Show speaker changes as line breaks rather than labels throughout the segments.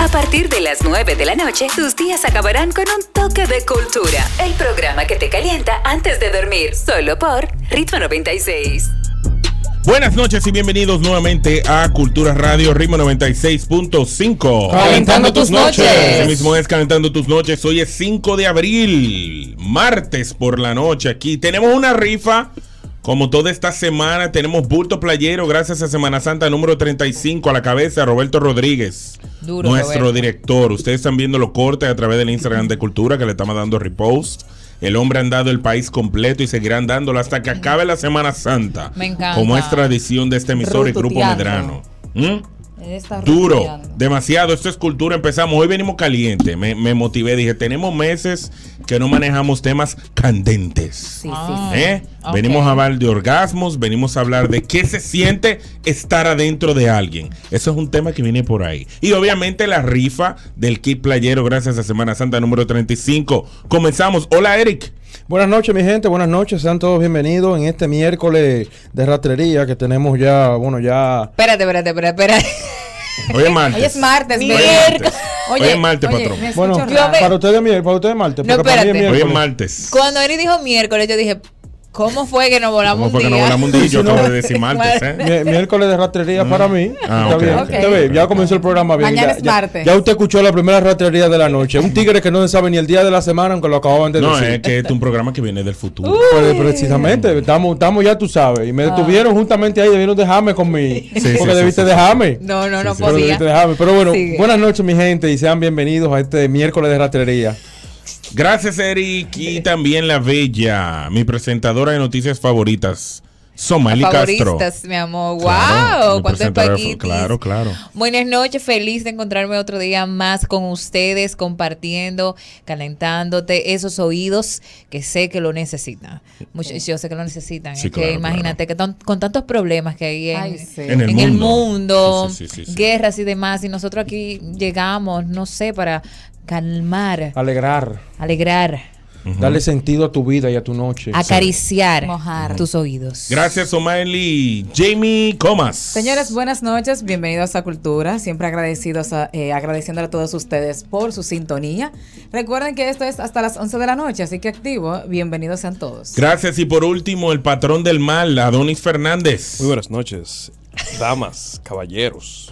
A partir de las 9 de la noche, tus días acabarán con un toque de cultura. El programa que te calienta antes de dormir, solo por Ritmo 96.
Buenas noches y bienvenidos nuevamente a Cultura Radio Ritmo 96.5.
Calentando tus noches.
Ese mismo es Calentando tus noches. Hoy es 5 de abril, martes por la noche aquí. Tenemos una rifa. Como toda esta semana, tenemos Bulto Playero, gracias a Semana Santa número 35 a la cabeza, Roberto Rodríguez,
Duro,
nuestro
Roberto.
director. Ustedes están viendo los cortes a través del Instagram de Cultura que le estamos dando repost. El hombre han dado el país completo y seguirán dándolo hasta que acabe la Semana Santa.
Me encanta.
Como es tradición de este emisor y Grupo Medrano.
Rututeando.
¿Mm?
Él está
Duro,
rodeando.
demasiado. Esto es cultura. Empezamos. Hoy venimos caliente. Me, me motivé. Dije, tenemos meses que no manejamos temas candentes.
Sí,
Ah.
¿Eh?
ok.
Venimos a hablar de orgasmos, venimos a hablar de qué se siente estar adentro de alguien. Eso es un tema que viene por ahí. Y obviamente la rifa del kit playero gracias a Semana Santa número 35. Comenzamos. Hola Eric.
Buenas noches, mi gente. Buenas noches. Sean todos bienvenidos en este miércoles de rastrería que tenemos ya, bueno, ya.
Espérate, espérate, espérate, espérate.
Hoy es martes.
Hoy es martes,
Hoy
baby.
es martes. Hoy es martes,
oye,
patrón.
me escucho
Bueno,
raro.
para ustedes, mier- para ustedes martes,
No,
porque para mí es
espérate.
Hoy es
miércoles.
martes.
Cuando Eri dijo miércoles, yo dije, ¿cómo fue que nos
¿Cómo
volamos
fue que
un
no
día?
volamos un día? Yo
Sí, no.
acabo de decir martes, ¿eh?
Mi- miércoles de rastrería para mí.
Ah,
Está
ok.
bien.
Ok.
Usted ve, ya comenzó el programa bien.
Mañana
ya,
es
ya-
martes.
Ya, usted escuchó la primera rastrería de la noche. Un tigre que no sabe ni el día de la semana, aunque lo acababan de
No,
decir.
es que este es un programa que viene del futuro.
Pues, precisamente, estamos, estamos ya, tú sabes.
Ah.
Y me detuvieron justamente ahí, debieron dejarme con mi.
sí,
porque
sí,
debiste
sí.
dejarme.
No, no, no
Sí, sí.
Pero,
podía.
debiste dejarme. Pero bueno,
Sigue.
buenas noches, mi gente, y sean bienvenidos a este miércoles de rastrería.
Gracias, Eric. Y también la bella, mi presentadora de noticias favoritas, Somali Castro.
Favoristas, mi amor. ¡Wow!
Claro, mi
¡Cuántos
presentadora,
paquitis!
Claro, claro.
Buenas noches, feliz de encontrarme otro día más con ustedes, compartiendo, calentándote esos oídos que sé que lo necesitan. Mucho- yo sé que lo necesitan.
Sí,
es
claro,
que imagínate que tan- con tantos problemas que hay en,
Ay, sí.
En el
en el
mundo.
mundo,
Sí, sí, sí, sí.
guerras y demás, y nosotros aquí llegamos, no sé, para calmar,
Alegrar,
alegrar,
darle sentido a tu vida y a tu noche.
acariciar
Mojar.
tus oídos.
Gracias, Somali. Jamie Comas.
Señores, buenas noches, bienvenidos a Cultura, siempre agradecidos, a, eh, agradeciéndole a todos ustedes por su sintonía. Recuerden que esto es hasta las 11 de la noche, así que activo, bienvenidos sean todos.
Gracias. Y por último, el patrón del mal, Adonis Fernández.
Muy buenas noches, damas, caballeros,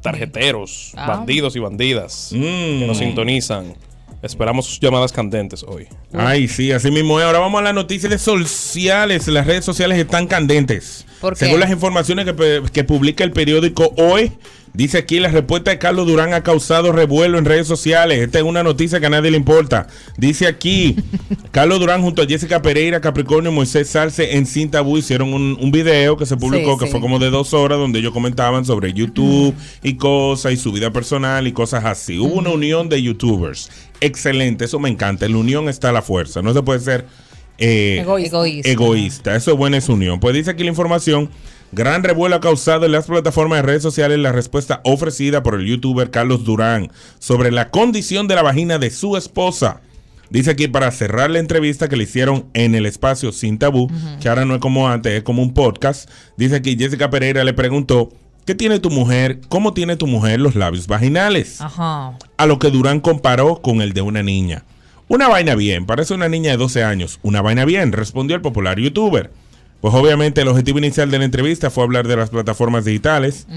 tarjeteros, bandidos y bandidas
Mm.
que nos sintonizan. Esperamos sus llamadas candentes hoy.
Ay, sí, así mismo es. Ahora vamos a las noticias de sociales. Las redes sociales están candentes.
¿Por qué?
Según las informaciones que, pe- que publica el periódico hoy, dice aquí la respuesta de Carlos Durán ha causado revuelo en redes sociales. Esta es una noticia que a nadie le importa. Dice aquí, Carlos Durán junto a Jessica Pereira, Capricornio y Moisés Salce en Cintabú hicieron un, un video que se publicó
Sí,
que
sí.
fue como de dos horas donde ellos comentaban sobre YouTube y cosas y su vida personal y cosas así. Hubo una unión de YouTubers. Excelente, eso me encanta. En la unión está la fuerza. No se puede ser... eh,
Egoísta.
Egoísta.
egoísta. Eso es buena es unión. Pues dice aquí la información. Gran revuelo ha causado en las plataformas de redes sociales la respuesta ofrecida por el youtuber Carlos Durán sobre la condición de la vagina de su esposa. Dice aquí para cerrar la entrevista que le hicieron en el espacio Sin Tabú, que ahora no es como antes, es como un podcast. Dice aquí Jessica Pereira le preguntó, ¿qué tiene tu mujer? ¿Cómo tiene tu mujer los labios vaginales?
Ajá.
a lo que Durán comparó con el de una niña. Una vaina bien, parece una niña de 12 años. Una vaina bien, respondió el popular youtuber. Pues obviamente el objetivo inicial de la entrevista fue hablar de las plataformas digitales,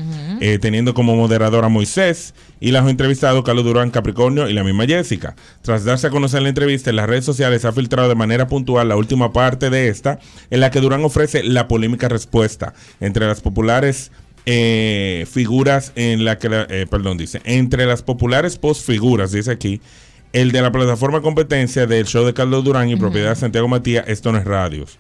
eh, teniendo como moderador a Moisés y las entrevistados Carlos Durán Capricornio y la misma Jessica. Tras darse a conocer la entrevista en las redes sociales, ha filtrado de manera puntual la última parte de esta, en la que Durán ofrece la polémica respuesta entre las populares eh, figuras en la que, la- eh, perdón, dice, entre las populares postfiguras, dice aquí, el de la plataforma competencia del show de Carlos Durán y propiedad de Santiago Matías, esto no es radios.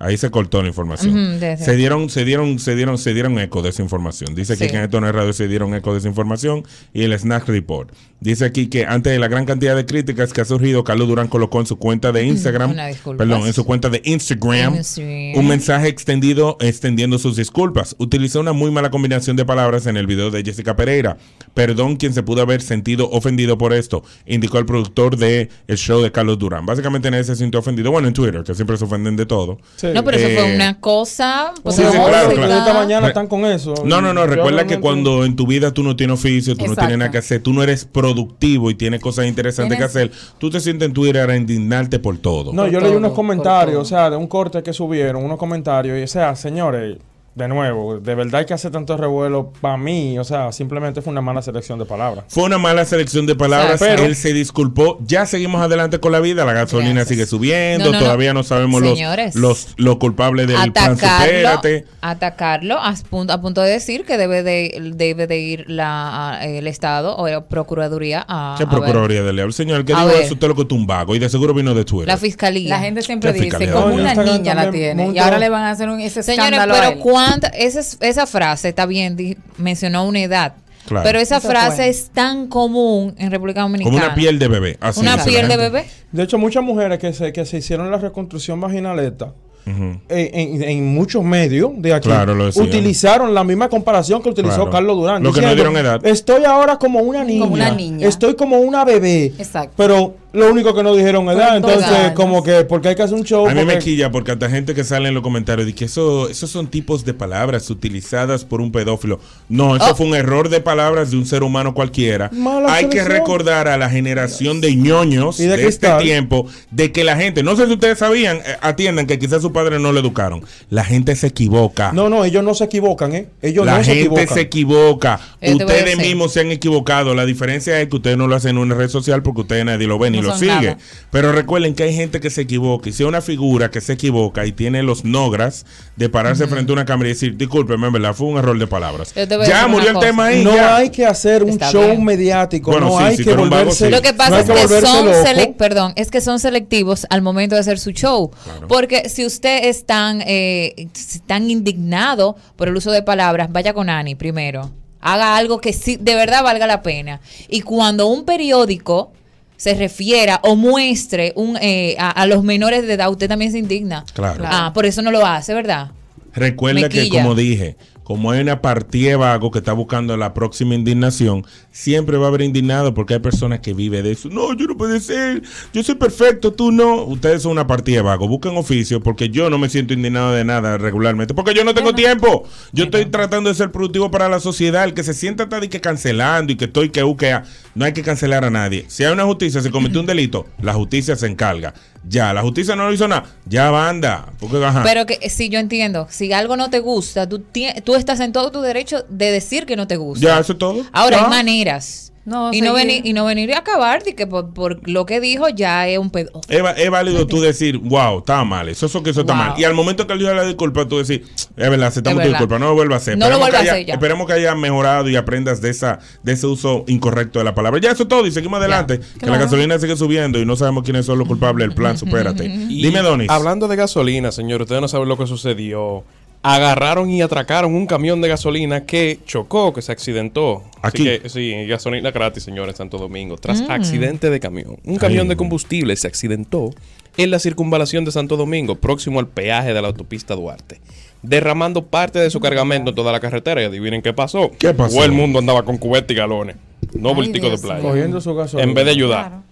Ahí se cortó la información.
Ujú, de- de-
Se dieron, se dieron, se dieron, se dieron eco de esa información. Dice aquí
Sí.
que en esto no es radio se dieron eco de esa información y el Snack Report. Dice aquí que ante la gran cantidad de críticas que ha surgido, Carlos Durán colocó en su cuenta de Instagram,
Una disculpa.
perdón, en su cuenta de Instagram,
Instagram.
un mensaje extendido extendiendo sus disculpas. Utilizó una muy mala combinación de palabras en el video de Jessica Pereira. Perdón quien se pudo haber sentido ofendido por esto, indicó el productor de el show de Carlos Durán. Básicamente nadie se sintió ofendido. Bueno, en Twitter, que siempre se ofenden de todo.
Sí. Sí.
No, pero eso
Eh,
fue una cosa. pues,
sí,
Pero
claro,
ahora,
claro.
Esta mañana
Re-
están con eso.
No, no, no.
Yo
Recuerda
no
que
entiendo.
cuando en tu vida tú no tienes oficio, tú no
Exacto.
tienes nada que hacer, tú no eres productivo y tienes cosas interesantes
Tienes-
que hacer, tú te sientes en Twitter a indignarte por todo.
No,
Por
yo leí
todo,
unos
por
comentarios,
todo.
o sea, de un corte que subieron, unos comentarios, y o sea, señores, de nuevo, de verdad hay que hacer tanto revuelo para mí, o sea, simplemente fue una mala selección de palabras.
Fue una mala selección de palabras,
Exacto.
él se disculpó. Ya seguimos adelante con la vida, la gasolina
Gracias.
sigue subiendo,
No, no, no.
todavía no, sabemos los,
Señores.
los, los culpables del plan
atacarlo,
supérate.
atacarlo a punto, a punto de decir que debe de, debe de ir la, a- el Estado o la Procuraduría a,
¿Qué
Ah, a ver.
procuraduría de El señor que
A
dijo
ver.
eso, usted lo que es un vago y de seguro vino de Twitter.
la Fiscalía.
La gente siempre
Qué
dice,
fiscalía,
como
¿verdad?
una
Instagram
niña la
también
tiene. Y
mucho-
ahora le van a hacer un, ese
Señores,
escándalo a
pero
él.
cuánta, esa, es- esa frase está bien, di- mencionó una edad.
Claro.
Pero esa
Eso
frase
fue.
es tan común en República
Como
Dominicana.
una piel de bebé. Así
Una
dice la
piel de
gente.
bebé.
De hecho, muchas mujeres que se, que se hicieron la reconstrucción vaginaleta,
Ujú.
en, en- en muchos medios de aquí
Claro, lo decían.
utilizaron la misma comparación que utilizó
Claro.
Carlos Durán.
Lo que no dieron edad.
Estoy ahora como una niña.
una niña.
Estoy como una bebé.
Exacto.
Pero lo único que no dijeron edad.
Con dos
Entonces,
años.
como que, porque hay que hacer un show.
A mí me
porque-
quilla porque hasta gente que sale en los comentarios dice que eso, esos son tipos de palabras utilizadas por un pedófilo. No, eso
Oh.
fue un error de palabras de un ser humano cualquiera.
Ah. Mala
Hay que
selección.
recordar a la generación de ñoños
Y de
de, este
cristal.
tiempo de que la gente, no sé si ustedes sabían, eh, atiendan que quizás sus padres no lo educaron. La gente se equivoca.
No, no, ellos no se equivocan, ¿eh? Ellos
la
no se
gente
equivocan.
se equivoca.
Yo te voy a
Ustedes
decir.
mismos se han equivocado. La diferencia es que ustedes no lo hacen en una red social porque ustedes nadie lo ven y
No
lo
son
sigue.
nada.
Pero recuerden que hay gente que se equivoca. Y si hay una figura que se equivoca y tiene los nogras de pararse frente a una cámara y decir, discúlpeme, en verdad, fue un error de palabras.
Yo te voy a
Ya
decir
murió
una
el
cosa.
tema ahí.
no
ya.
hay que hacer un
Está
show
bien.
mediático.
Bueno,
no
sí,
hay
sí,
que
pero un vago
volverse.
sí.
Lo que pasa
no hay
es que
volverse
son
loco.
selec- perdón, es que son selectivos al momento de hacer su show. Porque si usted es tan, eh, tan indignado por el uso de palabras, vaya con Ani primero. Haga algo que sí, de verdad valga la pena. Y cuando un periódico se refiera o muestre un, eh, a, a los menores de edad, usted también se indigna.
Claro.
Ah, por eso no lo hace, ¿verdad?
Recuerda
Me
que,
quilla.
como dije, como hay una partida de vago que está buscando la próxima indignación, siempre va a haber indignado porque hay personas que viven de eso. No, yo no puedo ser, yo soy perfecto, tú no. Ustedes son una partida de vago. Busquen oficio porque yo no me siento indignado de nada regularmente porque yo no tengo tiempo. Yo estoy tratando de ser productivo para la sociedad. El que se sienta hasta de que cancelando y que estoy que uquea, no hay que cancelar a nadie. Si hay una justicia, se cometió un delito, la justicia se encarga. Ya, la justicia no lo hizo nada. Ya, banda. Porque, ajá.
Pero que eh, sí, yo entiendo. Si algo no te gusta, tú, tie- tú estás en todo tu derecho de decir que no te gusta.
Ya, eso es todo. ¿Ah?
Ahora,
Ya.
hay maneras.
No,
y, no
seguir.
venir, y no venir a acabar de que por, por lo que dijo ya es un pedo.
Es, va- es válido tú decir, wow, estaba mal, eso, eso que eso está
Wow.
mal. Y al momento que él dio la disculpa, tú decir, es verdad, aceptamos
Es
tu
verdad.
disculpa, no lo vuelva a hacer.
No lo
Esperemos
vuelva
que
a
haya-
hacer ya.
Esperemos que haya mejorado y aprendas de esa de ese uso incorrecto de la palabra. Ya, eso es todo, y seguimos adelante. Que la
Claro.
gasolina sigue subiendo y no sabemos quiénes son los culpables del plan, supérate.
Y
Dime, Donis.
Hablando de gasolina, señor, ustedes no saben lo que sucedió. Agarraron y atracaron un camión de gasolina que chocó, que se accidentó.
Aquí.
Así que, sí, gasolina gratis, señor, en Santo Domingo. Tras
Mm.
accidente de camión. Un camión de combustible se accidentó en la circunvalación de Santo Domingo, próximo al peaje de la autopista Duarte. Derramando parte de su cargamento en toda la carretera. Y adivinen qué pasó.
¿Qué pasó?
Todo el mundo andaba con cubeta y galones. No
Ay,
bultico de
Dios
playa.
mío.
Cogiendo su gasolina.
En vez de ayudar.
Claro.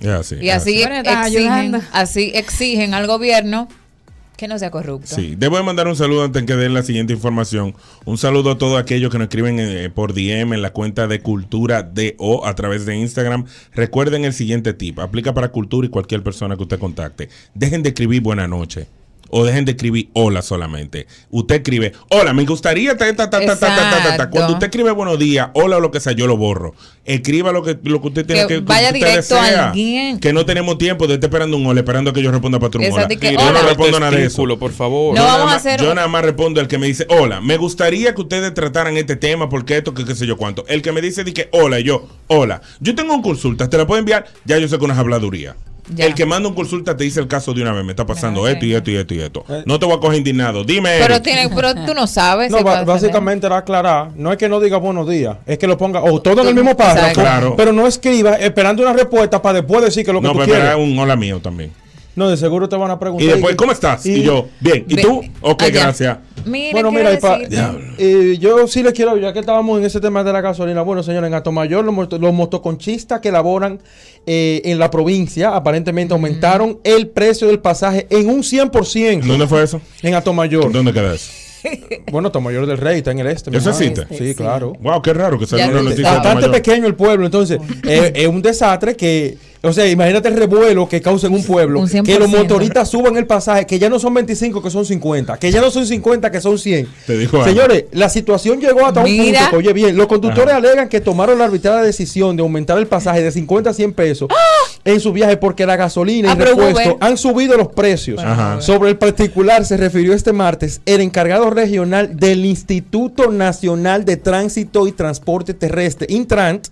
Ya, sí,
Y
ya,
así
Bueno, estás
exigen,
ayudando.
así exigen al gobierno que no sea corrupto.
Sí, debo de mandar un saludo antes que den la siguiente información. Un saludo a todos aquellos que nos escriben eh, por DM en la cuenta de Cultura DO a través de Instagram. Recuerden el siguiente tip, aplica para Cultura y cualquier persona que usted contacte. Dejen de escribir buena noche. O dejen de escribir hola solamente. Usted escribe, hola, me gustaría ta, ta, ta, ta, ta, ta, ta, ta, ta". Cuando usted escribe buenos días, hola o lo que sea, yo lo borro. Escriba lo que, lo que usted tiene
Que
que,
vaya
que usted
directo
desea.
al bien.
Que no tenemos tiempo de estar esperando un hola, esperando a que yo responda para tu
Exacto,
hola.
y que,
Yo
"Hola".
no respondo nada de eso.
Testículo, por favor.
No
Yo
vamos
nada
a
más-
hacer-
Yo nada más respondo al que me dice, hola, me gustaría que ustedes trataran este tema porque esto, que qué sé yo cuánto. El que me dice, di que hola, y yo, hola. Yo tengo un consulta, te la puedo enviar, ya yo sé que no es habladuría.
Ya.
El que manda un consulta te dice el caso de una vez, me está pasando
Ajá,
esto y
sí.
esto y esto y esto.
Eh.
No te voy a coger indignado, dime.
Pero,
Eric.
tiene, pero tú no sabes.
No,
si
ba-
pasa,
básicamente era aclarar, no es que no diga buenos días, es que lo ponga o todo en el mismo
Exacto.
párrafo,
Claro.
pero no escriba esperando una respuesta para después decir que lo que
No,
tú
pero
quieres.
era un hola mío también.
No, de seguro te van a preguntar.
Y después, ¿cómo estás? Y, yo, bien. ¿Y
Ve-
tú? Ok,
allá.
gracias.
Mira,
Bueno,
quiero
mira, y pa-
decirte-
Diablo.
Eh, yo sí les quiero, ya que estábamos en ese tema de la gasolina, bueno, señores, en Atomayor los, moto- los motoconchistas que laboran eh, en la provincia aparentemente aumentaron el precio del pasaje en un 100%
¿Dónde fue eso?
en Atomayor.
¿Dónde queda eso?
Bueno, Atomayor del Rey está en el este. mi
¿Eso
hermano.
existe?
Sí,
Sí.
claro.
Wow, qué raro que salió
Ya
una
lo
noticia de
Exacto.
Bastante
Tamayor.
pequeño el pueblo, entonces eh, es un desastre que, o sea, imagínate el revuelo que causa en un pueblo,
Un 100%.
que los motoristas suban el pasaje, que ya no son 25, que son 50, que ya no son 50, que son 100.
Te dijo algo.
Señores, la situación llegó hasta un
Mira.
punto, que, oye bien, los conductores alegan que tomaron la arbitraria decisión de aumentar el pasaje de 50 a 100 pesos en su viaje porque la gasolina
Ah,
y
pero
repuesto
Uber.
han subido los precios.
Ajá.
Sobre el particular se refirió este martes el encargado regional del Instituto Nacional de Tránsito y Transporte Terrestre, Intrant,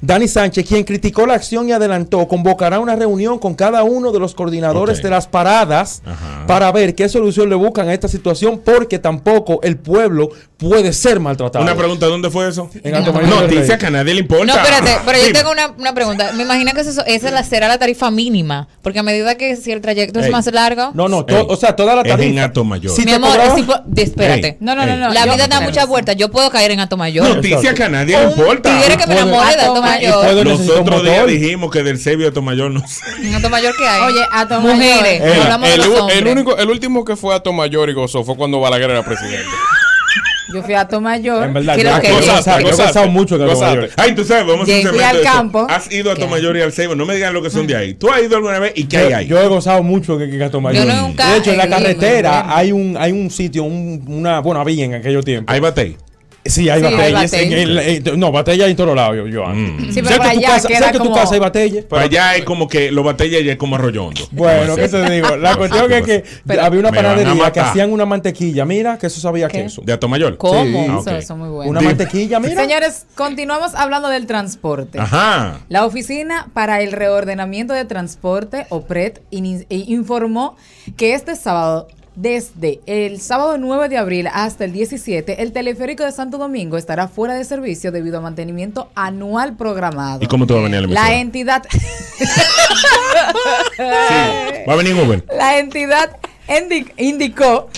Dani Sánchez, quien criticó la acción y adelantó convocará una reunión con cada uno de los coordinadores
Ok.
de las paradas
Ajá.
para ver qué solución le buscan a esta situación porque tampoco el pueblo puede ser maltratado.
Una pregunta, ¿dónde fue eso?
En Alto Mayor del
Noticia
Rey.
que a nadie le
No,
importa.
espérate, pero yo
Dime.
tengo una, una pregunta. Me imagino que eso- esa es la- será la tarifa mínima, porque a medida que si el trayecto es
Ey.
más largo...
No, no, to-
Ey,
o sea, toda la
es en
tarifa.
Alto Mayor.
Si
mi
te
amor,
cobraban-
es impo- de- espérate.
Ey,
No, no, no, no.
La
yo-
vida da muchas vueltas. Yo puedo caer en Ato Mayor.
Noticia que a nadie le importa.
Tigre que me
Puedo-
enamore de
Ato
Ato
Mayor.
Puedo-
Mayor.
Los
necesito un
otros días
motor.
dijimos que del Sebio a Tomayor no sé.
En Ato Mayor que hay.
Oye, Ato Mayor.
Mujeres.
Eh,
no hablamos de
el,
los
u-
hombres.
el único, el último que fue a Tomayor y gozó fue cuando Balaguer era presidente.
Yo fui a Ato Mayor.
En verdad,
Creo
yo-
que
yo-
es-
gozaste, yo he gozado mucho en Alto
gozaste.
Mayor.
Ay, tú sabes, vamos a hacer
Llegué
segmento
al
de eso.
campo.
Has ido a
¿Qué
Tomayor y al Seibo. No me digan lo que son de ahí. ¿Tú has ido alguna vez y qué hay
yo,
ahí?
yo he gozado mucho que, que Gato Mayor.
Yo nunca
de hecho, en la
he ido,
carretera
bueno.
hay un hay un sitio, un- una bueno, había en aquello tiempo.
Ahí batey.
sí, hay
Sí, hay
batallas. en
batey.
el- eh, no, batalla en todos lados, yo, yo
Mm.
ando.
Sí, pero
¿Sabes
para
que tu
allá
casa,
queda
sabes que tu
como-
casa hay batalla?
Para allá es como que los batallas ya es como arroyo hondo.
Bueno, ¿qué te digo? La cuestión es que
Pero-
había una
Me van a
panadería que
matar.
hacían una mantequilla. Mira, que eso sabía
¿Qué?
queso.
De Atomayor.
¿Cómo?
Sí.
Ah,
Eso,
ok.
eso muy bueno.
Una
Dime.
mantequilla, mira.
Señores, continuamos hablando del transporte.
Ajá.
La Oficina para el Reordenamiento de Transporte, OPRET, ini- e- informó que este sábado, desde el sábado 9 de abril hasta el 17, el teleférico de Santo Domingo estará fuera de servicio debido a mantenimiento anual programado.
¿Y cómo tú vas a venir a la
La
emisora?
entidad,
Va a venir Uber.
la entidad indi- indicó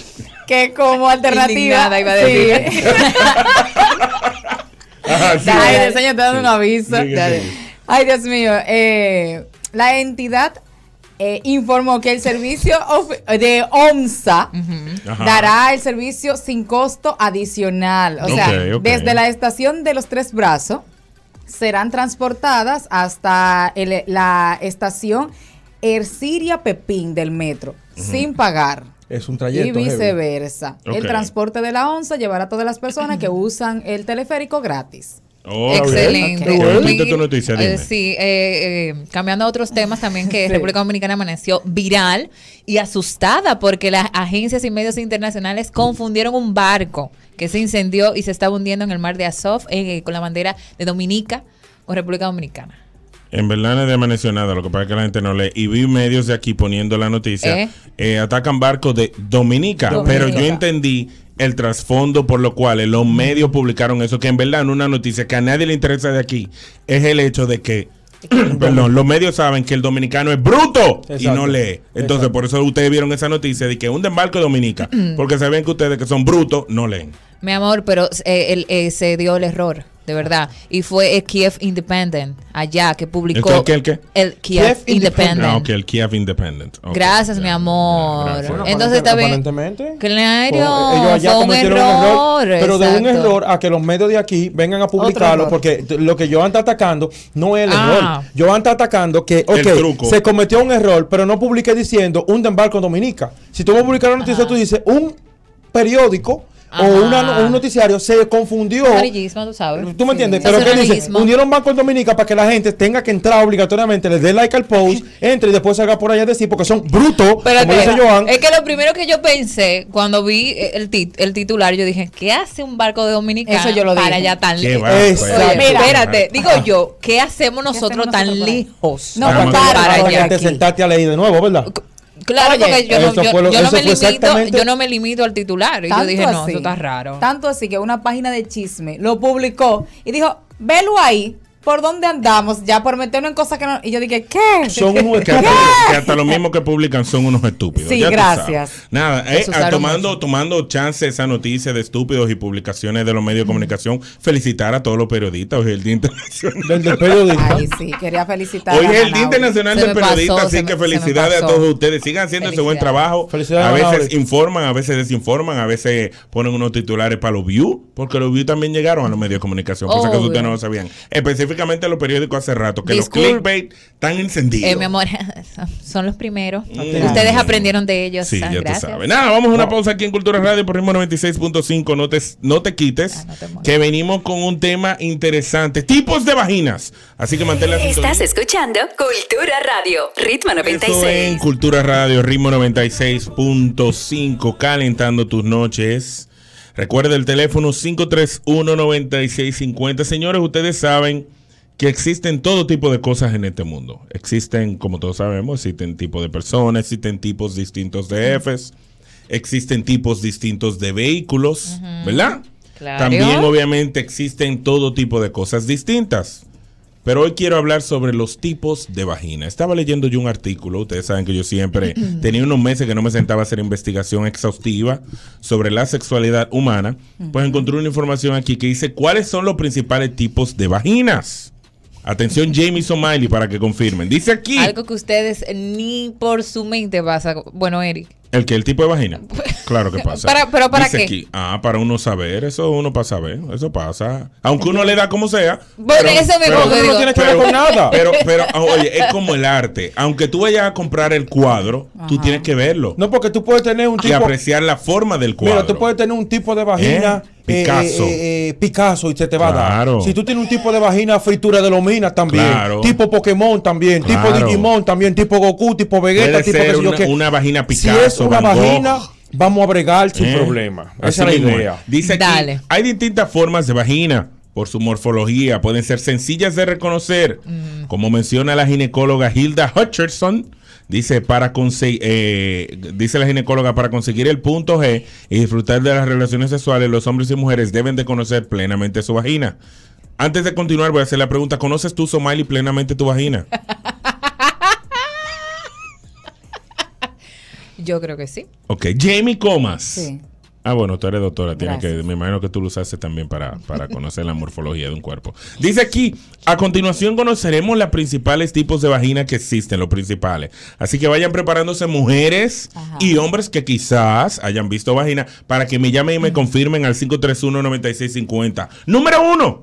que como alternativa...
Indignada, iba a decir.
Sí.
Ajá, sí.
Ay, Dios mío, te dando un aviso.
Sigue,
Dale.
sigue.
Ay, Dios mío. eh, la entidad eh, informó que el servicio of- de OMSA
Ajá.
dará el servicio sin costo adicional. O sea,
Ok, ok.
desde la estación de los Tres Brazos serán transportadas hasta el- la estación Erciria Pepín del metro, sin pagar
Es un
y
trayecto. heavy.
viceversa.
Ok.
El transporte de la onza llevará a todas las personas que usan el teleférico gratis.
Oh,
Excelente.
bien. Qué bonita
Y,
tu noticia,
eh,
dime.
sí, eh, eh, cambiando a otros temas también que
Sí.
República Dominicana amaneció viral y asustada porque las agencias y medios internacionales confundieron un barco que se incendió y se estaba hundiendo en el mar de Azov eh, con la bandera de Dominica o República Dominicana.
En verdad nadie amaneció nada, lo que pasa es que la gente no lee. Y vi medios de aquí poniendo la noticia.
¿Eh?
Eh, atacan barcos de Dominica,
Dominica.
pero yo entendí el trasfondo por lo cual eh,
Mm.
los medios publicaron eso, que en verdad en una noticia que a nadie le interesa de aquí, es el hecho de que, perdón, los medios saben que el dominicano es bruto y
Exacto.
no lee. Entonces
Exacto.
por eso ustedes vieron esa noticia de que hunden barco de Dominica,
Mm.
porque saben que ustedes que son brutos no leen.
Mi amor, pero eh, el- eh, se dio el error, de verdad. Y fue eh, Kiev Independent allá que publicó.
¿El qué, el qué, el qué?
El Kiev,
Kiev
Independent.
Ah, ok, el Kiev Independent. Ok,
Gracias,
ya,
mi
ya,
amor.
gracias.
Bueno,
Entonces, está bien.
aparentemente.
Claro,
Fue- ellos allá
fue un
cometieron
error,
Pero de un
exacto.
error a que los medios de aquí vengan a publicarlo,
error.
porque t- lo que yo ando atacando no es el
Ah.
error. Yo ando atacando que, ok,
truco.
se cometió un error, pero no publiqué diciendo un embarco en Dominica. Si tú vas a publicar una noticia, tú dices un periódico
Ajá.
o una no- un noticiario se confundió.
Amarillismo, tú sabes.
¿Tú me entiendes?
Sí.
Pero
Eso
¿qué
era
dice?
amarillismo.
Unieron Banco en Dominica para que la gente tenga que entrar obligatoriamente, le dé like al post, entre y después salga por allá a decir, porque son brutos,
Pero
como dice Joan.
es que lo primero que yo pensé cuando vi eh, el, tit- el titular, yo dije, ¿qué hace un barco de dominicano
Eso yo lo
para
dije.
allá tan
Qué
lejos?
barco, eh.
Exacto.
Oye,
Mira.
espérate, digo yo, ¿qué hacemos nosotros
nosotros
tan
por ahí?
lejos?
No,
Nada
Ah, para,
más
para
para
allá
allá
aquí.
te sentaste a leer de nuevo, ¿verdad?
Claro,
Oye,
porque yo no,
eso
yo-
fue lo-
yo no
eso
me
fue
limito,
exactamente-
yo no me limito al titular. Y yo dije, no, eso está raro.
Tanto así que una página de chisme lo publicó y dijo, velo ahí. ¿por dónde andamos? Ya por meternos en cosas que no. Y yo dije, ¿qué?
Son unos que hasta, que hasta lo mismo que publican son unos estúpidos.
Sí,
ya tú
gracias.
sabes. Nada, eh,
Los usaron
tomando,
mucho.
tomando chance esa noticia de estúpidos y publicaciones de los medios de comunicación, felicitar a todos los periodistas. Hoy es el Día Internacional.
Del, del periodista.
Ay, sí, quería felicitar.
Hoy es
a
el Día
Manaure.
Internacional
Se
del
me pasó,
Periodista,
se
así
me-
que
se me
felicidades a
pasó.
todos ustedes. Sigan haciendo ese buen
Felicidades.
trabajo.
Felicidades,
a veces
Manaure.
informan, a veces desinforman, a veces ponen unos titulares para los views, porque los views también llegaron a los medios de comunicación, cosa que
Obvio.
ustedes no lo sabían. Específicamente los periódicos hace rato, que
Disculpe.
los clickbait están encendidos.
Eh, mi amor, son los primeros.
Mm.
Ustedes aprendieron de ellos.
Sí,
Ah,
ya
gracias.
tú sabes. Nada, vamos a una pausa aquí en Cultura Radio por Ritmo 96.5. No te, no te quites,
Ah, no te muevas.
que venimos con un tema interesante. Tipos de vaginas. Así que mantén la sintonía.
Estás escuchando Cultura Radio, Ritmo
Eso en
96.
Cultura Radio, ritmo 96.5, calentando tus noches. Recuerda el teléfono 531-9650. Señores, ustedes saben que existen todo tipo de cosas en este mundo. Existen, como todos sabemos, existen tipos de personas, existen tipos distintos de jefes, existen tipos distintos de vehículos, ¿verdad?
Claro.
También, obviamente, existen todo tipo de cosas distintas. Pero hoy quiero hablar sobre los tipos de vagina. Estaba leyendo yo un artículo, ustedes saben que yo siempre tenía unos meses que no me sentaba a hacer investigación exhaustiva sobre la sexualidad humana. Pues encontré una información aquí que dice cuáles son los principales tipos de vaginas. Atención Jamie O'Malley para que confirmen. Dice aquí
Algo que ustedes ni por su mente pasa. Bueno, Eric.
el que el tipo de vagina. Claro que pasa.
Para- pero ¿para
Dice
qué?
aquí, ah, para uno saber, eso uno para saber, eso pasa. Aunque uno le da como sea.
Bueno,
pero-
eso me
pero-
gusta, digo.
tiene que ver con nada.
Pero, pero, Ah, oye, es como el arte. Aunque tú vayas a comprar el cuadro, tú
Ajá.
tienes que verlo
No, porque tú puedes tener un
y
tipo.
apreciar la forma del cuadro.
Mira, tú puedes tener un tipo de vagina.
¿Eh?
eh,
Picasso.
eh, eh, Picasso y se te va a
Claro.
dar. Si tú tienes un tipo de vagina, fritura de lomina también.
Claro.
Tipo Pokémon también.
Claro.
Tipo Digimon también. Tipo Goku, tipo Vegeta,
Puede
tipo
ser
qué sé yo
una,
qué.
una vagina
Si
Picasso,
es una
Van Gogh,
vagina, vamos a bregar sin
¿eh?
problema.
Así
Esa es
mismo
la
es.
idea.
Dice aquí,
Dale.
hay distintas formas de vagina por su morfología, pueden ser sencillas de reconocer. Como menciona la ginecóloga Hilda Hutcherson, dice para conse- eh, dice la ginecóloga para conseguir el punto G y disfrutar de las relaciones sexuales, los hombres y mujeres deben de conocer plenamente su vagina. Antes de continuar, voy a hacer la pregunta, ¿conoces tú, Somali, plenamente tu vagina?
Yo creo que sí.
Ok, Jamie Comas.
Sí.
Ah, bueno, tú eres doctora, tienes
Gracias.
que, me imagino que tú lo usaste también para, para conocer la morfología de un cuerpo. Dice aquí, a continuación conoceremos los principales tipos de vagina que existen, los principales. Así que vayan preparándose mujeres
Ajá.
y hombres que quizás hayan visto vagina para que me llamen y me confirmen al 531-9650. Número uno,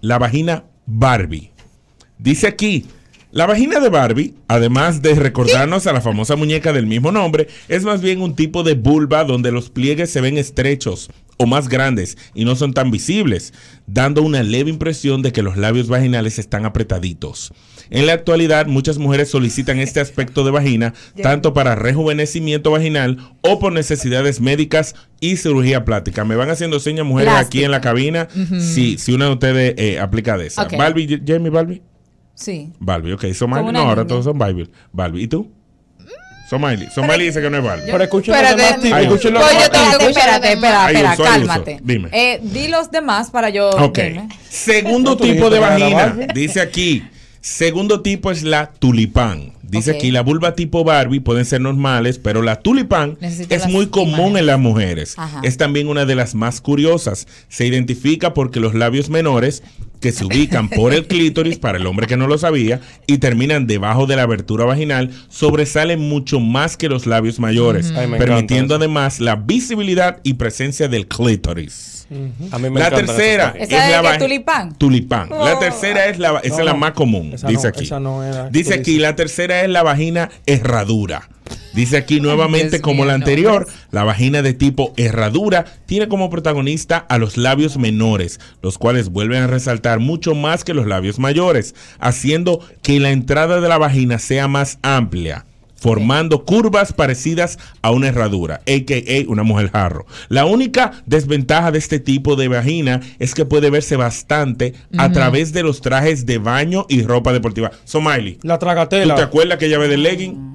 la vagina Barbie. Dice aquí, la vagina de Barbie, además de recordarnos a la famosa muñeca del mismo nombre, es más bien un tipo de vulva donde los pliegues se ven estrechos o más grandes y no son tan visibles, dando una leve impresión de que los labios vaginales están apretaditos. En la actualidad, muchas mujeres solicitan este aspecto de vagina tanto para rejuvenecimiento vaginal o por necesidades médicas y cirugía plástica. Me van haciendo señas mujeres aquí en la cabina si, si una de ustedes eh, aplica de esa.
Ok.
Barbie, Jamie Barbie.
Sí.
Barbie, ok. Somali,
Como
no,
una
ahora
niña.
todos son Barbie. Barbie, ¿y tú? Somali. Somali dice que no es Barbie.
Pero escuchen los
Espérate,
demás tipos,
Ay,
escuchen los
pues yo
demás
tengo-
Espérate,
tipos.
espérate, espera,
Hay
espera,
uso, hay uso.
cálmate.
Dime.
Eh, di los demás para yo.
Ok.
verme.
Segundo
¿Tú
tipo
dijiste que
de
era
vagina.
Barbie?
Dice aquí. Segundo tipo es la tulipán. Dice
Ok.
aquí, la vulva tipo Barbie pueden ser normales, pero la tulipán
Necesito
es
las
muy común
imágenes.
en las mujeres.
Ajá.
Es también una de las más curiosas. Se identifica porque los labios menores que se ubican por el clítoris, para el hombre que no lo sabía, y terminan debajo de la abertura vaginal, sobresalen mucho más que los labios mayores,
Ay, me encanta
permitiendo
eso.
además la visibilidad y presencia del clítoris
A mí me
la
encantan esas
tercera
páginas.
es
¿Esa es
la
de
vagi-
tulipán?
Tulipán. La
Oh.
tercera es la esa
No,
es la
no.
más común,
Esa
dice
no,
aquí.
esa no era la que tú
dice aquí
dices.
la tercera es la vagina herradura. Dice aquí nuevamente
Dios
como
mío,
la
no,
anterior, la vagina de tipo herradura tiene como protagonista a los labios menores, los cuales vuelven a resaltar mucho más que los labios mayores, haciendo que la entrada de la vagina sea más amplia formando curvas parecidas a una herradura, a.k.a. una mujer jarro. La única desventaja de este tipo de vagina es que puede verse bastante a través de los trajes de baño y ropa deportiva. Somiley,
La
¿tú te
tragatela.
acuerdas que llave de legging?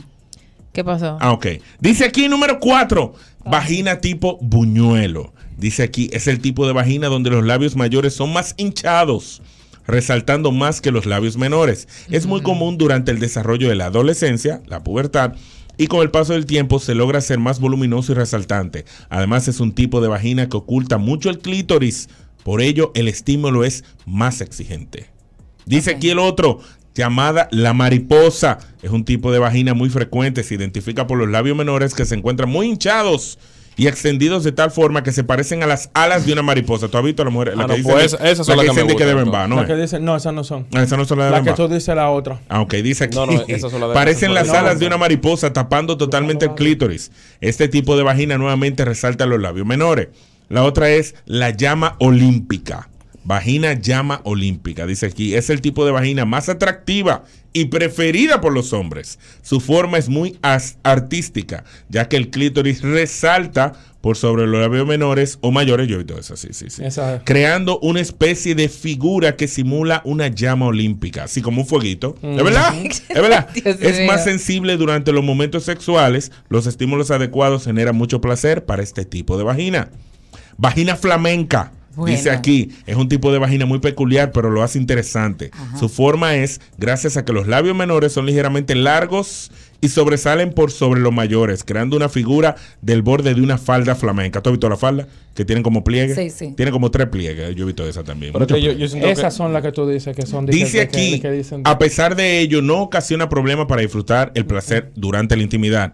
¿Qué pasó?
Ah, ok. Dice aquí número 4, vagina tipo buñuelo. Dice aquí, es el tipo de vagina donde los labios mayores son más hinchados, resaltando más que los labios menores. Es muy común durante el desarrollo de la adolescencia, la pubertad, y con el paso del tiempo se logra ser más voluminoso y resaltante. Además es un tipo de vagina que oculta mucho el clítoris, por ello el estímulo es más exigente. Dice aquí el otro, llamada la mariposa. Es un tipo de vagina muy frecuente, se identifica por los labios menores que se encuentran muy hinchados. Y extendidos de tal forma que se parecen a las alas de una mariposa. ¿Tú has visto a la mujer? La
Ah, no, pues esa- esas son
la que
las que me
dicen de que
gustan,
deben eh.
entonces.
va, ¿no?
La que
es?
dice, no, esas no son.
Ah, esa no son las de
La
Bemba.
que tú dices la otra.
Aunque Ah, dice aquí.
No, no, esas son las de-
Parecen
esas
las
son las de-
alas de una mariposa tapando totalmente el clítoris. Este tipo de vagina nuevamente resalta los labios menores. La otra es la llama olímpica. Vagina llama olímpica, dice aquí. Es el tipo de vagina más atractiva y preferida por los hombres. Su forma es muy as- artística, ya que el clítoris resalta por sobre los labios menores o mayores. Yo he oído eso, sí, sí, sí.
Esa-
Creando una especie de figura que simula una llama olímpica, así como un fueguito. ¿Es verdad? Es verdad.
Dios
es
mío.
más sensible durante los momentos sexuales. Los estímulos adecuados generan mucho placer para este tipo de vagina. Vagina flamenca.
Bueno.
Dice aquí, es un tipo de vagina muy peculiar, pero lo hace interesante. Su forma es, gracias a que los labios menores son ligeramente largos y sobresalen por sobre los mayores, creando una figura del borde de una falda flamenca. ¿Tú has visto la falda? Que tienen como pliegues.
Sí, sí.
Tiene como tres pliegues. Yo he visto esa también.
Pero es
Muchos
que yo,
pliegues.
yo siento
Esas
que-
son las que tú dices que son. de que-
Dice
de que-
aquí, ah,
de que dicen-
a pesar de ello, no ocasiona problema para disfrutar el placer durante la intimidad.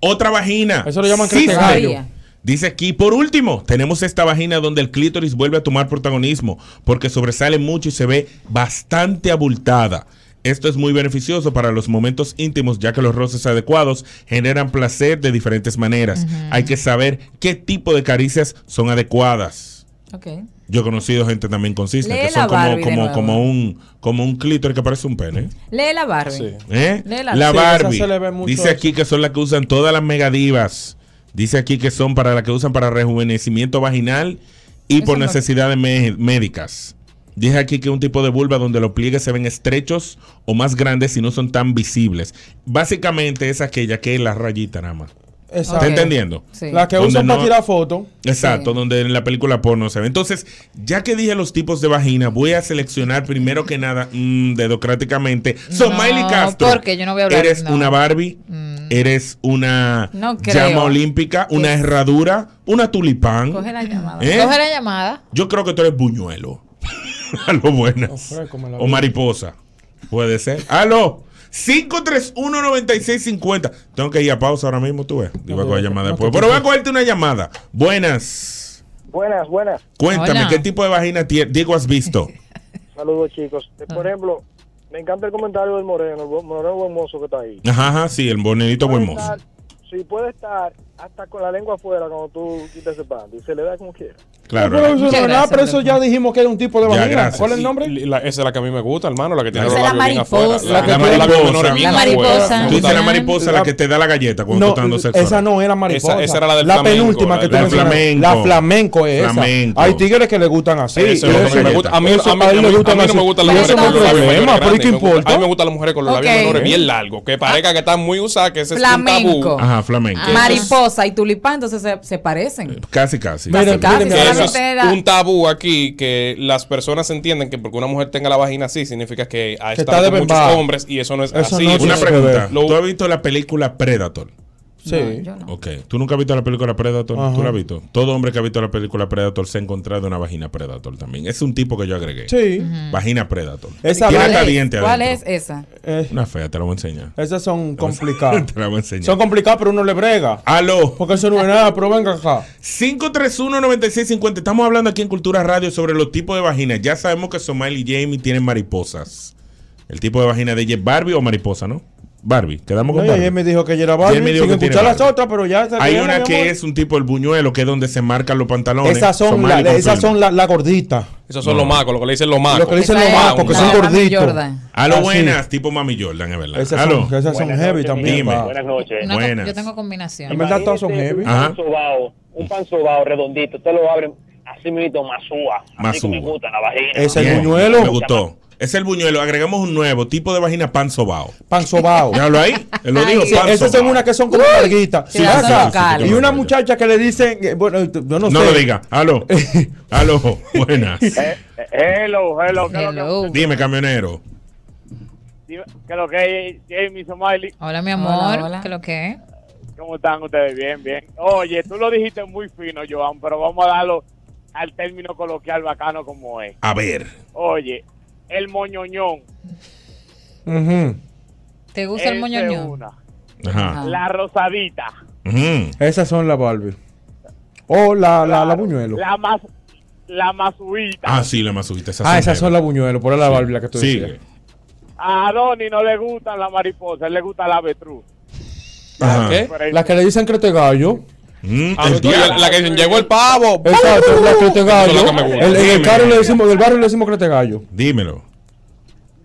Otra vagina.
Eso lo llaman
Sí,
crete
gallo.
gallo. Dice aquí, por último, tenemos esta vagina donde el clítoris vuelve a tomar protagonismo porque sobresale mucho y se ve bastante abultada. Esto es muy beneficioso para los momentos íntimos ya que los roces adecuados generan placer de diferentes maneras. Hay que saber qué tipo de caricias son adecuadas.
Ok.
Yo he conocido gente también consistente,
Lee
que
la
son como,
Barbie de
como,
nuevo.
como un como un clítoris que parece un pene.
Lee la Barbie.
Sí.
¿Eh?
Lee
La,
la-
Sí, esa
Barbie.
se le ve mucho
Dice
eso.
aquí que son las que usan todas las megadivas. Dice aquí que son para las que usan para rejuvenecimiento vaginal y por
no-
necesidades mé- médicas. Dice aquí que un tipo de vulva donde los pliegues se ven estrechos o más grandes y no son tan visibles. Básicamente es aquella que es la rayita nada más.
Esa-
¿Está
Ok.
entendiendo?
Sí.
La que
Donde
usan
no-
para tirar fotos.
Exacto,
Sí.
donde en la película porno se ve. Entonces, ya que dije los tipos de vagina, voy a seleccionar primero que nada, mm, dedocráticamente. Son
No,
Miley Castro.
porque yo no voy a hablar,
Eres
no.
una Barbie, eres una
No creo.
llama olímpica, una herradura, una tulipán.
Pues-
Coge la llamada.
¿Eh?
Coge la llamada.
Yo creo que tú eres buñuelo. A lo buenas.
Ofrezco, me la
O mariposa. Puede ser. ¡Aló! 531-9650. Tengo que ir a pausa ahora mismo, tú ves. Digo,
No,
voy a
no,
llamar
no,
después.
no,
Pero voy a
no.
cogerte una llamada. Buenas.
Buenas, buenas.
Cuéntame,
Hola.
¿qué tipo de vagina tie- Diego has visto?
Saludos, chicos. Eh,
Ah.
Por ejemplo, me encanta el comentario del Moreno, el bu- Moreno buen mozo que está ahí.
Ajá, ajá, sí, el bonito pues, buen
Puede
mozo.
estar- Sí, puede estar hasta con la lengua afuera cuando tú quitas el pan y se le da como quiera.
Pero,
Claro.
eso, no,
gracias,
pero eso ya dijimos que era un tipo de
Ya,
vagina.
gracias.
¿Cuál es
Y-
el nombre?
y la- esa es la que a mí me gusta, hermano. La que tiene
Esa
los
es la
labios bien afuera.
mariposa.
que
La
tiene los labios
mariposa.
menores bien
La
afuera.
mariposa.
Tú dices la
Ah.
mariposa, la que te da la galleta cuando tú estás dando sexo.
esa no era mariposa.
Esa- esa era la del
La
flamenco,
penúltima
la
que tú
del
mencionaste.
flamenco.
La flamenco es esa.
Flamenco.
Hay tigres que le gustan así.
Eso es
y
lo
eso-
que me gusta. A mí,
eso-
a mí-
él
a
le
mí-
gustan
a mí no
así.
me gustan las
Y
mujeres
eso no es
con los labios
problema,
menores
pero ¿y
grandes.
qué
Me gusta- A mí me
importa?
gustan las mujeres con los
Ok.
labios menores bien largos. Que parezca que están muy usadas, que ese es un
Flamenco.
tabú.
Ajá, flamenco.
Ah, Mariposa y tulipán, entonces se, se parecen.
Casi, casi.
Mira,
Pues
mira,
Que
Casi,
mira,
eso es
solamente era-
un tabú aquí que las personas entienden que porque una mujer tenga la vagina así significa que ha
Que
estado
está de
con muchos
bembá.
hombres y eso no es
Eso
así.
no
Eso
tiene
Una
es-
que
pregunta.
Lo-
¿Tú has visto la película Predator?
Sí.
Yo no.
Ok. ¿Tú nunca has visto la película Predator?
Ajá.
¿Tú la has visto? Todo hombre que ha visto la película Predator se ha encontrado una vagina Predator también. Es un tipo que yo agregué.
Sí.
Vagina Predator.
Esa
Tiene
vale.
hasta
es?
diente
¿Cuál
adentro.
es esa?
Eh,
Una fea, te la voy a enseñar.
Esas son complicadas.
Te la voy a enseñar.
son complicadas, pero uno le brega.
Aló.
Porque eso no es nada, pero venga acá.
531-9650. Estamos hablando aquí en Cultura Radio sobre los tipos de vaginas. Ya sabemos que Somalia y Jamie tienen mariposas. El tipo de vagina de ella es Barbie o mariposa, ¿no? Barbie. Quedamos
No,
con
y ayer me
Barbie.
dijo que yo era Barbie.
Ayer me dijo
sin
que tiene
escuchar las
Barbie.
otras, pero ya.
Hay una que es un tipo el buñuelo, que es donde se marcan los pantalones.
Esas son
Somalia
las esas
confirma.
son la, la gordita.
Esos son los macos, lo que le dicen los macos.
Lo que le dicen
Esa
los
es
macos, que
la
son
de Michael
gorditos.
Jordan.
A lo
Ah, sí.
buenas, tipo Mami Jordan, es verdad.
Esas
Aló.
son, esas son
Buenas
heavy
noches,
también.
Dime.
pa.
Buenas noches.
Una co-
Buenas.
yo tengo
En
combinación.
verdad todas son
Imagínese
heavy.
Un
Ajá.
pan sobao, un pan sobao redondito, usted lo abre así mismo, masúa. Así que
Masúa.
me gusta la vagina.
Ese
Bien.
el buñuelo.
Me gustó. Es el buñuelo. Agregamos un nuevo tipo de vagina pan sobao.
Pan sobao.
Déjalo ahí. Él lo dijo.
Sí,
pan
esas son
sobao.
unas que son como larguitas.
Sí, las
Esa.
locales.
y una muchacha que le dicen, eh, bueno, yo no sé.
No lo diga. Aló. Aló. Buenas.
Eh, eh, Hello, hello, ¿qué es lo
Hello.
que-
Dime, camionero.
dime, ¿qué es lo que es Jamie Somali?
Hola, mi amor.
Hola, hola.
¿Qué lo que es?
¿Cómo están ustedes? Bien, bien. Oye, tú lo dijiste muy fino, Joan, pero vamos a darlo al término coloquial bacano como es.
A ver.
Oye, el moñoñón.
Ujú.
¿Te gusta
esa
el
es
moñoñón?
una.
Ajá.
La rosadita.
Ujú.
Esas son las Barbie. O la, la, la
Claro,
buñuelo.
La más, la mazuita.
Ah, sí, la masujita.
ah, esas son las buñuelo, por la Barbie la que tú
Sí.
decías.
A Donny no le gustan las mariposas, le gusta la avestruz.
Ajá.
¿Qué?
Pero ahí-
Las que le dicen crete gallo.
Mm,
Ah,
el
no,
diablo.
la, la que dicen, llegó el pavo.
Exacto, la crete gallo.
Eso es lo que me gusta.
El- en el
Dime.
carro le decimos, del barrio le decimos crete gallo.
Dímelo.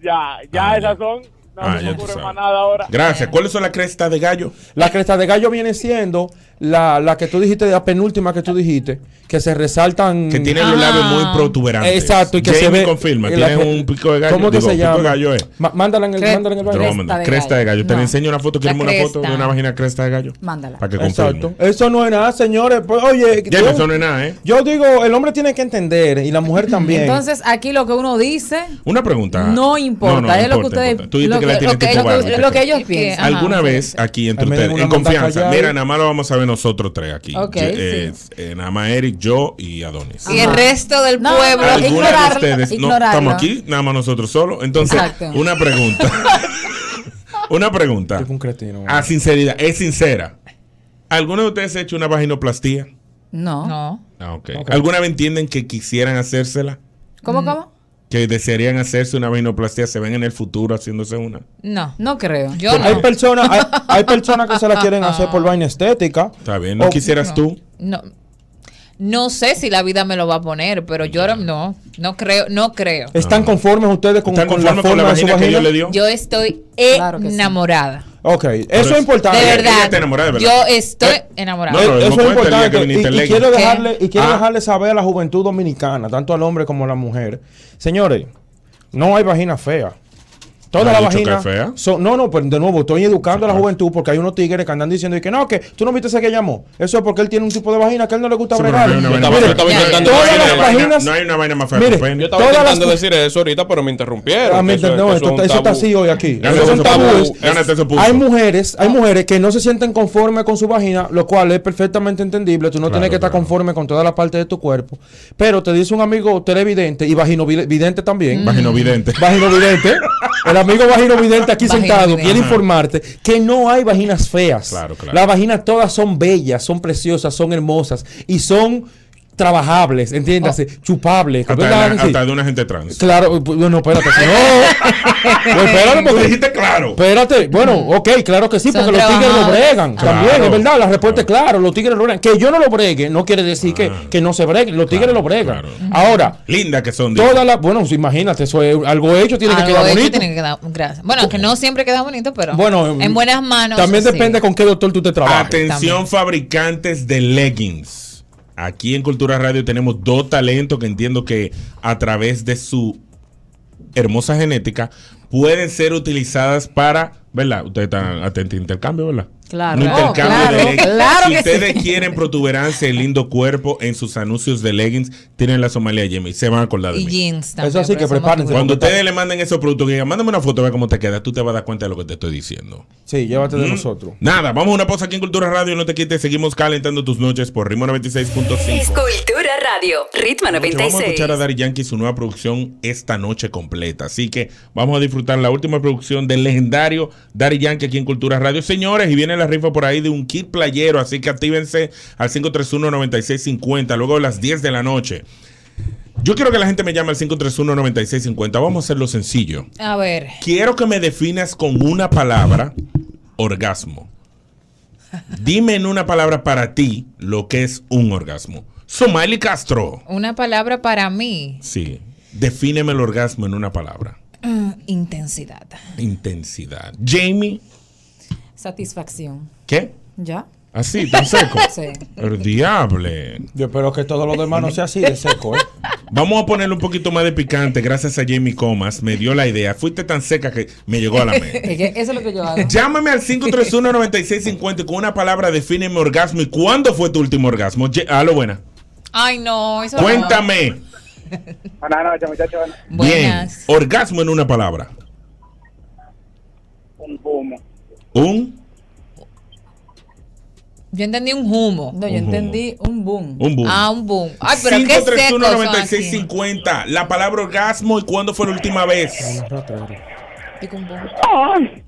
Ya, ya
Ah,
esas
ya.
son. No
Ah,
se
ya
me
tú
ocurre
sabes.
más nada ahora.
Gracias. ¿Cuáles son las crestas de gallo?
La cresta de gallo viene siendo la, la que tú dijiste, la penúltima que tú dijiste, que se resaltan.
Que tienen los
Ah.
labios muy protuberantes.
Exacto, y que se
Jamie
ve.
confirma,
y la
tienen
que-
un pico de gallo.
¿Cómo que
Digo,
se
pico de
llama?
gallo es.
Ma- mándala en el,
Cre-
mándala en el baño.
Cresta,
de
cresta de gallo. Te
No.
le enseño una foto.
La
Queremos una foto de
cresta.
una vagina cresta de gallo.
Mándala.
Para que
Exacto.
confirme.
Eso no es nada, señores. Pues, oye,
Jamie,
yo-
eso no es nada, ¿eh?
yo digo, el hombre tiene que entender y la mujer también.
Entonces, aquí lo que uno dice,
Una pregunta.
No importa, es lo que ustedes-
Ah. importa. Tú dijiste
lo
que, la
que-
tiene
lo que-
tipo
lo que-
Barbie.
lo que ellos
¿Y qué?
piensan.
Ajá.
Alguna vez aquí entre
Ahí me den
ustedes,
una
en
manda
confianza.
callada.
Mira, nada más lo vamos a ver nosotros tres aquí.
Ok,
Yo-
sí.
eh, eh, nada más Eric, yo y Adonis.
Y el
Ajá.
resto del
No,
pueblo.
no, no,
Alguna de
ignorarlo,
ustedes. No,
ignorarlo.
estamos aquí, nada más nosotros solos. Entonces,
Exacto.
una pregunta. una pregunta.
Estoy con un cretino.
A sinceridad, es sincera. ¿Alguno de ustedes ha hecho una vaginoplastía?
no.
No.
Ah, ok. ¿Alguna vez entienden que quisieran hacérsela?
¿Cómo, cómo?
Que desearían hacerse una vaginoplastía, se ven en el futuro haciéndose una.
No.
No creo.
Yo
Hay
no.
personas, hay, hay personas que se la quieren hacer
Ah.
por vaina estética.
Está bien, Eh, no
O-
quisieras tú.
No. No sé si la vida me lo va a poner, pero yo ahora no, no creo, no
Ah.
creo.
¿Están conformes ustedes con,
¿Están
con la
conformes
forma
con la
de su
vagina que
vagina?
yo le dio?
Yo estoy
Claro que sí.
enamorada.
Ok, eso es
es-
importante.
De
ella- ella
verdad.
está enamorada, Ah, ¿verdad?
Yo estoy
Eh,
enamorada.
no, no,
Eso
cuenta el día
es
que
importante. Y,
viniste
y
alegre.
quiero
¿Qué?
dejarle, y quiero
Ah.
dejarle saber a la juventud dominicana, tanto al hombre como a la mujer. Señores, no hay vagina fea. Todas
¿No
las
has dicho
vaginas.
que es fea?
son- no, no, pero de nuevo, estoy educando a la
Claro.
juventud porque hay unos tigres que andan diciendo y que no, que tú no viste ese que llamó. Eso es porque él tiene un tipo de vagina que a él no le gusta
Sí, pero
bregar.
no hay una vaina
Mire,
más fea.
Yo estaba intentando
todas
No hay
las
una vaina-
vaginas.
No hay una vaina más fea que
Mire,
el pene.
Yo estaba
Todas las
intentando
cosas-
decir eso ahorita, pero me interrumpieron.
A mí,
Eso-
Ah, no,
eso es
esto,
un
eso está
tabú.
así hoy aquí.
Gánate
Esos
esos
son tabúes.
puntos. Gánate esos puntos.
Hay mujeres,
Ah.
hay mujeres que no se sienten conformes con su vagina, lo cual es perfectamente entendible. Tú no
Claro,
tienes que estar
claro.
conforme con toda la parte de tu cuerpo. Pero te dice un amigo televidente y vaginovidente también.
Vaginovidente.
Vaginovidente. El amigo vaginovidente aquí sentado
Vaginovidente.
quiere informarte que no hay vaginas feas.
Claro, claro.
Las vaginas todas son bellas, son preciosas, son hermosas y son trabajables,
Ah.
entiéndase, chupables.
Hasta, de
¿verdad?
la-
Sí.
hasta de una gente trans.
Claro, bueno, no, espérate, si no. Pues espérate,
Tú
porque-
dijiste claro.
espérate, Este, bueno, ok, claro que sí,
Son
porque los tigres lo
trabajadores.
bregan.
Claro.
También, es verdad, la respuesta es claro, los tigres lo bregan. Que yo no lo bregue, no quiere decir que, que no se bregue, los tigres lo bregan.
Ah. claro.
Ahora,
Linda que son. dice.
todas las, bueno, imagínate, eso es algo hecho, tiene que
Algo
quedar
de eso
bonito.
tiene que quedar- gracias. Bueno, que no siempre queda bonito, pero
Bueno,
en buenas manos.
También
sí.
depende con qué doctor tú te trabajas.
Atención fabricantes de leggings. Aquí en Cultura Radio tenemos dos talentos que entiendo que a través de su hermosa genética pueden ser utilizadas para, ¿verdad? Ustedes están atentos a intercambio, ¿verdad?
Claro.
Ah,
Un
Oh,
intercambio
claro,
de leggings.
claro
si
que
ustedes
sí.
quieren protuberancia y lindo cuerpo en sus anuncios de leggings, tienen la Somalia Jimmy. Se van a acordar de
Y
mí.
jeans también.
Eso sí que
porque somos
prepárense.
duros.
Cuando ustedes le manden esos productos, que digan, mándame una foto, a ver cómo te queda, tú te vas a dar cuenta de lo que te estoy diciendo.
Sí, llévate de
Mm.
nosotros.
Nada, vamos a una pausa aquí en Cultura Radio. No te quites, seguimos calentando tus noches por Ritmo 96.5.
Escultura Radio, Ritmo
Mucho, Vamos a
96.
escuchar a Daddy Yankee su nueva producción esta noche completa. Así que vamos a disfrutar la última producción del legendario Daddy Yankee aquí en Cultura Radio. Señores, y viene la rifa por ahí de un kit playero. Así que actívense al 531-9650, luego a las 10 de la noche. Yo quiero que la gente me llame al 531-9650. Vamos a hacerlo sencillo.
A ver.
Quiero que me definas con una palabra orgasmo. Dime en una palabra para ti lo que es un orgasmo. Somali Castro.
Una palabra para mí,
Sí. Defíneme el orgasmo en una palabra.
intensidad.
Intensidad. Jamie,
Satisfacción.
¿qué?
¿Ya?
Así, tan seco.
Sí.
El diable.
Yo espero que todos los demás no sea así de seco, ¿eh?
Vamos a ponerle un poquito más de picante gracias a Jamie Comas. Me dio la idea. Fuiste tan seca que me llegó a la mente.
Es que eso es lo que yo hago.
Llámame al 531-9650 y con una palabra defíneme orgasmo y cuándo fue tu último orgasmo. Ye- Aló, buena.
Ay, no. Eso no.
Cuéntame.
Buenas noches, muchachos.
Buenas.
Bien. Orgasmo en una palabra.
Un humo.
Un,
Yo entendí un humo.
No, yo
Un boom.
entendí un boom.
un boom.
Ah, un boom. Ay, pero qué secos son así.
531-9650. La palabra orgasmo y cuándo fue la última vez.
Digo un boom.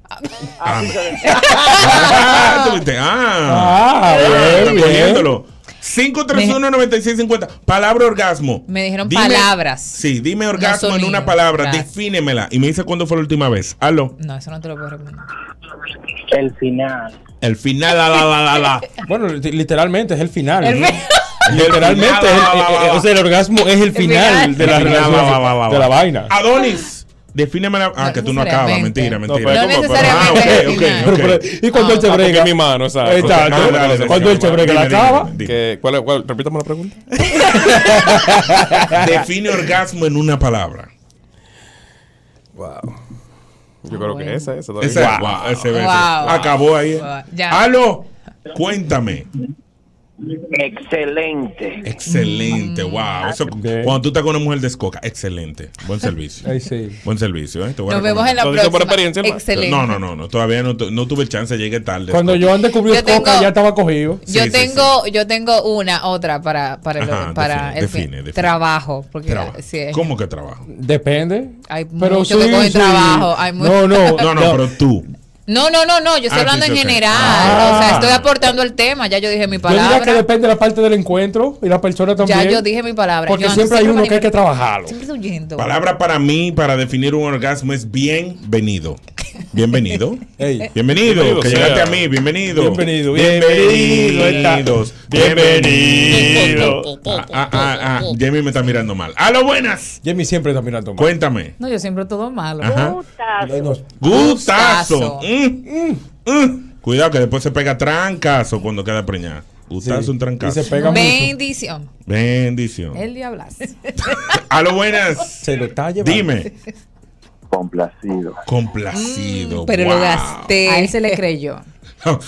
Ah, tú viste, ah.
Ah, bien, bien.
Poniéndolo. 531-9650. Palabra orgasmo.
Me dijeron
Dime-
palabras.
Sí, dime orgasmo en
sonido.
una palabra.
Gracias.
Defínemela. Y me dice cuándo fue la última vez. Aló.
No, eso no te lo puedo recomendar.
El final.
El final, la, la, la, la, la.
Bueno, li- literalmente es el final.
El final.
Literalmente, es el- eh, eh, o sea, el orgasmo es el final
final.
de la
El final,
relación,
va, va, va, va,
de
va. Ah.
la vaina.
Adonis. Defíneme la. Ah,
No
que tú no acabas.
necesariamente.
Mentira,
No,
mentira.
pero-
No
¿Cómo? Ah,
necesariamente
ok,
el
ok,
final.
ok.
Pero, pero, ¿Y cuando él se
Ah, porque
brega?
mi mano, exacto.
Exacto.
Ah, dale, dale,
Cuando él se
dale,
brega la
dime,
acaba.
dime, dime.
Que- ¿Cuál, es- cuál? Repítame la pregunta.
Define orgasmo en una palabra.
Wow. Yo creo que esa, esa. todavía.
Ese,
Guau.
guau, ese- ese.
Wow.
Acabó ahí.
Wow, ya.
Aló, cuéntame.
Excelente.
Excelente,
Mm.
wow. Eso,
Bien.
cuando tú estás con una mujer descoca, excelente. Buen servicio.
Ay, sí.
Buen servicio, ¿eh? Te voy a
Nos vemos
recomendar.
en la
Lo digo por
próxima.
experiencia, hermano.
Excelente.
No, no, no, no, todavía no, tu- no tuve chance, llegué tarde.
Cuando Joan descubrió
Yo tengo-
Coca ya estaba cogido.
Yo
Sí, sí,
tengo, yo tengo una, otra para, para, el-
Ajá,
para
define,
el
define,
fin.
define.
trabajo. Porque
Trabajo.
sí, es-
¿Cómo que trabajo?
Depende.
Hay mucho que cogen
coge
trabajo, hay
No,
mucho-
no,
No, no, pero tú.
No, no, no, no. Yo estoy
Ah,
hablando
sí,
en
sí, ok.
general.
Ah.
O sea, estoy aportando el tema. Ya yo dije mi
Yo diría que
palabra.
depende de la parte del encuentro y la persona también.
Ya yo dije mi palabra.
Porque
Joan,
siempre hay uno
me
que hay que trabajarlo.
Siempre estoy huyendo.
Palabra para mí, para definir un orgasmo es bienvenido. Bienvenido.
Ey.
Bienvenido.
Bienvenido
que
sea.
llegaste a mí. Bienvenido.
Bienvenido, bienvenido, está-
Bienvenidos. Bienvenido. Ah, ah, ah, ah, Jamie me está mirando mal. A lo buenas.
Jimmy siempre está mirando mal.
Cuéntame.
No, yo siempre todo malo.
Ajá.
No,
Gustazo.
Gustazo.
Mm, mm, mm. Cuidado que después se pega trancazo cuando queda preñada. Gustazo
Sí,
un trancazo.
y se pega mucho.
Bendición.
Bendición.
El diablas.
A lo buenas.
Se lo está llevando.
Dime.
Complacido.
Complacido.
Mm, Pero lo
Wow.
gasté.
A él se le creyó.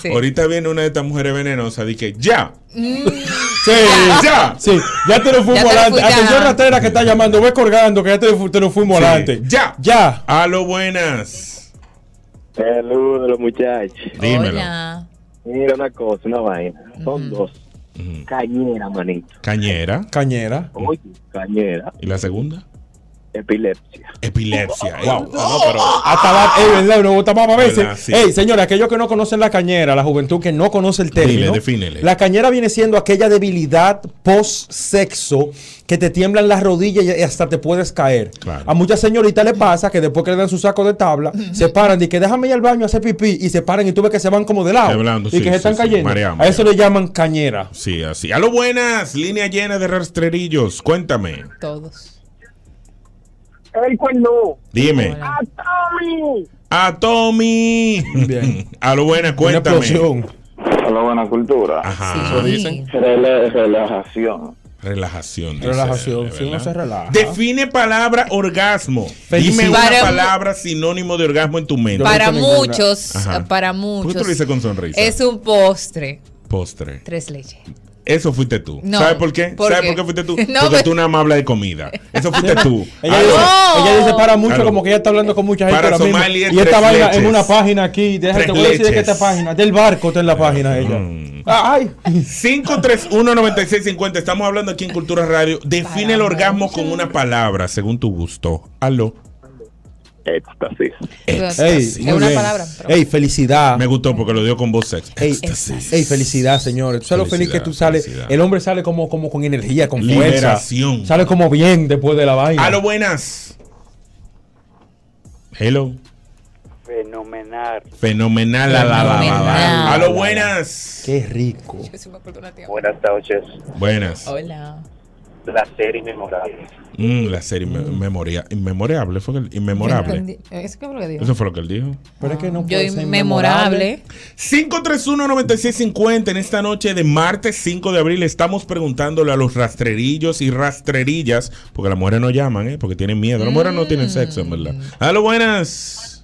Sí.
Ahorita viene una de estas mujeres venenosas. Dije, ya.
Mm.
Sí,
Ya.
sí, ya te lo fuimos
Ya te lo
adelante.
fuiste,
Atención
ajá.
ratera que está llamando, ve colgando que ya te, lo fu- te lo fuimos
Sí,
adelante.
ya.
ya.
A lo buenas.
Saludos, muchachos.
Dímelo.
Hola.
Mira una cosa, una vaina. Son dos.
Ujú.
Cañera, manito.
Cañera.
Cañera.
Oye, cañera.
¿Y la segunda?
Epilepsia.
Epilepsia.
Wow.
Eh,
No, pero.
Hasta la, ey, verdad, uno vota más a
¿Verdad?
veces.
Sí.
Ey, señora, aquellos que no conocen la cañera, la juventud que no conoce el término.
defínele.
La cañera viene siendo aquella debilidad post-sexo que te tiemblan las rodillas y hasta te puedes caer.
Claro.
A muchas señoritas le pasa que después que le dan su saco de tabla, se paran y que déjame ir al baño a hacer pipí y se paran y tú ves que se van como de lado.
Temblando,
y
sí,
que se
sí,
están
sí,
cayendo.
marea,
A eso le llaman cañera.
Sí, así. A lo buenas. Línea llena de rastrerillos. Cuéntame.
Todos.
El cuerno.
Dime.
Hola.
pues Ah, Tommy.
A Tommy.
Bien.
A lo buena,
Una
cuéntame.
explosión.
la buena cultura.
Ajá.
Sí.
relajación.
Relajación. dice,
Relajación,
¿verdad?
si uno se relaja.
Define palabra orgasmo. Dime
Felicidad.
una
Para-
palabra sinónimo de orgasmo en tu mente.
Yo
Para
no tengo
muchos, eh,
Ajá.
para
¿Por qué
muchos.
tú lo dices con sonrisa?
Es un postre.
Postre.
Tres leches.
Eso fuiste tú.
No.
¿Sabes por qué?
¿Por
¿Sabes
qué?
por qué fuiste tú?
No,
Porque
pero-
tú nada más hablas de comida. Eso fuiste tú.
Ella,
Ah,
dice,
no.
ella dice para mucho,
Claro.
como que ella está hablando con mucha gente
Para
ahora mismo.
Somalia es
Y esta
tres
vaina
leches.
en una página aquí. Déjate,
Tres
te voy a decir de qué
leches.
esta página. Del barco está en la página ella.
Mm.
Ah, ¡Ay!
531-9650. Estamos hablando aquí en Cultura Radio. Define el orgasmo con una palabra, según tu gusto. Aló.
Éxtasis.
Ey,
Es
muy
una
bien.
palabra. pero-
Ey, felicidad.
Me gustó porque lo dio con voz sexy.
Ey, ey, felicidad, señores. Tú sabes lo feliz
Felicidad,
que tú sales.
felicidad.
El hombre sale como, como con energía, con
Liberación.
fuerza. Sale como bien después de la vaina.
A lo buenas. Hello.
Fenomenal.
Fenomenal. la, la, la, la, la. A lo buenas.
Qué rico.
Yo soy una persona tía.
Buenas noches.
Buenas.
Hola.
Placer inmemorable.
Mm, la serie me- memoria, inmemorable. Fue que- inmemorable.
¿Eso qué es lo que dijo?
Eso fue lo que él dijo.
Pero es que no
Yo
puede ser
inmemorable.
531-9650. En esta noche de martes 5 de abril estamos preguntándole a los rastrerillos y rastrerillas, porque las mujeres no llaman, ¿eh? porque tienen miedo. Las mujeres no tienen sexo, en verdad. A lo buenas.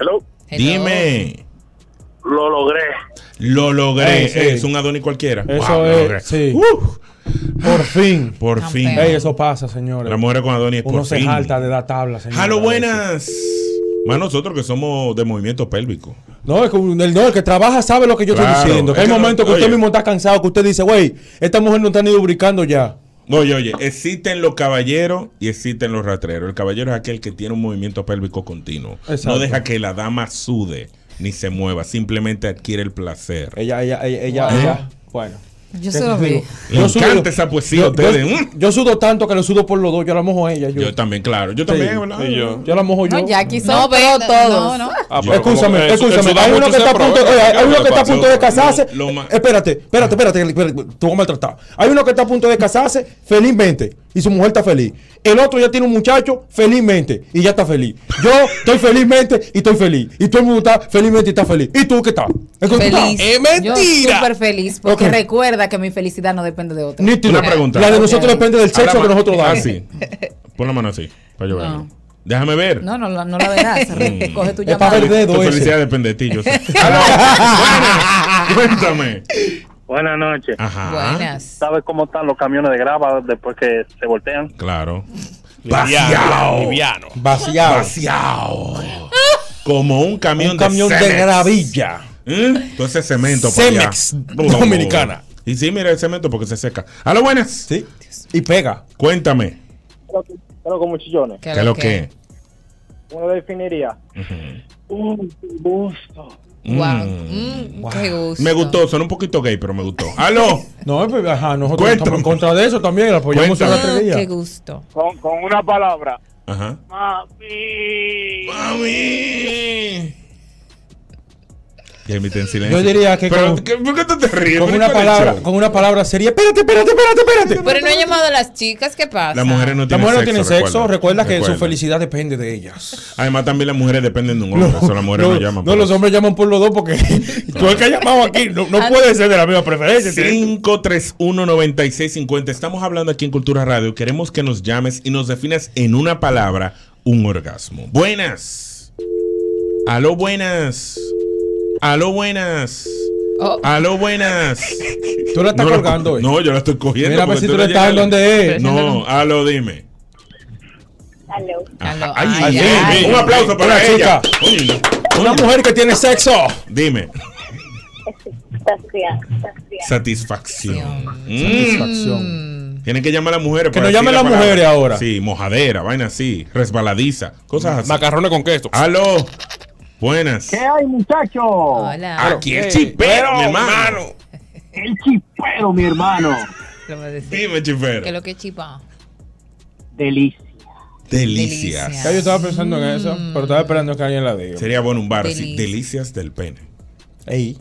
Hello.
Hello.
Dime.
Lo logré.
Lo logré.
Eh, sí.
Eh, Es un Adonis cualquiera.
Eso
Wow, lo
es,
logré.
sí.
Uh,
Por fin.
por
Campeón.
fin.
Ey, eso pasa, señores.
La mujer con Adonis es por
Uno se
fin.
jalta de dar tabla, señores.
Jalo
a veces.
buenas. Más nosotros que somos de movimiento pélvico.
No, es que un- el, no, el que trabaja sabe lo que yo
Claro,
estoy diciendo.
es
Que hay
que no-
momentos que usted
oye.
mismo está cansado, que usted dice, güey, esta mujer no está ni lubricando ya.
Oye, oye, existen los caballeros y existen los rastreros. El caballero es aquel que tiene un movimiento pélvico continuo.
Exacto.
No deja que la dama sude ni se mueva, simplemente adquiere el placer.
Ella, ella, ella, ella.
Wow.
ella- bueno.
Yo se lo vi.
Le encanta esa poesía a
yo,
ustedes. Mm.
yo sudo tanto que lo sudo por los dos. Yo la mojo a ella. Yo,
Yo también, claro. Yo también, ¿verdad?
y yo.
yo la mojo yo.
No, Jackie son
No, pero-
pro todos.
no, no.
Ah, pero como
Escúchame,
que el-
escúchame.
el sudar
Hay uno
mucho
que
se
está a punto,
provoca,
oye,
¿qué
hay uno
le
que está a
pasa?
punto de
Lo-
casarse.
lo ma-
Espérate, espérate, espérate, espérate, tú vas maltratado. Hay uno que está a punto de casarse felizmente y su mujer está feliz. El otro ya tiene un muchacho felizmente y ya está feliz. Yo estoy felizmente y estoy feliz. Y todo el mundo está felizmente y está feliz. ¿Y tú qué tal? ¿Es que tú
Feliz.
estás?
¡Es
Yo
mentira!
súper feliz porque
Ok.
recuerda que mi felicidad no depende de otro.
Ni tú.
Una pregunta.
La de nosotros
Ok.
depende del sexo
Ahora
que
ma-
nosotros damos.
Así. Pon la mano así, para yo verlo.
No.
Déjame ver.
No, no, la- no la verás. Re-
Mm.
Coge tu
Es para
llamada.
ver dedo
tu
ese.
felicidad depende de ti, yo sé. Aló, buenas, Cuéntame.
Buenas noches.
Ajá.
Buenas.
¿Sabes cómo están los camiones de grava después que se voltean?
Claro.
Liviano,
Vaciao.
liviano.
Vaciado.
Vaciao. Como un camión,
Un camión de
Cemex.
gravilla.
¿Mm? Entonces cemento para allá.
Cemex dominicana.
Y sí, mira el cemento porque se seca. A lo buenas.
¿Sí? Y pega.
Cuéntame.
Pero como chillones.
¿Qué es lo que?
Uno definiría. Un gusto.
Wow.
Mm.
Mm, Qué gusto.
Me gustó, son un poquito gay, pero me gustó. ¡Aló!
No, pues, ajá, nosotros
Cuéntame.
estamos en contra de eso también. la Apoyamos a
Cuéntame.
la
Ah,
atrevida.
qué gusto.
Con, con una palabra.
Ajá.
Mami.
¡Mami! Ya emiten silencio.
Yo diría que
Pero,
con-
¿qué- ¿por qué tú te ríes?
Con
¿Pero
una
cuál es el
palabra,
show?
con una palabra sería, espérate, espérate, espérate, espérate.
Pero no ha llamado a las chicas, ¿qué pasa?
Las mujeres no
Las
tienen
mujeres no
sexo.
tienen sexo, recuerda, que su
Recuerda.
felicidad depende de ellas.
Además, también las mujeres dependen de un hombre. eso las mujeres no, llaman.
no,
por
los
eso.
hombres llaman por los dos porque tú el que ha llamado aquí no, no puede ser de la misma preferencia. tiene-
5319650. Estamos hablando aquí en Cultura Radio. Queremos que nos llames y nos definas en una palabra un orgasmo. Buenas. Aló, buenas. Aló, buenas.
Oh.
Aló, buenas.
Tú la estás
No,
colgando hoy.
No, yo la estoy cogiendo.
Mira a ver
porque
si tú
no
le estás
llegas.
donde es.
No, aló, dime.
Aló.
Ajá.
Aló,
Ay,
ay,
bien,
ay.
bien. Un aplauso para
Una
ella.
chica.
Oye,
Una
oye,
mujer que tiene sexo.
Dime.
Saciada, saciada.
Satisfacción. Mm.
Satisfacción.
Tienen que llamar a las mujeres.
Que
para
nos
decir
llamen
la
las
palabra.
mujeres ahora.
Sí, mojadera, vaina así, resbaladiza, cosas así.
Macarrones con queso.
Aló. Buenas.
¿Qué hay, muchachos?
Hola.
Aquí el chipero, mi hermano.
El chipero, mi hermano.
Lo voy a decir.
Dime,
¿Qué es
chipero.
lo que chipa?
Delicia.
Delicias. Mm.
Delicia.
Ya yo estaba pensando en eso, pero estaba esperando que alguien la diga.
Sería bueno un bar así,
Delicia.
delicias del pene.
Ey,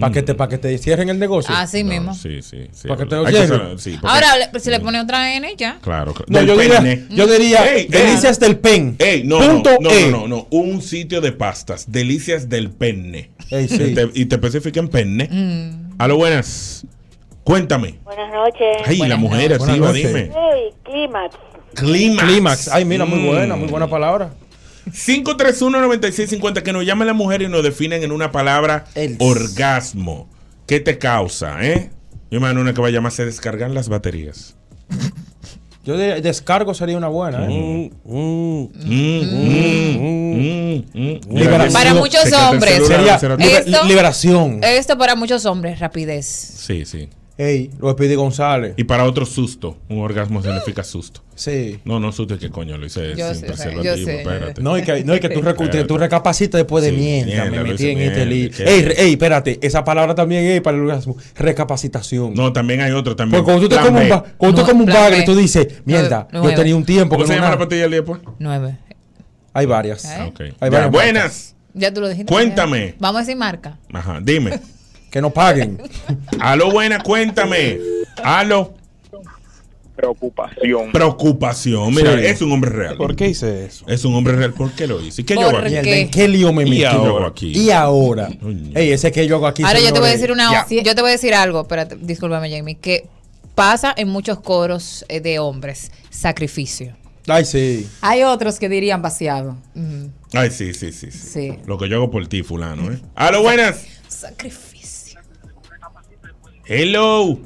para que, te- pa' que te cierren el negocio.
Así
No,
mismo.
Sí, sí, sí.
Para que te
Hay
oyeran.
saber- sí, porque-
Ahora, le- si le pone otra N, ya.
Claro, claro.
No,
Del
yo diría,
pene.
yo diría
Ey, ey.
delicias del pen.
Ey, no,
Punto
no, no, no,
E.
no, no. un sitio de pastas, delicias del penne.
Ey, sí.
Y te- y te especifican penne. A lo buenas, cuéntame.
Buenas noches.
Ay, la
Buenas
mujer
noches.
activa,
Buenas noches.
dime.
Hey, clímax.
Clímax.
Clímax. Ay, mira,
Mm.
muy buena, muy buena palabra.
531-9650, que nos llame la mujer y nos definen en una palabra
El-
orgasmo. ¿Qué te causa, eh? Mi hermano, una que va a llamarse descargar las baterías.
Yo diría, descargo sería una buena, ¿eh?
Mm, mm.
Mm,
Uh.
mm, mm, mm.
Liberación.
Para muchos
Se quita el
hombres.
celular,
Sería
será-
liber-
Esto-
liberación.
Esto para muchos hombres, rapidez.
Sí, sí.
Ey, lo pide González.
Y para otro susto. Un orgasmo significa susto.
Sí.
No, no susto, que coño lo hice
Yo
sin
sé, sé,
preservativo,
yo sé.
espérate.
No, y que, no, y que tú, recu-
Espérate.
tú recapacitas después de
Sí,
mierda.
mierda,
Me
lo
metí
hice
en
mierda,
este lío.
qué-
Ey, re- ey, espérate. Esa palabra también es para el orgasmo. Recapacitación.
No, también hay otro también.
Porque cuando tú te
Plan
comes
B.
un, ba- cuando tú
No,
comes un
plan
bagre,
B.
tú dices, mierda,
No,
yo
nueve.
tenía un tiempo
¿Cómo
que
se
no
llama la
nada.
pastilla del día, pues?
Nueve.
Hay varias.
Ah,
Ok.
Hay
Ya,
varias marcas.
buenas.
Ya tú lo dijiste.
Cuéntame.
ya. Vamos a decir marca.
Ajá, dime.
Que no paguen.
Aló, buena, cuéntame. Aló,
Preocupación.
preocupación. Mira,
Sí.
es un hombre real.
¿Por qué hice eso?
Es un hombre real. ¿Por qué lo hice? ¿Y qué yo
¿Por
hago aquí?
qué?
Mierda, ¿en qué lío me
¿Y
metí?
ahora? Aquí.
Y ahora.
Coño.
Ey, ese que yo hago aquí.
Ahora yo te voy a decir
señores.
una.
Ya.
Yo te voy a decir algo. Espérate, discúlpame, Jamie. Que pasa en muchos coros eh, de hombres. Sacrificio.
Ay, sí.
Hay otros que dirían vaciado.
Mm.
Ay, sí, sí, sí, sí.
Sí.
Lo que yo hago por ti, fulano, ¿eh? Aló, buenas.
Sacrificio.
Hello.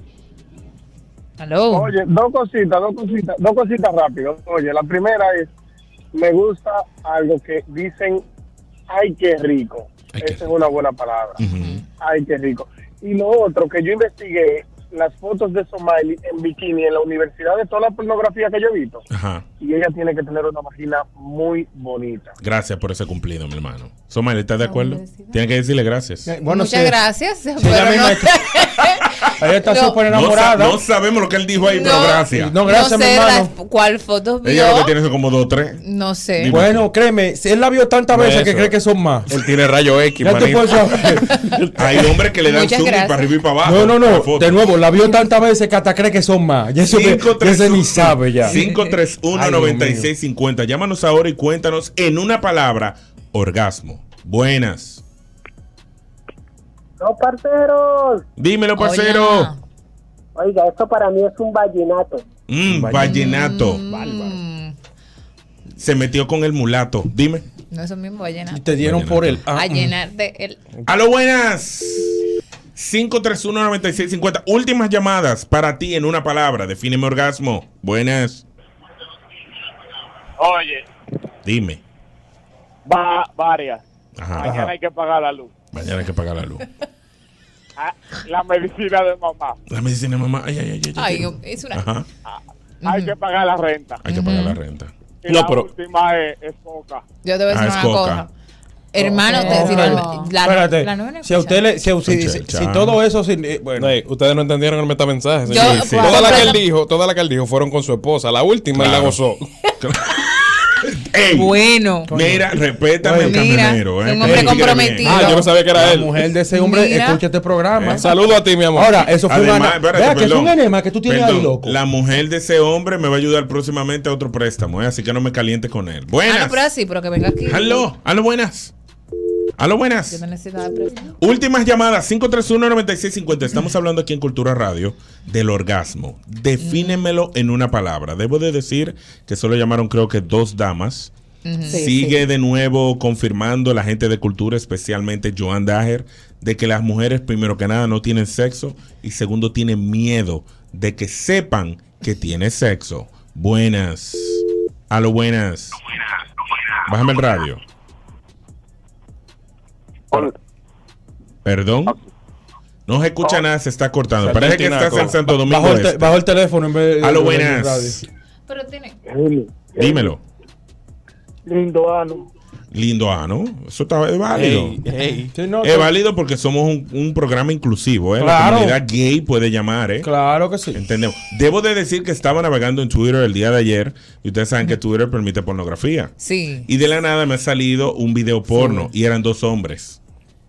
Hello.
Oye, dos cositas, dos cositas, dos cositas rápido. Oye, la primera es, me gusta algo que dicen, ay, qué rico.
Ay, qué
Esa es una buena palabra. Ay, qué rico. Y lo otro, que yo investigué las fotos de Somalia en bikini en la universidad de toda la pornografía que yo he visto.
Ajá.
Y ella tiene que tener una vagina muy bonita.
Gracias por ese cumplido, mi hermano. Somalia, ¿estás de acuerdo?
Publicidad.
Tienes que decirle gracias.
Eh, Bueno,
Muchas
sí.
gracias.
ella
pero no,
misma Ella está
No.
súper
No, sa-
enamorada.
no sabemos lo que él dijo ahí, pero
No.
gracias.
No, gracias,
no
mi
sé las-
hermano.
cuál foto vio.
Ella lo que tiene son como dos o tres.
No sé.
Dime.
Bueno, créeme, si él la vio tantas
No,
veces que
eso.
cree que son más.
Él tiene rayo X,
Ya te
manito.
puedo saber.
Hay hombres que le dan
Muchas
zoom y
gracias.
para arriba y para abajo.
No, no,
La
no.
foto.
De nuevo, la vio tantas veces que hasta cree que son más. Ya eso que- ya ese ni sabe ya.
531-9650. Llámanos ahora y cuéntanos en una palabra: orgasmo. Buenas.
No, parceros.
Dímelo,
Hola.
parcero.
Oiga, esto para mí es un vallenato.
Mm,
Vallenato.
vallenato.
Mm,
Se metió con el mulato. Dime.
no es lo mismo
Y
vallenar.
te dieron por el. ah,
A
mm.
llenar de el.
A lo buenas. 531-9650. Últimas llamadas para ti en una palabra. Defíneme orgasmo. Buenas.
Oye,
Dime.
va, varias.
Ajá.
Mañana hay que pagar la luz.
Mañana hay que pagar la luz.
Ah, La medicina de mamá. Ah,
La medicina, mamá. Ay, ay, ay. ay, ay.
Ay, es una.
Ajá.
Hay que pagar la renta.
Hay que pagar la renta.
Y
No,
la
pero-
última es, es poca.
Yo te voy a
Ah,
decir
es
una
coca.
cosa. Hermano,
No,
te decir
no.
algo. La,
Espérate.
la novena
si a usted le. Si, a usted-
Cha,
si-
cha.
si todo eso. si- eh, bueno.
Ey, ustedes no entendieron el metamensaje.
Yo,
señores.
Sí, sí.
Toda la que él
completo.
dijo, toda la que él dijo fueron con su esposa. La última él la
Claro.
gozó.
Ey,
Bueno.
mira, respétame el
Mira,
camionero. eh,
un hombre
que quiere
comprometido.
bien.
Ah, yo no sabía que era
La
él.
mujer de ese hombre
Mira.
escucha este programa.
Saludo a ti, mi amor.
Ahora, eso fue un
Además,
ana-
espérate,
Vea que es
perdón.
un enema que tú tienes ahí,
Perdón,
loco.
La mujer de ese hombre me va a ayudar próximamente a otro préstamo, eh, así que no me caliente con él.
Ah,
Buenas.
no, pero así, pero que venga aquí.
Aló, aló, buenas. Aló,
Yo
buenas.
te necesito dar presa.
Últimas llamadas, 531-9650. Estamos hablando aquí en Cultura Radio del orgasmo. Defínemelo en una palabra. Debo de decir que solo llamaron creo que dos damas.
Sí,
Sigue de nuevo confirmando la gente de cultura, especialmente Joan Dager, de que las mujeres, primero que nada, no tienen sexo y segundo, tienen miedo de que sepan que tiene sexo. Buenas. A lo buenas. Bájame el radio. Perdón. No se escucha nada, se está cortando.
Salta
Parece
el
que estás
tinaco.
en Santo Domingo.
Bajo el, te-
Este.
bajo el teléfono en vez de.
A lo
de- de- de-
buenas.
radio.
Pero tiene.
Dímelo.
Lindo ano.
Lindo ano. Eso está es válido.
Ey, ey.
Sí, no,
Es
sí.
válido porque somos un, un programa inclusivo, ¿eh?
Claro.
La comunidad gay puede llamar, ¿eh?
Claro que sí.
Entendemos. Debo de decir que estaba navegando en Twitter el día de ayer y ustedes saben que Twitter permite pornografía.
Sí.
Y de la nada me ha salido un video porno y eran dos hombres.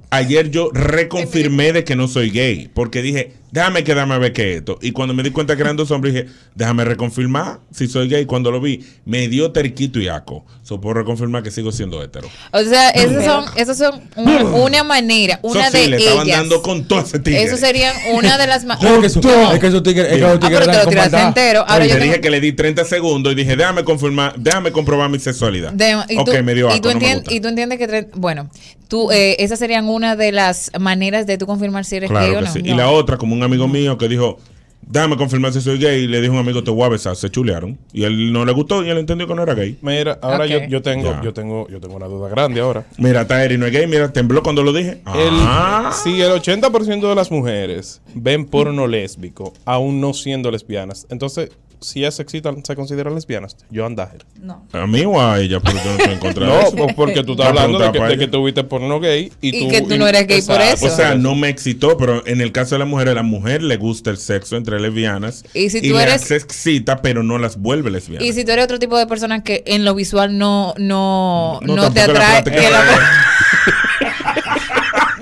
Ayer yo reconfirmé de que no soy gay porque dije, déjame quedarme a ver qué es esto. Y cuando me di cuenta que eran dos hombres, dije, déjame reconfirmar si soy gay. Cuando lo vi, me dio terquito y aco. So puedo reconfirmar que sigo siendo hetero.
O sea, esas son, esas son una, una manera, una
Eso sí,
de
le estaban
ellas.
dando con todo ese tigre.
Eso serían una de las más.
Es que eso-
No.
Es que esos tigres. Es que
Ah,
esos
Ah,
tigres
pero te
eran
lo tiraste
comandados.
entero. Ahora
Oye,
yo
te dije
tengo-
que le di 30 segundos y dije, déjame confirmar, déjame comprobar mi sexualidad.
de- y
ok,
tú-
me dio
y, tú
asco, no me
entien-
gusta.
y tú entiendes que. tre- Bueno, tú, eh, esas serían una de las maneras de tú confirmar si eres gay
Claro
o
que
no.
sí. Y
No.
la otra, como un amigo mío que dijo, déjame confirmar si soy gay, y le dijo a un amigo, te voy a besar, se chulearon. Y él no le gustó y él entendió que no era gay.
Mira, ahora
Ok.
yo, yo tengo,
Ya.
yo tengo, yo tengo una duda grande ahora.
Mira, Taeri no es gay, mira, tembló cuando lo dije.
El,
Ah.
Si el 80% de las mujeres ven porno lésbico, aún no siendo lesbianas, entonces, si ellas se excitan, se consideran lesbianas. Yo andajer.
No.
A mí o a ella, porque no estoy en contra de
No,
eso.
pues porque tú estás
Ah,
hablando de
preguntaba
que, de
para
que
ella.
tú viste porno gay y,
Y que tú no eres gay por
O
eso.
sea, no me excitó, pero en el caso de la mujer, a la mujer le gusta el sexo entre lesbianas.
Y si tú
le-
eres-
se excita, pero no las vuelve lesbianas.
Y si tú eres otro tipo de persona que en lo visual no, no, no, te
tampoco la
atrae.
práctica
que
de-
la-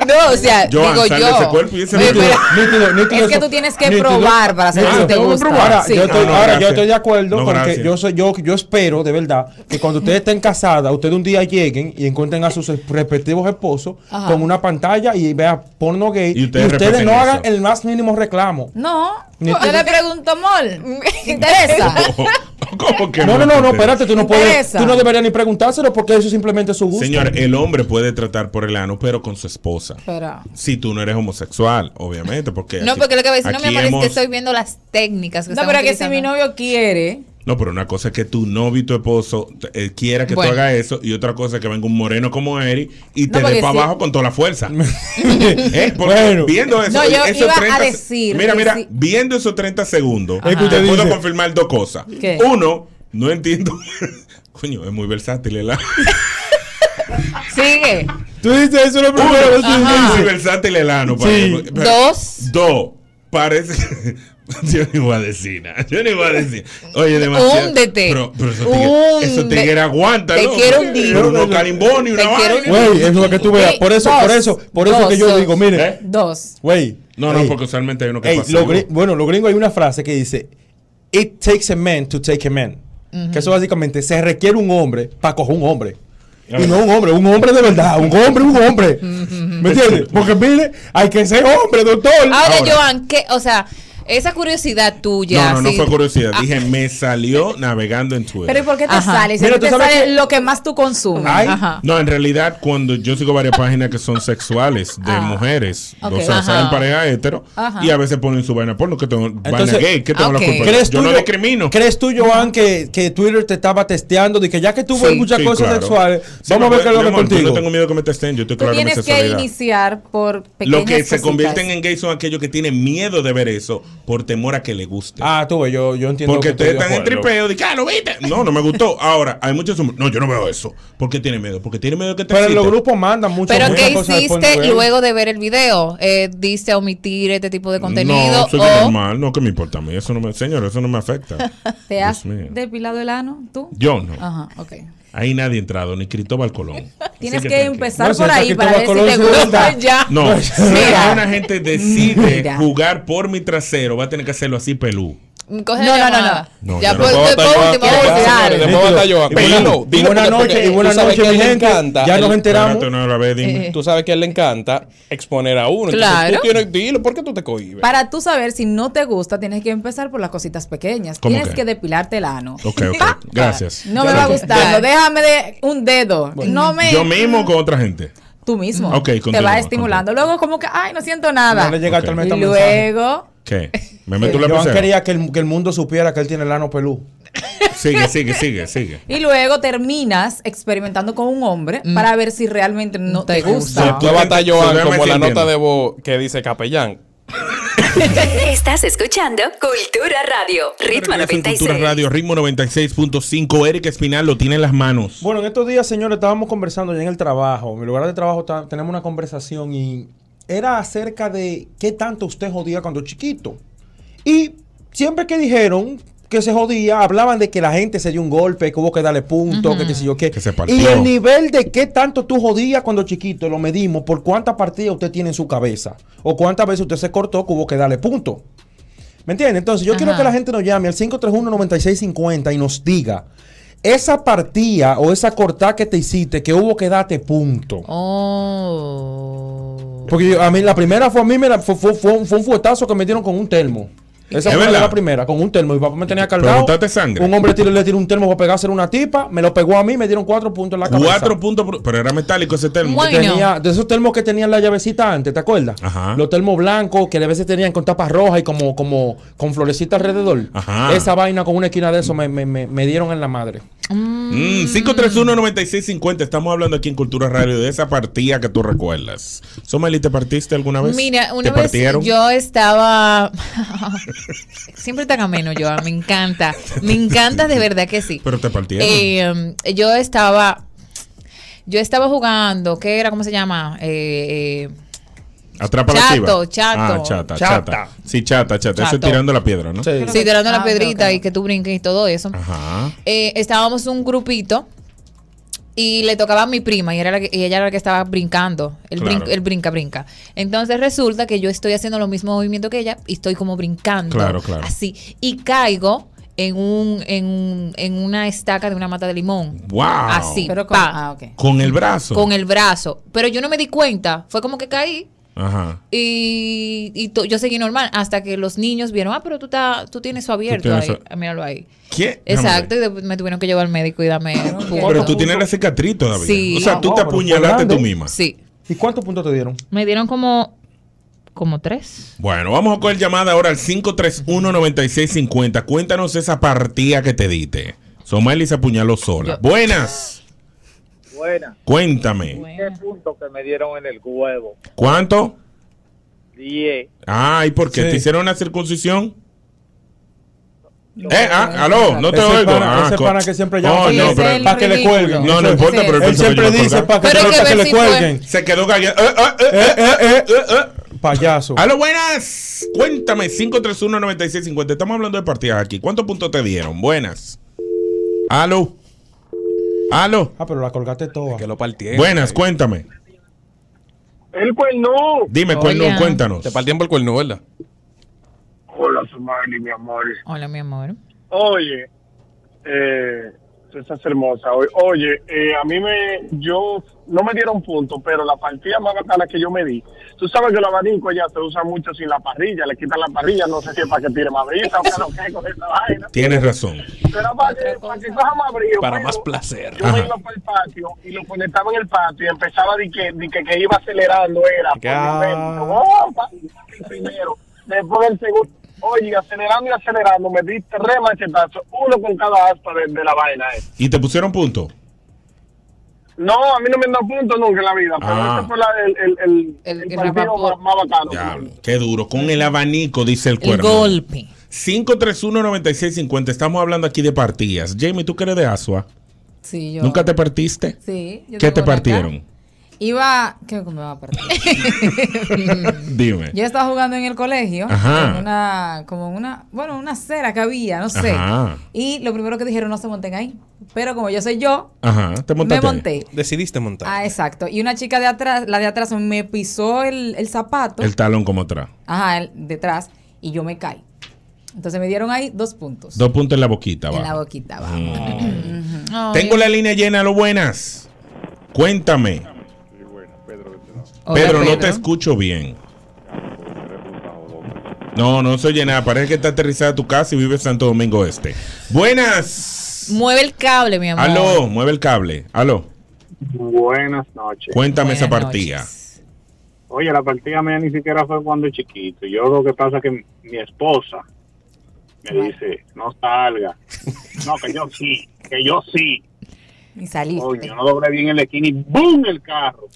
no, o sea,
Joan,
digo
sal de
yo.
ese cuerpo y ese
Oye,
vestido.
pero-
Nítido, nítido
Es que
eso.
tú tienes que
Nítido.
probar para saber
Nítido.
si te
Tengo que
gusta.
probar. Ahora,
Sí.
yo estoy,
No, no,
ahora yo
gracias.
estoy de acuerdo
No,
porque
gracias.
yo, soy, yo, yo espero de verdad que cuando ustedes estén casadas, ustedes un día lleguen y encuentren a sus es- respectivos esposos
Ajá.
con una pantalla y vean porno gay
Y
y
ustedes
ustedes,
respeten
no
eso.
hagan el más mínimo reclamo.
No,
Ni
yo
te-
le pregunto, Mol, ¿te interesa?
O- ¿Cómo que
No, no, no, no,
maltratar?
espérate, tú no puedes.
Interesa.
Tú no deberías ni preguntárselo porque eso simplemente es su gusto.
Señor, el hombre puede tratar por el ano, pero con su esposa.
Pero,
Si tú no eres homosexual, obviamente, porque.
No,
aquí-
porque lo que va a decir, no, mi
aquí
amor, es
hemos-
que estoy viendo las técnicas que
no,
están
pero es que si mi
utilizando.
novio quiere,
No, pero una cosa es que tu novio y tu esposo eh, quiera que
Bueno.
tú hagas eso, y otra cosa es que venga un moreno como Eric y
No,
te dé
porque
para
sí.
abajo con toda la fuerza. Eh, porque
Bueno.
viendo eso,
No, yo
esos
iba a
30 se-
decir
Mira,
que
mira,
sí.
viendo esos 30 segundos,
Es que
te
usted
puedo
dice-
confirmar dos cosas.
¿Qué?
Uno, no entiendo. Coño, es muy versátil el ano.
Sigue.
Tú dices eso lo primero que tú
Es muy
dices.
versátil el ano.
Sí.
para- para-
Dos.
Dos. Parece. Yo no iba a decir nada. Yo no iba a decir. Oye, demasiado.
Húndete.
Pero, pero eso te eso
Húnde-
tigre aguanta,
Te
¿no?
quiero hundir.
Pero unos carimbones y
Te
una vaina.
quiero hundir.
Güey, es lo que tú veas. Por eso,
Dos.
por eso, por eso
Dos,
que yo
dos.
digo, mire,
¿Eh?
dos.
güey.
No, no,
ey,
porque usualmente hay uno que
ey,
pasa.
lo gri- bueno, los gringos hay una frase que dice, it takes a man to take a man. Que eso básicamente se requiere un hombre para coger un hombre. Y no un hombre, un hombre de verdad, un hombre, un hombre. ¿Me entiendes? Porque mire, hay que ser hombre, doctor.
Ahora, Joan, que, o sea, esa curiosidad tuya.
no, no, no
sí.
fue curiosidad.
Ah,
Dije, me salió navegando en
Pero ¿y
Twitter.
por qué te
Ajá.
sale? Si a
Mira,
ti
tú
te
sabes
sale
que-
lo que más tú consumes.
Ay.
Ajá.
No, en realidad, cuando yo sigo varias páginas que son sexuales, de mujeres,
ok.
o sea,
Ah. Ajá.
salen pareja hetero,
Ajá.
y a veces ponen su vaina porno, que tengo vaina
Entonces,
gay, que tengo
ok.
la culpa.
¿Crees
yo
tú,
no
Jo-
discrimino.
¿Crees tú, Joan, que, que Twitter te estaba testeando de que ya que tú ves
Sí.
muchas
Sí,
cosas
claro.
sexuales,
Sí,
vamos a
mi
ver qué es lo
amor,
que
yo
contigo?
No tengo miedo que me testen, yo estoy
Tú
claro en mi
tienes que
sexualidad.
iniciar por pequeñas
Lo que se
cositas.
convierten en gay son aquellos que tienen miedo de ver eso por temor a que le guste.
Ah, tú ves, yo, yo entiendo.
porque
que tú
ustedes
digas,
están en
"Joder, loco".
tripeo de que, ah, ¿lo viste? No, no me gustó. Ahora, hay muchos hombres, No, yo no veo eso. ¿Por qué tiene miedo? Porque tiene miedo que te
Pero en los
exciten.
grupos mandan mucho.
Pero
muchas
¿qué
cosas de
hiciste
pornografía.
luego de ver el video? Eh, ¿Diste a omitir este tipo de contenido?
No, soy
o,
normal. No, que me importa a mí. Eso no me, señor, eso no me afecta.
¿Te has
Dios mío.
depilado el ano tú?
Yo no.
Ajá, ok.
Ahí nadie ha entrado, ni Cristóbal Colón. Así
Tienes que,
tranquilo.
empezar
No, si
por
está
ahí
aquí
para ver si
Cristóbal
te
Colón, sí,
gusta
¿verdad?
ya.
No, si
Mira.
una gente decide
Mira.
jugar por mi trasero, va a tener que hacerlo así pelú.
Coge
No, no,
la
no,
llamada.
no. No,
Ya
yo no
por, por
puedo
último,
estar-
vamos a
Ya,
tirar.
señores, después batalla, Joan.
Y
Pero
buena-
no,
y
dilo
buena
porque-
noche, y
tú
buena
sabes
noche,
que a él
mi
le
gente.
encanta
Ya
el-
nos enteramos.
Espérate, no, a ver, dime.
Tú sabes que a él le encanta exponer a uno. Entonces,
Claro.
tú tienes, dilo, ¿por qué tú te cohibes?
Para tú saber si no te gusta, tienes que empezar por las cositas pequeñas.
¿Cómo
Tienes
qué?
que depilarte el ano.
Ok, ok. Gracias.
No me va a gustar. Déjame de un dedo. No me.
Yo mismo con otra gente.
Tú mismo.
Ok,
te
continúa,
va estimulando. Luego, como que, ay, no siento nada.
No le llega
Ok.
tal
Y
mensaje.
luego.
¿Qué? ¿Me meto la
Joan
lapicero?
quería que el, que el mundo supiera que él tiene el ano pelú.
Sigue, sigue, sigue, sigue.
Y luego terminas experimentando con un hombre
Mm.
para ver si realmente no te,
Te
gusta.
gusta.
tú
No batalla,
se
Joan,
duerme
como la
sintiendo.
nota de voz que dice Capellán.
Estás escuchando Cultura Radio,
Regreso
Ritmo
en
96.
Cultura Radio, ritmo 96.5. Eric Espinal lo tiene en las manos.
Bueno, en estos días, señores, estábamos conversando ya en el trabajo. En mi lugar de trabajo ta- tenemos una conversación y era acerca de qué tanto usted jodía cuando chiquito. Y siempre que dijeron que se jodía, hablaban de que la gente se dio un golpe, que hubo que darle punto, que qué sé yo qué.
Que se partió.
y el nivel de qué tanto tú jodías cuando chiquito lo medimos por cuántas partidas usted tiene en su cabeza o cuántas veces usted se cortó que hubo que darle punto. ¿Me entiendes? Entonces, yo quiero
Ajá.
que la gente nos llame al 531-9650 y nos diga esa partida o esa cortada que te hiciste que hubo que darte punto.
Oh.
Porque yo- a mí la primera fue a mí, me la- fue, fue- fue un, fue un fuetazo que me dieron con un termo. Esa
¿Es
fue
verdad?
la primera, con un termo. Mi papá me tenía cargado.
botaste sangre?
Un hombre tiró- le tiró un termo para pegarse a una tipa, me lo pegó a mí, me dieron cuatro puntos en la cabeza.
Cuatro puntos, por- pero era metálico ese termo.
Bueno.
Tenía, de esos termos que tenían la llavecita antes, ¿te acuerdas?
Ajá.
Los termos blancos que a veces tenían con tapas rojas y como, como con florecita alrededor.
Ajá.
Esa vaina con una esquina de eso me, me- me- me dieron en la madre.
Mm, 531-9650. Estamos hablando aquí en Cultura Radio de esa partida que tú recuerdas. Somali, ¿te partiste alguna vez?
Mira, una
¿Te
vez
partieron?
yo estaba. Siempre tan ameno, Joan. Me encanta. Me encanta de verdad que sí.
Pero te partieron.
Eh, yo estaba. Yo estaba jugando. ¿Qué era? ¿Cómo se llama? Eh, eh,
Atrapa la
Chato,
chiva.
chato.
Ah, chata, chata,
Chata.
Sí, chata, chata. Eso es
Chato.
tirando la piedra, ¿no?
Sí.
Creo
sí,
que-
tirando
ah,
la
ok,
piedrita
ok.
y que tú brinques y todo eso.
Ajá.
Eh, estábamos un grupito y le tocaba a mi prima y, era la que- y ella era la que estaba brincando, el,
Claro.
brin- el brinca, brinca. Entonces resulta que yo estoy haciendo los mismos movimientos que ella y estoy como brincando.
Claro, claro.
Así. Y caigo en, un, en, un- en una estaca de una mata de limón.
Wow.
Así.
Pero con,
pa,
ah, ok.
Con el brazo.
con el brazo. Pero yo no me di cuenta. Fue como que caí
Ajá.
Y, y to- yo seguí normal hasta que los niños vieron, ah, pero tú, ta- tú tienes eso abierto
tienes
ahí.
eso-
Ah, Míralo ahí.
¿Qué?
Exacto, y después me tuvieron que llevar al médico y darme puntos.
Pero tú tienes la cicatriz todavía.
Sí.
O sea, tú te
Ah, No, pero fue
apuñalaste
grande.
tú misma.
Sí,
¿Y cuántos puntos te dieron?
me dieron como, como tres.
Bueno, vamos a coger llamada ahora al 531-9650. Cuéntanos esa partida que te diste. Somali se apuñaló sola. Buenas.
Buena.
Cuéntame.
¿Qué punto que me dieron en el huevo?
¿Cuánto?
10.
Ah, ¿y por qué?
Sí.
¿Te hicieron una circuncisión? Eh, ah, aló, no te
Ese
oigo.
pana-
ah,
ese
co-
pana que siempre
Oh,
llama
Sí,
no,
ese
pero-
es el
para que le
ridículo.
cuelguen.
No, no
Ese-
importa, pero
Él
pienso que
siempre
yo puedo
dice
colgar.
para que,
Pero
para
que
que
ver
le
si
cuelguen.
eh. Se quedó callado. Eh, eh, eh, eh, eh, eh, eh, eh.
Payaso.
Aló, buenas. Cuéntame, 531-9650. Estamos hablando de partidas aquí. ¿Cuántos puntos te dieron? Buenas. Aló. Aló.
Ah, pero la colgaste toda.
Que lo partieron. eh.
Buenas, cuéntame.
El cual no.
Dime, cuerno,
ah,
Hola.
cuéntanos.
Te partían por el cuerno, ¿verdad?
Hola, Smiley, mi amor.
Hola, mi amor.
Oye, eh, tú estás hermosa hoy. Oye, eh, a mí me, yo, no me dieron punto, pero la partida más bacana que yo me di. Tú sabes que el abanico ya se usa mucho sin la parrilla, le quitan la parrilla, no sé si es para que tire más brisa o para lo que es con esa vaina.
Tienes razón.
Pero para que, para que coja más brillo.
Para
pero
más placer.
Yo
Ajá.
me iba para el patio y lo conectaba en el patio y empezaba de que, de que, que iba acelerando, era por
Ya.
momento. Oh, pa- el primero, después el segundo. Oye, acelerando y acelerando, me di tres machetazos, uno con cada aspa de, de la vaina. eh.
¿Y te pusieron punto?
No, a mí no me han dado punto nunca en la vida, pero
Ah.
ese fue la- el, el, el,
El-
el
el
partido
rapaport.
más, más bacano.
Diablo, qué duro. Con el abanico, dice el
El
cuerno.
golpe.
531-9650. Estamos hablando aquí de partidas. Jamie, ¿tú que eres de Asua?
Sí, yo.
¿Nunca te partiste?
Sí. yo
¿Qué
tengo
te
una
partieron?
acá. Iba. ¿Qué me va a partir?
Dime.
Yo estaba jugando en el colegio,
Ajá.
en una, como en una, bueno, una acera que había, no sé.
Ajá.
Y lo primero que dijeron, no se monten ahí. Pero como yo soy yo,
Ajá, te
me
montaste.
monté.
Decidiste montar.
Ah, exacto. Y una chica de atrás, la de atrás, me pisó el, el zapato.
El talón como atrás.
Ajá, el- detrás. Y yo me caí. Entonces me dieron ahí dos puntos.
Dos puntos en la boquita.
en
abajo.
la boquita abajo.
Ay,
Tengo la línea llena, lo buenas. Cuéntame.
hola,
Pedro, no te escucho bien. No, no se oye nada. Parece que está aterrizada tu casa y vive en Santo Domingo Este. Buenas.
Mueve el cable, mi amor.
Aló, mueve el cable. Aló,
Buenas noches.
cuéntame
Buenas
esa partida.
noches.
Oye, la partida mía ni siquiera fue cuando chiquito. Yo lo que pasa es que mi, mi esposa me dice, no salga. No, que yo sí, que yo sí.
Y saliste.
Coño, no doblé bien el esquina y ¡boom! el carro.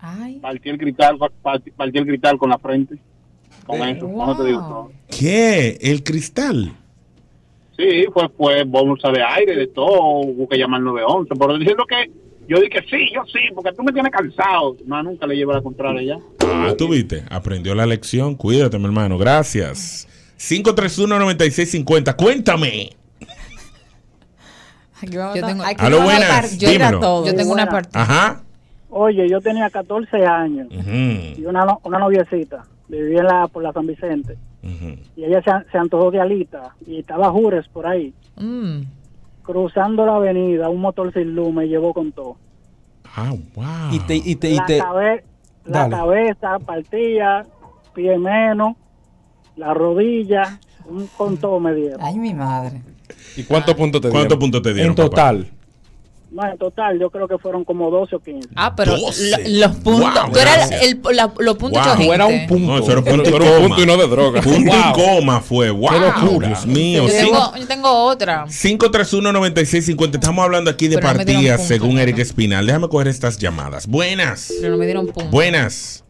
Ay.
Partí el cristal, partí, partí el cristal con la frente. Con eso, no te digo
Wow.
todo.
¿Qué? ¿El cristal?
Sí, pues fue bolsa de aire, de todo, hubo que llamar 911. Pero diciendo que yo dije, sí, yo sí, porque tú me tienes cansado. Más nunca le llevo la contraria ya.
Ah, tú viste. Aprendió la lección. Cuídate, mi hermano. Gracias. 531-9650. Cuéntame.
Aquí vamos
Yo
a-
tengo-
aquí
Aló,
vamos a
buenas,
par- Yo era
dímelo.
todo.
Yo tengo una
Buena.
partida.
Ajá.
Oye, yo tenía 14 años y
Ujú,
una, no- una noviecita. Vivía en la, por la San Vicente.
ujú.
Y ella se, se antojó de alita y estaba Jures por ahí.
Mm.
Cruzando la avenida, un motor sin luz me llevó con todo.
Ah, wow.
Y te, y te, Este, y
La,
te.
cabe- la
Dale.
cabeza, partida, pie menos, la rodilla, un con todo me dieron.
Ay, mi madre.
¿Y cuántos puntos te
¿Cuántos
dieron?
puntos te dieron?
En
papá?
total.
No, en total, yo creo que fueron como 12 o 15.
Ah, pero
Doce.
lo- los puntos.
Wow,
tú eras
gracias.
el, la- los puntos
Wow.
chorriste.
Tú eras un punto.
No, eso era
Pero-
punto,
pero
y
un
coma.
punto y no de droga.
Punto y
Wow.
coma fue. Wow.
locura.
Dios mío.
Yo
Cin-
tengo, yo tengo otra.
531-9650. Estamos hablando aquí de
Pero no me dieron
partidas,
punto,
según
¿no?
Eric Espinal. Déjame coger estas llamadas. Buenas.
Pero no me dieron puntos.
Buenas.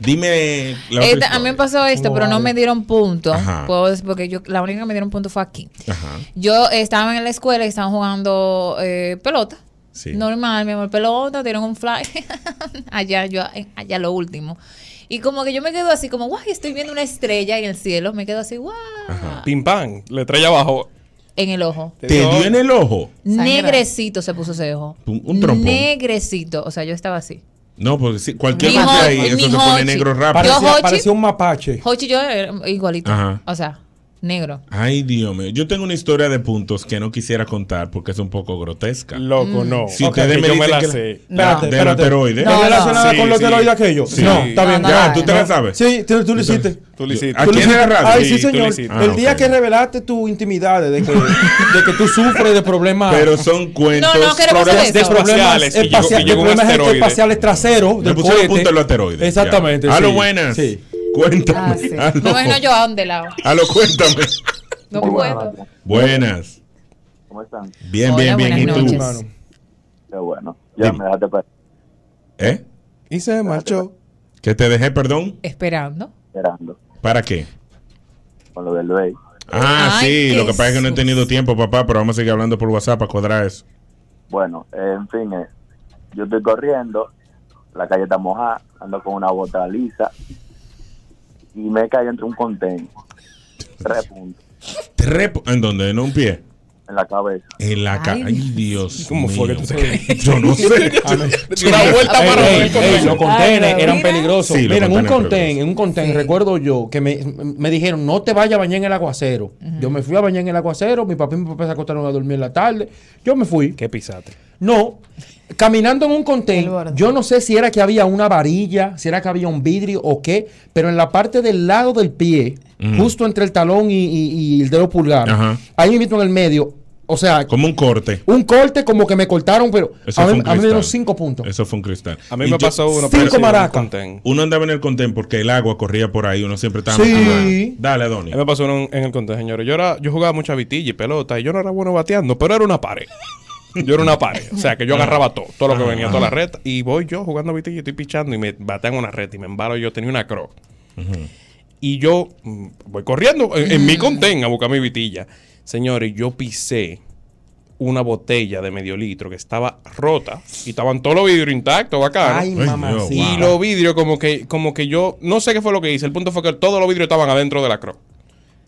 Dime la otra
Esta- a mí me
historia.
pasó esto, pero no me dieron punto.
Ajá.
Puedo decir, porque yo, la única que me dieron punto fue aquí.
Ajá.
Yo estaba en la escuela y estaban jugando eh, pelota.
Sí.
Normal, mi amor, pelota, dieron un fly. allá, yo, allá lo último. Y como que yo me quedo así, como, guay, estoy viendo una estrella en el cielo. Me quedo así, guau,
Pim pam. Le trae abajo.
en el ojo.
Te dio en el ojo.
Sangra.
Negrecito se puso ese ojo.
Un- un trompón.
Negrecito. O sea, yo estaba así.
No, porque sí, cualquier
Mi
cosa
Hochi,
ahí, eso
mi
se pone
Hochi.
negro rápido.
Yo,
Parecía,
Hochi-
parecía un mapache.
Hochi y yo eh, igualito.
Ajá.
O sea, negro.
Ay, Dios mío. Yo tengo una historia de puntos que no quisiera contar porque es un poco grotesca.
Loco, no.
Si
Ok,
ustedes me
yo me
dicen
la
que la-
sé.
No. Del asteroide.
¿No
Mm. No,
relacionada
no.
con los
Sí,
asteroides
sí.
aquello?
Sí.
No, está bien.
No, no,
Ya, tú te
no.
la sabes.
Sí, tú, tú lo hiciste.
Tú lo hiciste.
¿A
Tú lo
quién
hiciste.
agarraste?
Ay, sí,
Sí, tú lo
señor.
hiciste.
Ah,
el día
ok.
que revelaste tus intimidades de que, de que tú sufres de problemas.
Pero son cuentos.
No, no, queremos
problemas
hacer eso.
Espaciales,
espaciales,
y llegó-
espaciales,
y llegó un
problemas
asteroide.
espaciales traseros
Le
del
pusieron
cohete.
punto a los asteroides.
Exactamente.
Ya. A lo
sí.
buenas.
Sí.
Cuéntame.
Ah, sí.
A
Me
lo-
imagino yo a de lado.
a lo cuéntame.
No puedo.
Buenas.
¿Cómo están?
Bien, bien,
Hola,
bien. ¿Y
buenas
tú?
noches.
Hermano.
Qué bueno. Ya
Sí.
me dejaste para
¿Eh?
Y se marchó.
¿Que te dejé, perdón?
Esperando.
esperando
¿Para qué?
con lo del Bey.
Ah,
Ay,
sí. Lo que pasa es que no he
Jesús.
tenido tiempo, papá, pero vamos a seguir hablando por WhatsApp para cuadrar eso.
Bueno, eh, en fin, eh, yo estoy corriendo, la calle está mojada, ando con una bota lisa y me caí entre un contenedor. Tres puntos
Tres pu- ¿En dónde? ¿En un pie?
en la cabeza.
En la ca...
Ay,
Ay, Dios
¿Cómo fue
mío.
que tú te caíste?
Yo no sé.
Una vuelta
Ey,
para
ey, ey, los contenes
Ay,
eran
mira.
peligrosos.
Sí, los
Mira, en
contenes
un contén,
peligrosos.
en un contén, recuerdo yo que me, me dijeron, no te vayas a bañar en el aguacero. Yo me fui a bañar en el aguacero, mi papá y mi papá se acostaron a dormir en la tarde. Yo me fui.
¿Qué pisaste?
No, caminando en un
El
contén,
borde.
yo no sé si era que había una varilla, si era que había un vidrio o qué, pero en la parte del lado del pie,
Mm.
justo entre el talón y, y- y el dedo pulgar,
Ajá.
ahí mismo en el medio, o sea,
Como un corte.
un corte como que me cortaron, pero
Eso
a
fue
mí,
un
a mí me dieron
cristal.
cinco puntos.
Eso fue un cristal.
A
Y
mí me
yo-
pasó uno
cinco
parecida, un
maracas.
contén.
Uno andaba en el contén porque el agua corría por ahí. Uno siempre estaba
Sí.
metido. Dale,
A
Donny.
mí me pasó en, en el conteo, señores. Yo, era, yo jugaba mucha vitilla y pelota y yo no era bueno bateando, pero era una pared. Yo era una pared. O sea, que yo agarraba todo, todo lo que venía, toda la reta. Y voy yo jugando vitilla y estoy pichando y me batean una reta y me embalo. Yo tenía una croc. Y yo mm, voy corriendo en, en mi contén a buscar mi vitilla. Señores, yo pisé una botella de medio litro que estaba rota y estaban todos los vidrios intactos acá.
Ay,
Dios,
mamá.
wow.
Y los vidrios, como que, como que yo, no sé qué fue lo que hice. El punto fue que todos los vidrios estaban adentro de la croc.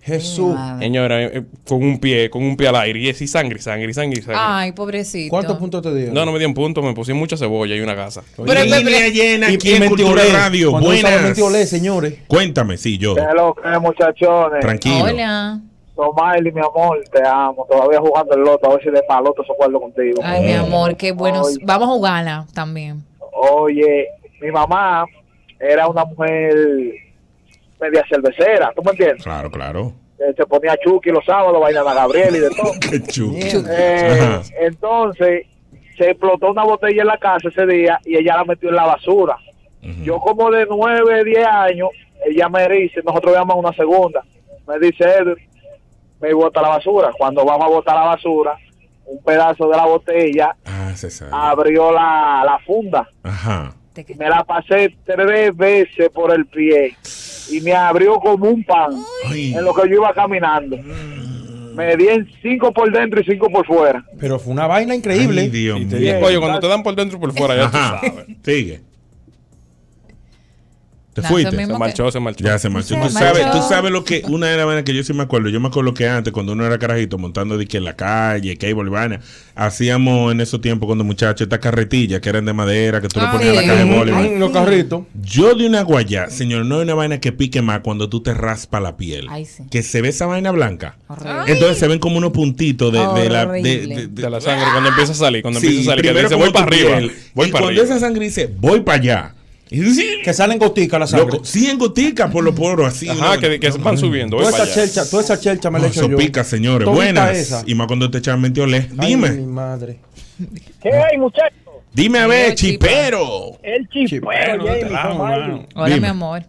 Jesús.
Señora, eh, eh, con un pie, con un pie al aire. Y así sangre, sangre, sangre, sangre.
Ah.
Ay, pobrecito.
¿Cuántos puntos te dieron?
No, no me dieron punto, me pusieron mucha cebolla y una gasa.
Pero, pero, pero-
Línea llena
Y-
aquí
y
en Cultura
mentiolé.
Radio.
Cuando usaba
Buenas.
mentiolé, señores.
Cuéntame, sí, yo.
Que lo que, muchachones.
Tranquilo.
Hola.
Somaili, mi amor, te amo. Todavía jugando el loto, a ver si de paloto se acuerdo contigo.
Ay, mi
Oh.
amor, qué buenos.
Ay.
Vamos a jugarla también.
Oye, mi mamá era una mujer media cervecera, ¿tú me entiendes?
Claro, claro.
Eh, Se ponía Chucky los sábados, bailaba a Gabriel y de todo.
Qué chulo.
Eh,
Ajá.
entonces, se explotó una botella en la casa ese día y ella la metió en la basura.
Ujú.
Yo como de 9, 10 años, ella me dice, nosotros vamos a una segunda. Me dice, Edwin, me bota la basura. Cuando vamos a botar la basura, un pedazo de la botella
Ah, se sabe. Ah.
abrió la, la funda.
Ajá.
Te-
Me la pasé tres veces por el pie y me abrió como un pan
Ay. Mm.
en lo que yo iba caminando. Me di en cinco por dentro y cinco por fuera.
Pero fue una vaina
Ay,
increíble.
Dios
Y te
mío.
dije, Oye, cuando te dan por dentro y por fuera, ya
Ajá.
tú sabes.
Sigue. Te
No,
fuiste.
eso mismo
Se marchó, se marchó.
Ya se marchó.
Se
Tú sabes,
marchó.
tú sabes lo que, una de las vainas que yo sí me acuerdo, yo me acuerdo que antes, cuando uno era carajito, montando de que en la calle, cable, vaina, hacíamos en esos tiempos cuando muchachos estas carretillas que eran de madera, que tú le
Ah,
ponías en
sí.
la caja de
Mm,
boli, vaina.
mm, Los carritos.
Yo de una guayá, señor, no hay una vaina que pique más cuando tú te raspa la piel.
Ay, sí.
Que se ve esa vaina blanca.
Horrible.
Entonces se ven como unos puntitos de, de la... de-
Horrible.
de- de-
De la sangre, cuando empieza a salir, cuando
Sí,
empieza a salir, que
primero
dice,
como
voy para
tu
arriba.
piel.
Voy
y
para
cuando
arriba.
esa sangre dice, voy para allá. Y dice, sí,
Que salen goticas la sangre.
Loco, 100 goticas por los poros así.
Ajá,
¿no?
que, que van subiendo. Voy
Toda
para
esa
allá.
chelcha, toda esa chelcha me
No,
la he hecho
eso
yo.
pica, señores.
Todita
Buenas.
esa.
Y más cuando te echan mentiolé.
Ay,
Dime,
mi madre.
¿Qué hay, muchachos?
dime a ver,
Ay, chipa.
chipero.
El chipero, Jamie, Somaili.
Hola,
Dime.
mi amor.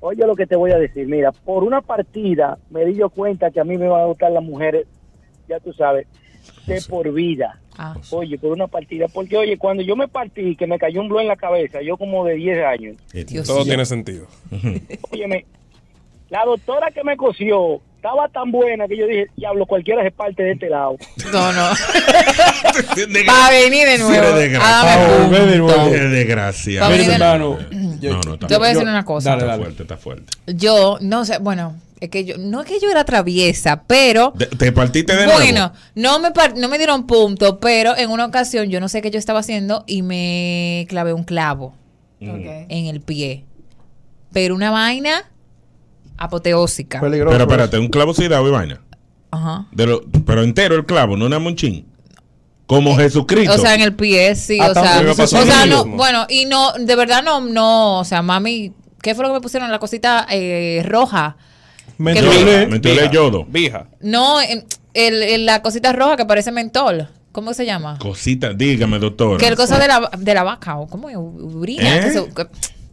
Oye, lo que te voy a decir, mira, por una partida me di yo cuenta que a mí me van a gustar las mujeres, ya tú sabes, de por vida.
Ah.
Oye, por una partida, porque oye, cuando yo me partí, que me cayó un blow en la cabeza, yo como de 10 años,
Dios
Todo
mío.
tiene sentido.
óyeme, la doctora que me cosió estaba tan buena que yo dije, diablo, cualquiera se parte de este lado.
No, no. Va a venir de
Sí,
nuevo.
eres desgraciado.
Ah, dame
Ah,
punto.
volver de nuevo.
Qué desgracia.
Mira,
hermano, yo-
No, no, está
Te voy a
fuerte.
decir una cosa.
Dale,
Está
dale.
fuerte, está fuerte.
Yo, no sé, bueno, es que yo, no es que yo era traviesa, pero.
De- ¿Te partiste de nuevo?
Bueno, no me, par- no me dieron punto, pero en una ocasión yo no sé qué yo estaba haciendo y me clavé un clavo
Ok.
en el pie. Pero una vaina apoteósica.
Pero espérate, un clavo sidado y vaina.
Ajá.
De lo- pero entero el clavo, no una monchín. Como Jesucristo.
Eh, O sea, en el pie, sí,
Ah,
o sea,
también me pasó
o
lo
sea, no,
mismo.
bueno, y no, de verdad no, no, o sea, mami, ¿qué fue lo que me pusieron? La cosita eh, roja.
Mentolé. Mentolé yodo.
Vija.
No, en- el- el- la cosita roja que parece mentol. ¿Cómo que se llama?
Cosita, dígame, doctor.
Que el cosa de la, de la vaca, o cómo es, urina.
¿Eh?
que se- que-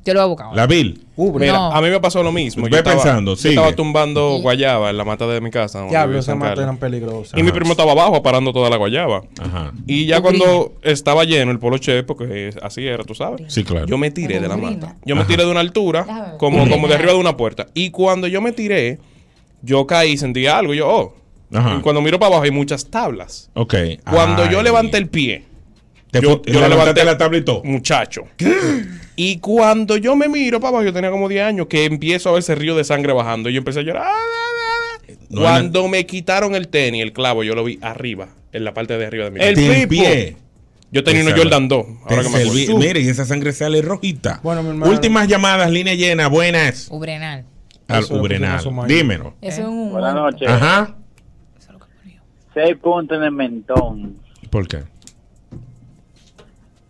yo lo voy a buscar. ahora.
La vil.
Mira,
no.
a mí me pasó lo mismo.
Ve pensando,
yo
sigue.
estaba tumbando guayaba en la mata de mi casa. donde
Diablo,
vivo en
esas
San
matas
Carlos.
eran peligrosas.
Y mi primo estaba abajo aparando toda la guayaba. Y ya
Tu
cuando estaba lleno el poloche, porque es- así era, tú sabes.
Sí, claro.
Yo me tiré de la
Grima.
mata. Yo me tiré de una
Déjame ver.
altura, como,
Ujú.
como de arriba de una puerta. Y cuando yo me tiré, yo caí, sentí algo. y Yo, oh.
Ajá.
Y cuando miro para abajo hay muchas tablas.
Ok.
Cuando yo
Ah. Ay.
levanté el pie,
Te
yo,
fu-
yo
levantaste
la levanté
la tabla y todo.
Muchacho. Y cuando yo me miro para abajo, yo tenía como 10 años, que empiezo a ver ese río de sangre bajando. Y yo empecé a llorar. Ah,
No,
cuando me quitaron el tenis, el clavo, yo lo vi arriba, en la parte de arriba de mi
El
pie.
Del pipo. pie.
Yo tenía
Te
uno
salva.
Jordan 2.
Te
Ahora que me
serví-
acuerdo.
Mire, y esa sangre sale rojita.
Bueno, mi hermano.
Últimas llamadas, línea llena, buenas.
Ubrenal.
Al
Eso es lo que
Ubrenal.
se me asoma ahí.
Dímelo.
Eso es un
Buenas
humano.
noches.
Ajá.
Seis puntos en el mentón.
¿Por qué?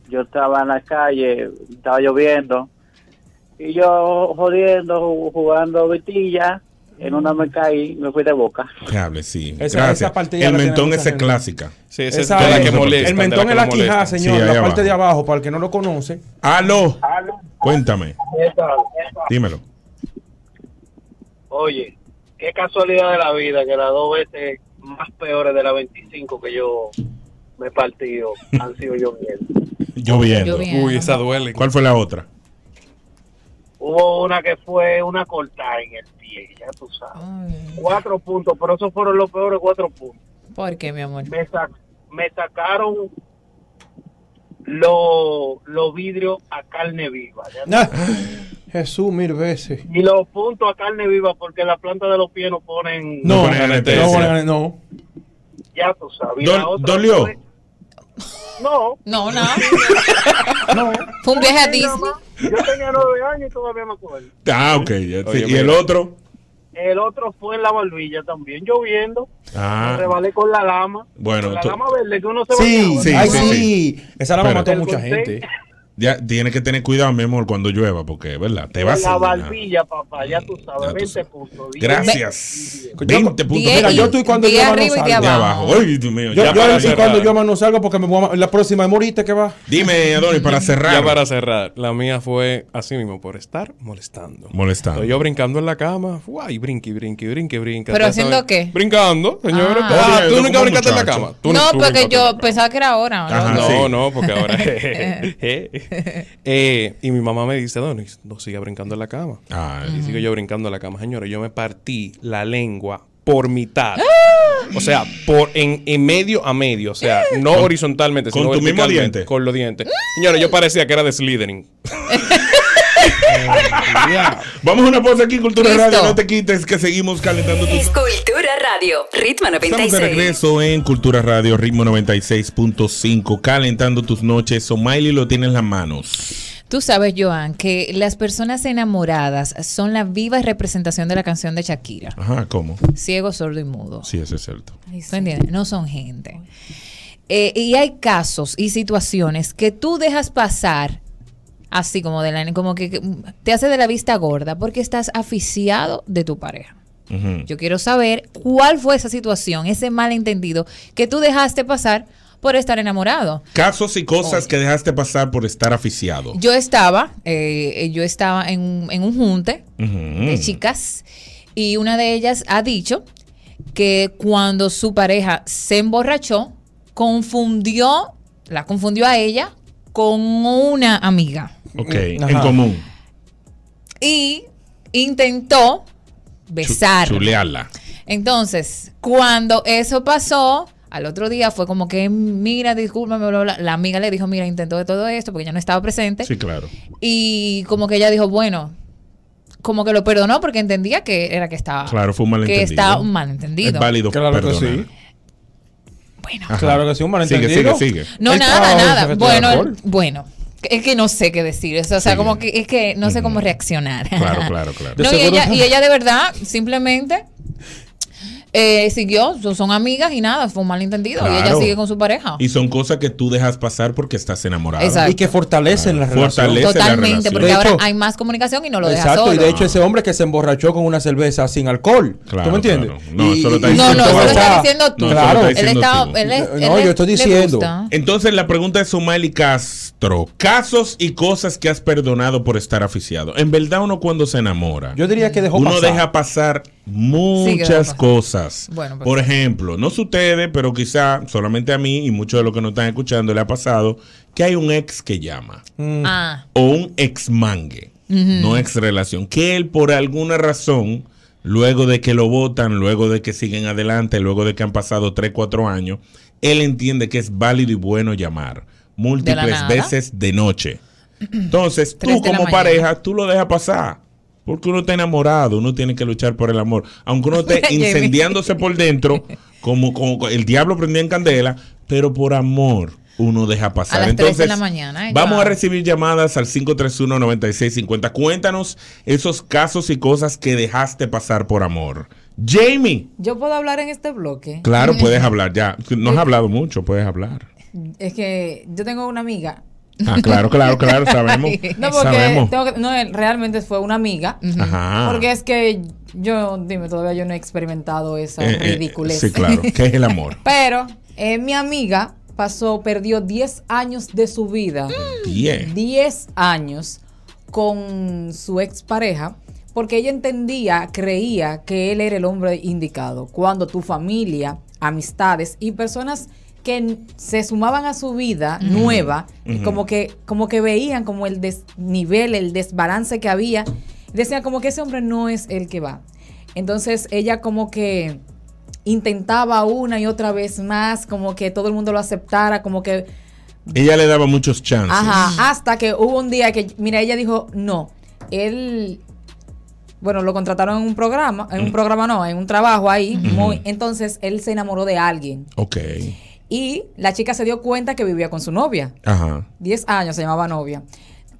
yo estaba en la calle, estaba lloviendo, y yo jodiendo, ju- jugando vitilla, en
Mm.
una me caí, me fui de boca.
Que hable, sí.
Esa-
Gracias.
esa parte ya
el
la tiene
mentón
mucha
esa es
gente.
clásica.
Sí,
Esa
de la
es-
que molestan,
El
de la
mentón
que
es la
molestan.
quijada,
Sí,
señor.
ahí
la parte
abajo.
de abajo, para el que no lo conoce.
Aló. Cuéntame. Dímelo.
Oye, qué casualidad de la vida que las dos veces más peores de la 25 que yo me he partido han sido yo mismo.
Lloviendo.
Lloviendo. Uy,
esa duele.
¿Cuál fue la otra?
Hubo una que fue una cortada en el pie, ya tú sabes. Cuatro puntos, pero esos fueron los peores cuatro puntos.
¿Por qué, mi amor?
Me, sa- me sacaron los los vidrios a carne viva. ya tú
Ah, Jesús, mil veces.
Y los puntos a carne viva porque la planta de los pies no ponen...
No, no,
ponen anestesia.
no, no.
Ya tú sabes. Y
Dol-
la otra
¿Dolió?
fue- No.
No, no. Fue un viaje a Disney.
Yo tenía nueve años y todavía me acuerdo.
Ah, ok. ya-
Oye,
sí, y
mira.
el otro.
El otro fue en la barbilla también, lloviendo.
Ah.
Me rebalé con la lama.
Bueno,
con la
tú-
lama verde que uno se
Sí,
bañaba.
sí,
Ay,
sí,
sí.
Esa la va a matar
Espérate.
a mucha
El corte-
gente.
Ya tienes que tener cuidado, mi amor, cuando llueva, porque, ¿verdad? Te
Con
vas
la
a.
barbilla, papá, ya tú sabes, 20 puntos. diez.
Gracias. 20 puntos.
Diez Mira, y- yo estoy cuando diez llueva no arriba y salgo. diez
De
abajo.
abajo. Ay, Dios mío.
Yo,
ya
yo
para
ahora sí
cerrar.
cuando yo más no salgo porque me voy a- la próxima es morita que va.
Dime, Adonis, para cerrar.
Ya para cerrar, la mía fue así mismo, por estar molestando.
Molestando.
Estoy yo brincando en la cama, guay, brinqui, brinqui, brinqui, brinca.
¿Pero
Ya
haciendo
sabes.
qué?
Brincando, señores.
Ah.
Ah,
Oye,
tú
tú
nunca
como
brincaste en la
muchacho.
cama. Tú
No,
tú
porque
brincaste en la
yo pensaba que era ahora. ¿no?
Ajá,
no,
sí.
no, porque ahora. Eh, y mi mamá me dice, Donis, no siga brincando en la cama.
Ah.
Y sigo yo brincando en la cama, señores. Yo me partí la lengua por mitad.
¡Ah!
O sea, por en, en medio a medio. O sea, no
Con-
horizontalmente,
con
sino
tu mismo
verticalmente,
diente.
Con los dientes.
¡Ah!
Señores, yo parecía que era de Slithering.
Vamos a una pausa aquí, Cultura
Listo.
Radio. No te quites, que seguimos calentando tu.
Escultura Radio, Ritmo
Estamos de
96.
regreso en Cultura Radio, ritmo 96.5, calentando tus noches. Somaili lo tiene en las manos.
Tú sabes, Joan, que las personas enamoradas son la viva representación de la canción de Shakira.
Ajá, ¿cómo?
Ciego, sordo y mudo.
Sí, eso es cierto.
¿Tú entiendes? No son gente. Eh, y hay casos y situaciones que tú dejas pasar así como de la como que que te hace de la vista gorda porque estás aficiado de tu pareja.
Ujú.
Yo quiero saber cuál fue esa situación, ese malentendido que tú dejaste pasar por estar enamorado.
Casos y cosas que dejaste pasar por estar aficiado.
Yo estaba, eh, eh, yo estaba en, un- en un junte
Ujú.
de chicas y una de ellas ha dicho que cuando su pareja se emborrachó, confundió, la confundió a ella con una amiga
Ok, en
Ajá.
común.
y intentó besar.
Chulearla.
Entonces, cuando eso pasó, al otro día fue como que, mira, discúlpame, bla, bla, bla. la amiga le dijo, mira, intentó de todo esto porque ya no estaba presente.
Sí, claro.
Y como que ella dijo, bueno, como que lo perdonó porque entendía que era que estaba.
Claro, fue un malentendido.
Ah. Que estaba un malentendido.
Es válido,
Claro que
perdonar.
sí. Claro que sí, un
Sigue,
malentendido.
sigue, sigue.
No,
Ahí
nada,
está,
nada.
jefe, estoy de
Bueno,
acuerdo.
bueno. Es que no sé qué decir, o sea, o sea, como que es que no sé cómo reaccionar.
Claro, claro, claro.
No,
De
y,
seguro-
ella, y ella de verdad simplemente eh, siguió, son, son amigas y nada, fue un malentendido y ella
Claro.
sigue con su pareja.
Y son cosas que tú dejas pasar porque estás enamorado.
Exacto. Y que
fortalecen
la
relación. Fortalece la
Totalmente,
relación.
porque
De
ahora
hecho-
hay más comunicación y no lo deja
Exacto,
solo.
y de hecho ese hombre que se emborrachó con una cerveza sin alcohol. ¿Tú me entiendes?
No, eso lo está
Y-
diciendo
y-
tú. No,
o
eso lo
sea,
está diciendo tú.
Claro.
Él está- él
es-
No,
él
yo
es-
estoy
le
diciendo.
gusta.
Entonces la pregunta es Somali Castro. Casos y cosas que has perdonado por estar aficiado. En verdad uno cuando se enamora.
Yo diría que dejó
uno
pasar.
deja pasar
Sí, que dejó
muchas
pasar.
cosas.
Bueno, pues
por
sí.
ejemplo, no sé ustedes, pero quizá solamente a mí y muchos de los que nos están escuchando le ha pasado que hay un ex que llama
Ah.
o un ex mangue,
Ujú.
Mm. no ex relación, que él por alguna razón, luego de que lo votan, luego de que siguen adelante, luego de que han pasado 3, 4 años, él entiende que es válido y bueno llamar múltiples
nada.
veces de noche. Entonces, tú
Tres de la
como
mañana.
pareja, tú lo dejas pasar. Porque uno está enamorado, uno tiene que luchar por el amor. Aunque uno esté
Jamie.
incendiándose por dentro, como, como el diablo prendía en candela, pero por amor uno deja pasar.
A las 3 de
Entonces,
la mañana. ay,
Vamos
wow.
a recibir llamadas al 531-9650. Cuéntanos esos casos y cosas que dejaste pasar por amor. Jamie,
Yo puedo hablar en este bloque.
claro, puedes hablar ya. No has hablado mucho, puedes hablar.
Es que yo tengo una amiga.
Ah, claro, claro, claro, sabemos.
No, porque
sabemos.
tengo que- no, él realmente fue una amiga.
Ajá.
Porque es que yo, dime, todavía yo no he experimentado esa
Eh, eh,
ridiculez.
sí, claro, que es el amor.
Pero eh, mi amiga pasó, perdió 10 años de su vida.
Mm. Bien.
10 años con su expareja porque ella entendía, creía que él era el hombre indicado. Cuando tu familia, amistades y personas que n- se sumaban a su vida
Ujú.
nueva,
Ujú.
como que como que veían como el desnivel, el desbalance que había, decían como que ese hombre no es el que va. Entonces ella como que intentaba una y otra vez más, como que todo el mundo lo aceptara, como que
Ella le daba muchos chances.
Ajá, hasta que hubo un día que, mira, ella dijo, no, él, bueno, lo contrataron en un programa, en un
Mm.
programa no, en un trabajo ahí,
Ujú.
muy, entonces él se enamoró de alguien
Ok.
y la chica se dio cuenta que vivía con su novia,
Ajá.
10 años se llamaba novia,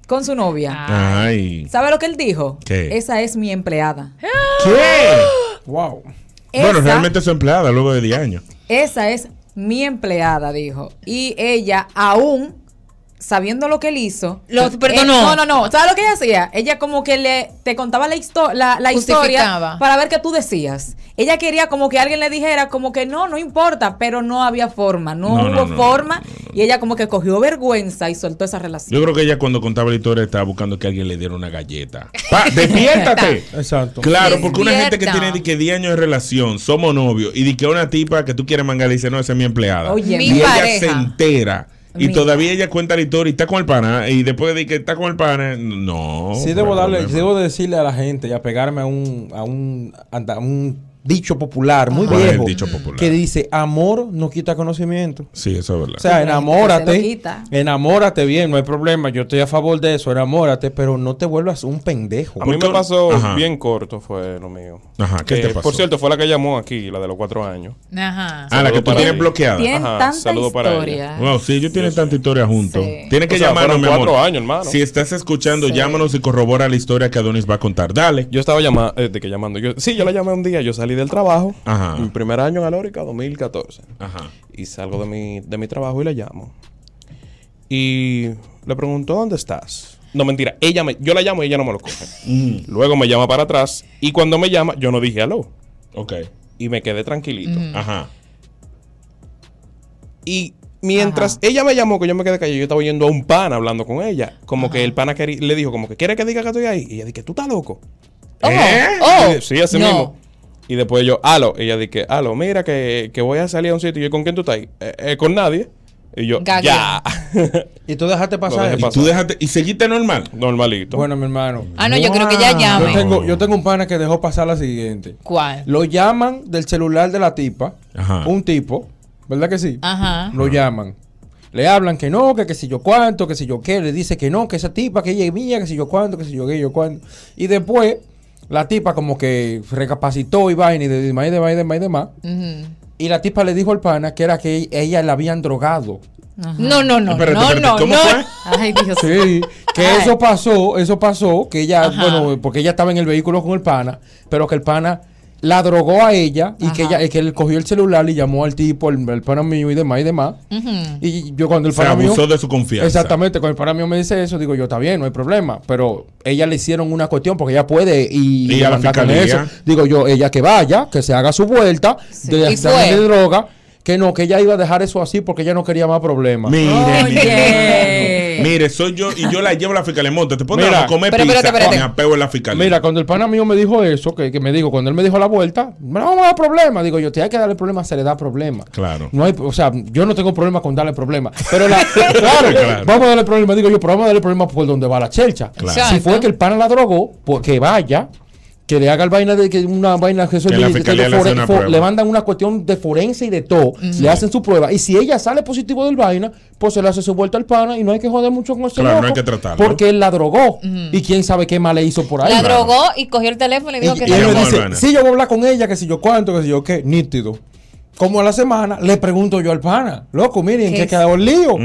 con su novia.
Ay.
¿Sabe lo que él dijo?
Ah. ¿Qué?
Esa es mi empleada.
¿Qué? Wow. Bueno,
Esa-
realmente es su empleada luego de 10 años.
Esa es mi empleada, dijo. Y ella aún, sabiendo lo que él hizo...
Lo perdonó.
Eh, no, no, no. ¿Sabes lo que ella hacía? Ella como que le te contaba la, histo- la, la historia
Justificaba.
para ver qué tú decías. Ella quería como que alguien le dijera como que no, no importa, pero no había forma, no,
No, no,
hubo
no,
forma. Y ella como que cogió vergüenza y soltó esa relación.
Yo creo que ella cuando contaba la historia estaba buscando que alguien le diera una galleta. Pa, ¡Despiértate!
Exacto.
Claro, porque una gente que
Despierta.
tiene de que 10 años de relación, somos novios, y de que una tipa que tú quieres mangar le dice, no, esa es mi empleada.
Oye,
y
Mi
ella
pareja.
se entera. Y
Mi-
todavía ella cuenta la historia y está con el pana. Y después de que está con el pana, no.
Sí
no
debo
hay
darle,
Oh, problema.
debo decirle a la gente y apegarme a un, a un, a un dicho popular muy
¿Cuál es el
viejo
dicho popular?
que dice amor no quita conocimiento.
Sí, eso es verdad.
O sea,
te lo
enamórate,
quita.
enamórate bien, no hay problema, yo estoy a favor de eso, enamórate, pero no te vuelvas un pendejo.
A mí me pasó
Ajá.
bien corto, fue lo mío. Eh,
Ajá, ¿qué te pasó?
Por cierto, fue la que llamó aquí, la de los cuatro años.
Ajá.
Ah, la que tú
para
tienes
ella.
bloqueada.
Tienen tanta
saludo para
historia.
ella.
Wow, sí, ellos tienen tanta historia juntos. Tienes que
O sea,
llamarnos,
fueron
mi
cuatro
amor.
años, hermano.
Si estás escuchando,
Sí.
llámanos y corrobora la historia que Adonis va a contar. Pues Dale.
Yo estaba llamando, de que llamando. Yo, sí, yo la llamé un día, yo salí del trabajo.
Ajá.
Mi primer año en Alórica, 2014.
Ajá.
Y salgo de mi, de mi trabajo y la llamo. Y le pregunto, ¿dónde estás? No, mentira. Ella me, yo la llamo y ella no me lo coge. Luego me llama para atrás. Y cuando me llama, yo no dije aló.
Ok.
Y me quedé tranquilito.
Ujú. Ajá.
Y mientras ella me llamó, que yo me quedé callado, yo estaba oyendo a un pana hablando con ella. Como que el pana querí- le dijo, como que quiere que diga que estoy ahí. Y ella dije, tú estás loco. ¿Eh?
oh,
Y- sí, así
no.
mismo. Y después yo, alo. Ella dije, alo, mira que, que voy a salir a un sitio. Y yo, ¿con quién tú estás ahí? "Eh, eh, con nadie. Y yo,
Gagué.
ya.
Y tú dejaste
Lo
pasar
dejé
eso.
pasar.
¿Y seguiste normal?
Normalito.
Bueno, mi hermano.
Ah, no, yo creo que ya llame.
Yo tengo, yo tengo un pana que dejó pasar la siguiente.
¿Cuál?
Lo llaman del celular de la tipa,
Ajá.
un tipo, ¿verdad que sí?
Ajá.
Lo llaman. Le hablan que no, que qué sé yo cuánto, que sé yo qué. Le dice que no, que esa tipa, que ella es mía, que sé yo cuánto, que sé yo qué, yo cuánto. Y después, la tipa como que recapacitó y vaina y de- demás y demás y demás y demás.
Ujú.
Y la tipa le dijo al pana que era que ella la habían drogado.
No, no, no.
Espérate,
no,
espérate,
no,
¿cómo
no.
fue?
Ay, Dios.
Sí, que
Ay.
eso pasó, eso pasó, que ella, bueno, porque ella estaba en el vehículo con el pana, pero que el pana la drogó a ella y que ella, que él cogió el celular y llamó al tipo, el, el pana mío y demás y demás. Y yo cuando el
Se
pana mío-
abusó de su confianza.
Exactamente, cuando el pana mío me dice eso, digo yo, está bien, no hay problema, pero ella le hicieron una cuestión porque ella puede y,
Y a la
mandar con
fiscalía.
Digo yo, ella que vaya, que se haga su vuelta, de
Y
examen
fue.
de droga. Que no, que ella iba a dejar eso así porque ella no quería más problemas.
Mire, mire, mire, soy yo y yo la llevo a la fiscalía. Monta, te pongo
Mira.
a comer
Pero
pizza
espérate, espérate.
y me apego en la fiscalía.
Mira, cuando el pana mío me dijo eso, que, que me dijo, cuando él me dijo la vuelta, no vamos a dar problema. Digo yo, te hay que darle problema, se le da problema.
Claro.
No hay, o sea, yo no tengo problema con darle problema. Pero la, claro,
Claro.
vamos a darle problema, digo yo, pero vamos a darle problema por donde va la chelcha.
Claro.
Si fue que el pana la drogó, pues que vaya, que le haga el vaina de que una vaina que eso
Que la
que
fiscalía le hace
fore-
una
fo-
prueba.
le mandan una cuestión de forense y de todo, le hacen su prueba. Y si ella sale positivo del vaina, pues se le hace su vuelta al pana y no hay que joder mucho con ese
Claro, no
loco,
hay que tratarlo.
Porque él la drogó.
Ujú.
Y quién sabe qué mal le hizo por ahí.
La drogó y cogió el teléfono
Y,
y dijo que
y él me
no.
dice, sí, yo voy a hablar con ella, que si yo cuánto, que si yo qué, nítido. Como a la semana le pregunto yo al pana, loco, miren,
¿Qué
¿en qué
es?
quedó el lío?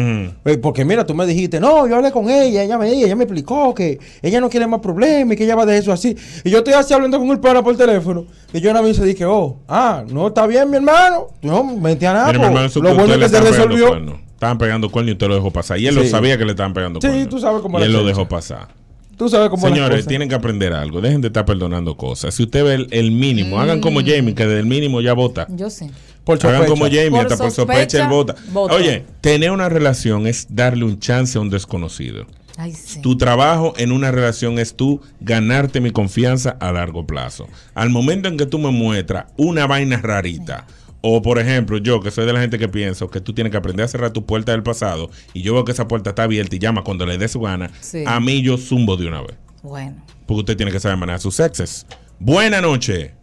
Eh, Porque mira, tú me dijiste, no, yo hablé con ella, ella me ella me explicó que ella no quiere más problemas y que ella va de eso así. Y yo estoy así hablando con el pana por teléfono. Y yo una vez dije, oh, ah, no está bien, mi hermano. No, mentía nada.
Mira, mi
po.
hermano, eso
Ah, pues, lo bueno
ustedes
es
le
que se
estaban pegando
resolvió.
cuerno. Estaban pegando cuerno y usted lo dejó pasar. Y él lo
Sí.
sabía que le estaban pegando
Sí,
cuerno.
tú sabes cómo
Y
la
él lo
chelcha.
dejó pasar.
Tú sabes cómo las
Señores,
cosas.
tienen que aprender algo. Dejen de estar perdonando cosas. Si usted ve el, el mínimo, hagan como
Mm.
Jamie, que del mínimo ya vota.
Yo sé.
Por
Hagan
sospecha.
como Jamie,
Por
hasta por
sospecha,
sospecha él vota.
vota.
Oye, tener una relación es darle un chance a un desconocido.
Ay, sí.
Tu trabajo en una relación es tú ganarte mi confianza a largo plazo. Al momento en que tú me muestras una vaina rarita, o por ejemplo, yo que soy de la gente que pienso que tú tienes que aprender a cerrar tu puerta del pasado y yo veo que esa puerta está abierta y llama cuando le dé su gana,
Sí.
a mí yo zumbo de una vez.
Bueno.
Porque usted tiene que saber manejar sus exes. Buena noche.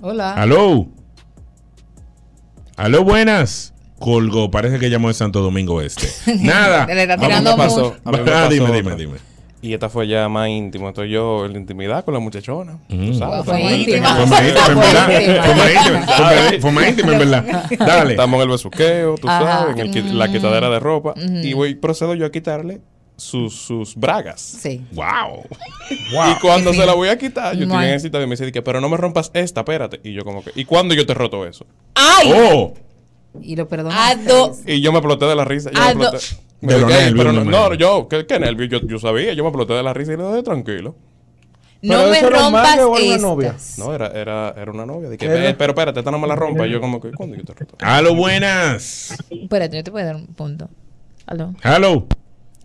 Hola.
Aló. Aló, buenas. Colgó, parece que llamó de Santo Domingo Este. Nada.
Le está
Vamos,
tirando
¿qué pasó?
mucho.
A mí me
Ah,
pasó
dime,
otra.
dime, dime.
Y esta fue ya más íntima. Estoy yo en la intimidad con la muchachona.
Mm.
Tú sabes,
Fue
estamos
íntima.
en
Fue más íntima, en verdad. Fue más íntima, fue más- fue más íntima, en verdad. Dale.
Estamos en el besuqueo, tú
Ajá. Mm. Mm-hmm.
sabes, en el qui- la quitadera de ropa.
Ujú.
Y voy, procedo yo a quitarle sus, sus bragas.
Sí.
¡Wow!
Y cuando se la voy a quitar, yo
Bueno.
estoy en el sitio y me dice, que, pero no me rompas esta, espérate. Y yo como que, ¿y cuándo yo te roto eso?
¡Ay! Ah,
¡Oh!
Y lo perdonó.
Y yo me exploté de la risa. Yo
Ah,
me
no.
exploté. Me
De
dije,
los
"Ey,
nervios,
pero
me
no,
imagino.
no, yo, ¿qué, qué nervios? Yo, yo sabía, yo me exploté de la risa y le dije, tranquilo.
No
Pero
me
eso era un
rompas
mangue o era una
estas.
novia.
No, era, era, era una novia. Dije,
Era-
"Eh, pero espérate, esta no me la rompa. Y yo como que, ¿cuándo yo te roto?
Aló, buenas.
Espérate, yo te voy a dar un punto. Aló.
Aló.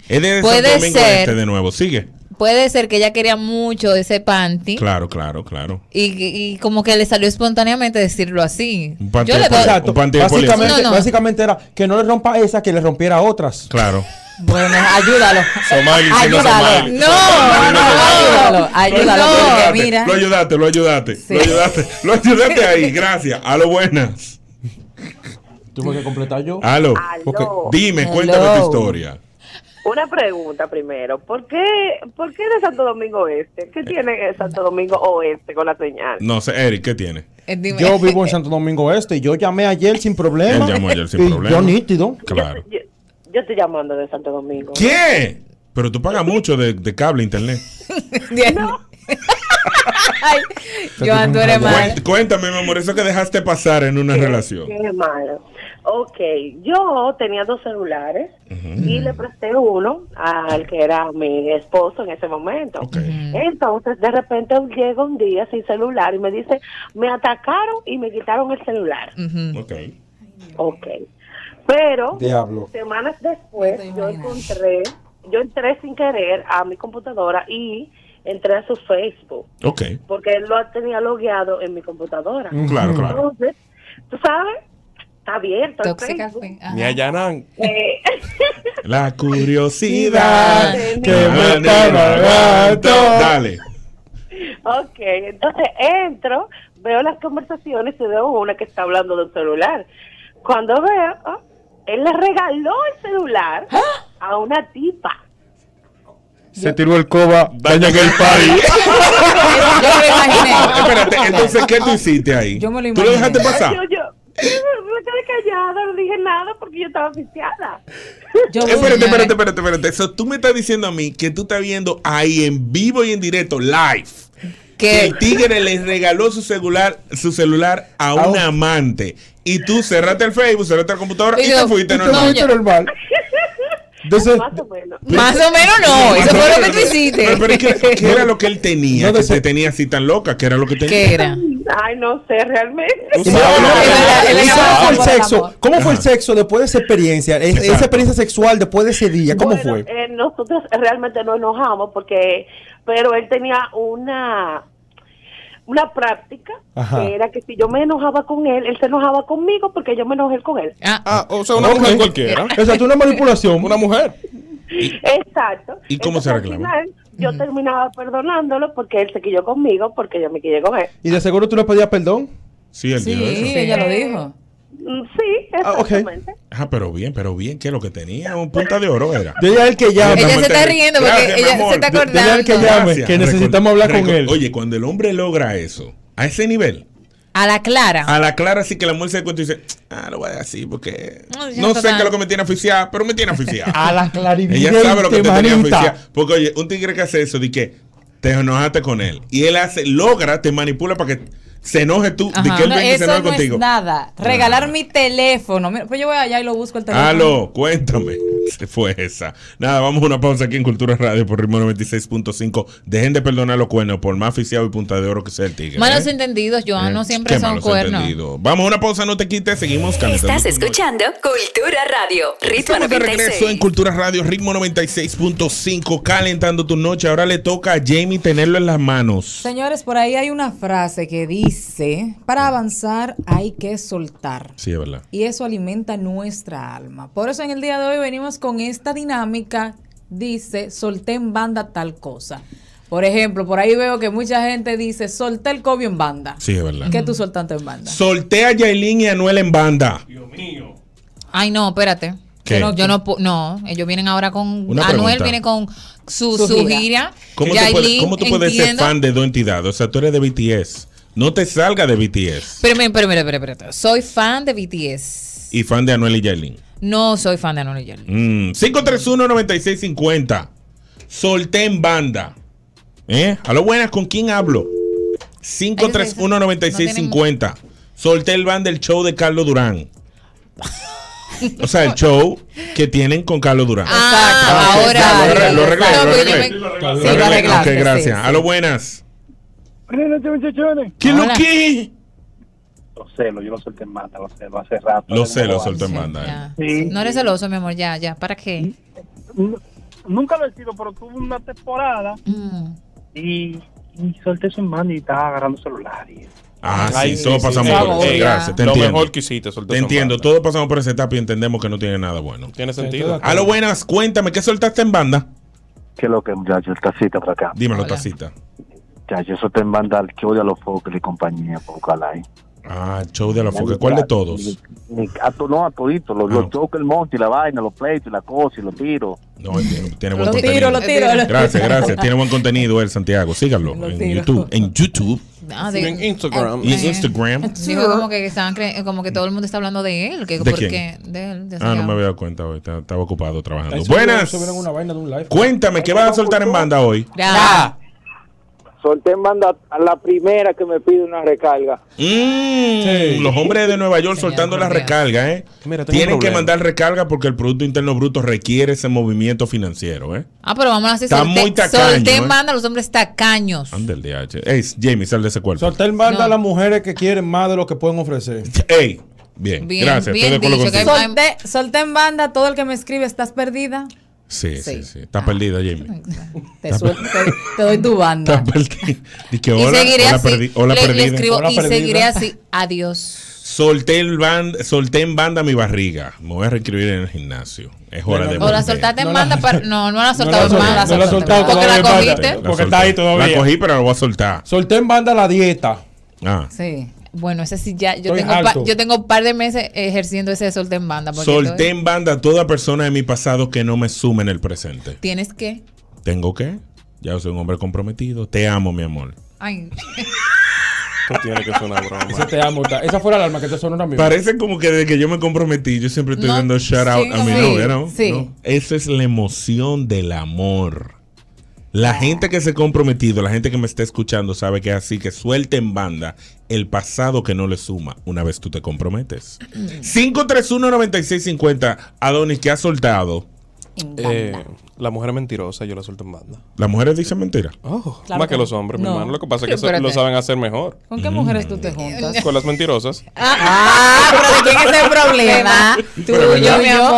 Es de
Puede
Santo Domingo
ser.
Este de nuevo. Sigue.
Puede ser que ella quería mucho ese panty.
Claro, claro, claro.
Y, y como que le salió espontáneamente decirlo así.
Un panty
Yo le
de
doy-
poli-
Exacto.
Un panty de
Básicamente,
poliéster.
No, no.
básicamente era que no le rompa esa, que le rompiera otras.
Claro.
Bueno, ayúdalo.
Somali, si no
ayúdalo.
Somali.
No,
Somali,
no,
no,
ayúdalo.
Lo
Ayúdalo.
ayudaste,
porque mira.
Lo ayudaste, lo ayudaste. Lo ayudaste. Lo ayudaste ahí. Gracias. Aló, buenas.
Tuve que completar yo.
Aló.
Porque-
Dime,
Hello.
cuéntame tu historia.
Una pregunta primero. ¿Por qué, ¿Por qué de Santo Domingo Este? ¿Qué tiene el Santo Domingo Oeste con la señal?
No sé, Eric, ¿qué tiene?
Eh,
Yo vivo en Santo Domingo Este y yo llamé ayer sin problema.
Él llamó ayer sin
Y
problema.
Yo nítido.
Claro.
Yo, yo estoy llamando de Santo Domingo.
¿Qué? Pero tú pagas mucho de, de cable internet.
Ay, Joan, tú eres mal.
Cuént- Cuéntame, mi amor, eso que dejaste pasar en una relación.
Qué malo. Ok, yo tenía dos celulares y le presté uno al que era mi esposo en ese momento. Entonces, de repente llega un día sin celular y me dice, me atacaron y me quitaron el celular.
Ok.
Ok. Pero
Diablo.
semanas después yo encontré, yo entré sin querer a mi computadora y entré a su Facebook
Ok.
porque él lo tenía logueado en mi computadora.
Mm, claro, claro.
Entonces, tú sabes, está abierto. el
Tóxica,
Facebook.
Ni allanan.
Eh,
La curiosidad
que
me está
pagando. Dale.
ok, entonces entro, veo las conversaciones y veo una que está hablando del celular. Cuando veo, ah, él le regaló el celular a una tipa.
Se tiró el coba.
Daña el party.
Yo me lo imaginé.
Espérate, entonces, ¿qué tú hiciste ahí?
Yo me lo
¿Tú lo
imaginé.
dejaste pasar?
Yo, yo- Me quedé callada, no dije nada porque yo estaba oficiada.
espérate, espérate, espérate, espérate. Eso, tú me estás diciendo a mí que tú estás viendo ahí en vivo y en directo, live. Que el tigre les regaló su celular, su celular a un amante. Y tú cerraste el Facebook, cerraste la computadora y, te fuiste normal.
Más o menos.
Más o menos no, eso fue lo que tú hiciste.
Pero, pero ¿qué, qué era lo que él tenía? que te tenía así tan loca, ¿qué era lo que tenía?
Ay, no sé realmente.
Tú sabes lo que
¿Y
tenía.
cómo fue el sexo?
amor.
¿Cómo fue el sexo después de esa experiencia? Es- Esa experiencia sexual después de ese día, ¿cómo
Bueno,
fue?
eh, nosotros realmente nos enojamos porque, pero él tenía una una práctica
Ajá.
que era que si yo me enojaba con él, él se enojaba conmigo porque yo me enojé con él.
Ah, o sea, una
Ok.
mujer cualquiera.
O sea, tú una manipulación.
Una mujer.
Exacto.
¿Y cómo se
Entonces, al
arreglaba?
final, yo terminaba perdonándolo porque él se quilló conmigo porque yo me quillé con él.
¿Y de seguro tú le pedías perdón?
Sí, él dijo eso.
ella lo dijo.
Mm, Sí, exactamente.
Ah, pero bien, pero bien, que lo que tenía un punta de oro era.
Dile a él que llame.
Ella se está riendo porque
Gracias, mi
ella
amor.
se está
De- de-
acordando.
dile a él que llame,
Gracias.
que
Recor-
necesitamos hablar con
recor-
él.
Oye, cuando el hombre logra eso, a ese nivel,
A la clara.
a la clara sí que la mujer se da cuenta y dice, ah, lo voy a decir porque
No, ya
no sé qué
total.
es lo que me tiene oficial, pero me tiene oficial.
A la claridad.
Ella sabe lo que te tenía oficial. Porque, oye, un tigre que hace eso, de que te enojaste con él. Y él hace, logra, te manipula para que se enoje tú, de
Ajá.
que él
No,
venga y se
eso
enoje
no
contigo.
es nada. Regalar mi teléfono. Mira, pues yo voy allá y lo busco el teléfono.
Aló, cuéntame. Se fue esa. Nada, vamos a una pausa aquí en Cultura Radio por ritmo 96.5. Dejen de perdonar los cuernos por más oficial y punta de oro que sea el tigre.
Malos
¿eh?
entendidos, Joan, no
Eh,
siempre
qué
son
malos
cuernos.
entendidos. Vamos a una pausa, no te quites, seguimos calentando.
Estás escuchando Cultura Radio, Ritmo
Estamos de regreso en
96.
Cultura Radio, ritmo 96.5, calentando tu noche. Ahora le toca a Jamie tenerlo en las manos.
Señores, por ahí hay una frase que dice, para avanzar hay que soltar.
Sí, es verdad.
Y eso alimenta nuestra alma. Por eso en el día de hoy venimos con esta dinámica, dice, solté en banda tal cosa. Por ejemplo, por ahí veo que mucha gente dice, solté el COVID en banda.
Sí, es verdad.
¿Qué tú soltaste en banda?
Solté a Yailin y a Anuel en banda.
Ay, no, espérate.
¿Qué?
Yo no, yo no, pu- no, ellos vienen ahora con.
Una
Anuel
pregunta.
viene con su,
Su
su,
gira.
gira.
¿Cómo, tú
Yailin,
puedes, cómo tú puedes ser
entiendo-
fan de dos entidades? O sea, tú eres de BTS. No te salga de BTS.
Pero, mira, pero, mira, pero, pero, pero, soy fan de BTS.
Y fan de Anuel y Yailin.
No soy fan de Anuel y Yailin.
Mm, 531-9650. Solté en banda. ¿Eh? A lo buenas, ¿con quién hablo? 531-9650. Solté el band del show de Carlos Durán. O sea, el show que tienen con Carlos Durán.
Ah,
ok,
ahora-
ya, lo arreglé, Lo arreglé,
No,
lo
porque yo
arreglé.
me-
Lo
Sí, lo
arreglé. Ok,
arreglaste, sí,
gracias.
sí.
A lo buenas.
Buenas noches, muchachones.
¿Qué lo
Hola.
que?
Los celos, yo los solté en banda, los celos hace rato.
Los
Hace
celos
rato.
soltó en banda. eh.
Ya.
Sí.
No eres celoso, mi amor, ya, ya. ¿Para qué?
N- Nunca lo he sido, pero tuve una temporada
Mm.
Y, y solté su mano y estaba agarrando celular. Y
Ah,
Ay,
sí, todos
sí, sí,
pasamos
sí.
por eso.
Sabor.
Gracias, te
Lo
entiendo.
mejor que hiciste, solté
Te
en
entiendo,
banda.
todos pasamos por esa etapa y entendemos que no tiene nada bueno.
Tiene sentido.
A lo buenas, cuéntame, ¿qué soltaste en banda?
¿Qué es lo que, muchacho? El tacita para acá.
Dímelo,
Hola.
tacita.
Ya, yo solté en banda el show de los focos y compañía, por Calay.
Ah, show de la foca. ¿Cuál de todos?
Ni- ni- a to- no, a todito. Los, los
Ah.
shows que el monte y la vaina, los pleitos y la cosa y los tiros.
No, él Pues, tiene, tiene buen
Lo tiro,
contenido.
lo tiro. lo-
Gracias, gracias. Tiene buen contenido él, Santiago. Sígalo
Lo
en
tiro.
YouTube. En YouTube
Ah, de-
En Instagram.
y
Ah,
Instagram.
Digo, como que estaban cre- como que todo el mundo está hablando de él, que
¿De
porque
quién?
de él, de
Ah, no
Santiago.
me había dado cuenta hoy. Estaba estaba ocupado trabajando.
Ahí subieron-
Buenas.
subieron una vaina de un live.
Cuéntame, ¿qué vas a soltar en banda hoy?
Ya.
Solté en banda a la primera que me pide una recarga.
Mm,
Sí.
Los hombres de Nueva York soltando la
por Dios.
recarga, ¿eh?
Mira, tengo
Tienen
un
que
problema.
mandar recarga porque el Producto Interno Bruto requiere ese movimiento financiero, ¿eh?
Ah, pero vamos a hacer
Está
solté-
muy tacaño,
solté
eh.
en banda a los hombres tacaños.
Anda el DH. Ey, Jamie, sal de ese cuerpo.
Solté en banda
No.
a las mujeres que quieren más de lo que pueden ofrecer.
Ey, bien,
Bien,
gracias.
bien
estoy de acuerdo
dicho,
contigo.
que-
Solté, solté en banda todo el que me escribe, ¿estás perdida?
Sí, sí,
Sí.
sí.
Ah.
Está perdida, Jamie.
Te, suelto, te, te doy tu banda.
Está perdida. Di que
Y
hola,
seguiré
hola,
así.
perdi- hola,
le, le
perdida.
escribo
Hola,
y
perdida.
seguiré así. Adiós.
Solté, el ban- solté en banda mi barriga. Me voy a reescribir en el gimnasio. Es hora de
No,
O la
volver.
soltaste
No
en
la-
banda para. No, no la has
No
soltado en
solté,
banda.
no la he soltado
Porque la
todavía en banda.
cogiste.
Porque está ahí todavía.
La cogí, pero la voy a soltar.
Solté en banda la dieta.
Ah.
Sí.
Bueno, ese sí ya. Yo
Estoy
tengo, pa-
harto.
yo tengo un par de meses ejerciendo ese de solté en banda. porque
Solté
¿eh?
estoy-
en banda a toda persona de mi pasado que no me sume en el presente.
Tienes que.
¿Tengo que? Ya soy un hombre comprometido. Te amo, mi amor.
Ay.
Esto tiene que ser una broma.
Ese te amo, ta- esa fue la alarma que te sonó ahora mismo.
Parece como que desde que yo me comprometí, yo siempre estoy
No,
dando shout out
sí,
a mi
sí,
novia, ¿no?
sí.
¿No? Esa es la emoción del amor. La gente que se ha comprometido, la gente que me está escuchando, sabe que es así que suelte en banda el pasado que no le suma una vez tú te comprometes.
Mm.
531-9650, Adonis, que ha soltado?
Eh, la mujer mentirosa, yo la suelto en banda.
Las mujeres dicen mentira.
Oh,
Claro
más
que
que los
no.
hombres, mi
No.
hermano. Lo que pasa es que
Sí,
so-
espérate.
lo saben hacer mejor.
¿Con qué mujeres tú
Mm.
te juntas?
Con las mentirosas.
Ah, pero ¿de quién es el problema?
Pero,
Tuyo,
¿verdad?
mi amor.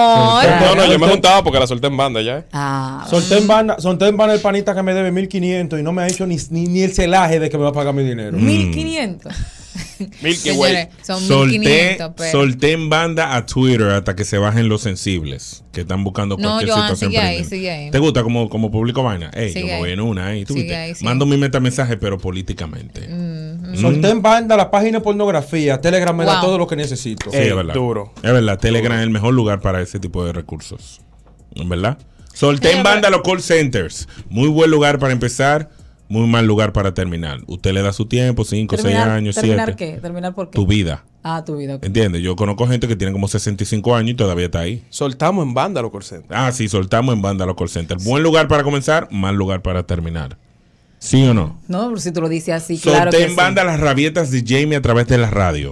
No, no, yo me juntaba porque la solté en banda ya.
Ah, Solté en banda, solté en banda el panita que me debe 1500 y no me ha hecho ni, ni, ni el celaje de que me va a pagar mi dinero.
Mm.
1500.
Milky
Señores, son
Solté,
1500, pero.
solté en banda a Twitter hasta que se bajen los sensibles que están buscando
No,
cualquier
Joan,
situación.
sigue ahí,
pertinente.
sigue ahí.
¿Te gusta como, como publico vaina? Ey, yo
Sigue
me
ahí.
voy en una, eh, ¿tú
Sigue
viste?
ahí, sigue
Mando mi metamensaje, pero políticamente. Mm.
Solté en banda la página de pornografía, Telegram me da
Wow. Eh,
todo lo que necesito.
Sí, es verdad. Es verdad, Telegram es el mejor lugar para ese tipo de recursos. ¿En ¿Verdad? Solté en banda los call centers. Muy buen lugar para empezar, muy mal lugar para terminar. Usted le da su tiempo, 5, 6
¿Terminar,
años,
¿terminar
7.
qué? ¿Terminar por qué?
Tu vida.
Ah, tu vida. ok.
¿Entiendes? Yo conozco gente que tiene como 65 años y todavía está ahí.
Soltamos en banda los call centers.
Ah, sí, soltamos en banda los call centers. Buen lugar para comenzar, mal lugar para terminar. ¿Sí o no?
No, pero si tú lo dices así,
Solté
claro que
en
sí.
banda las rabietas de Jamie a través de la radio.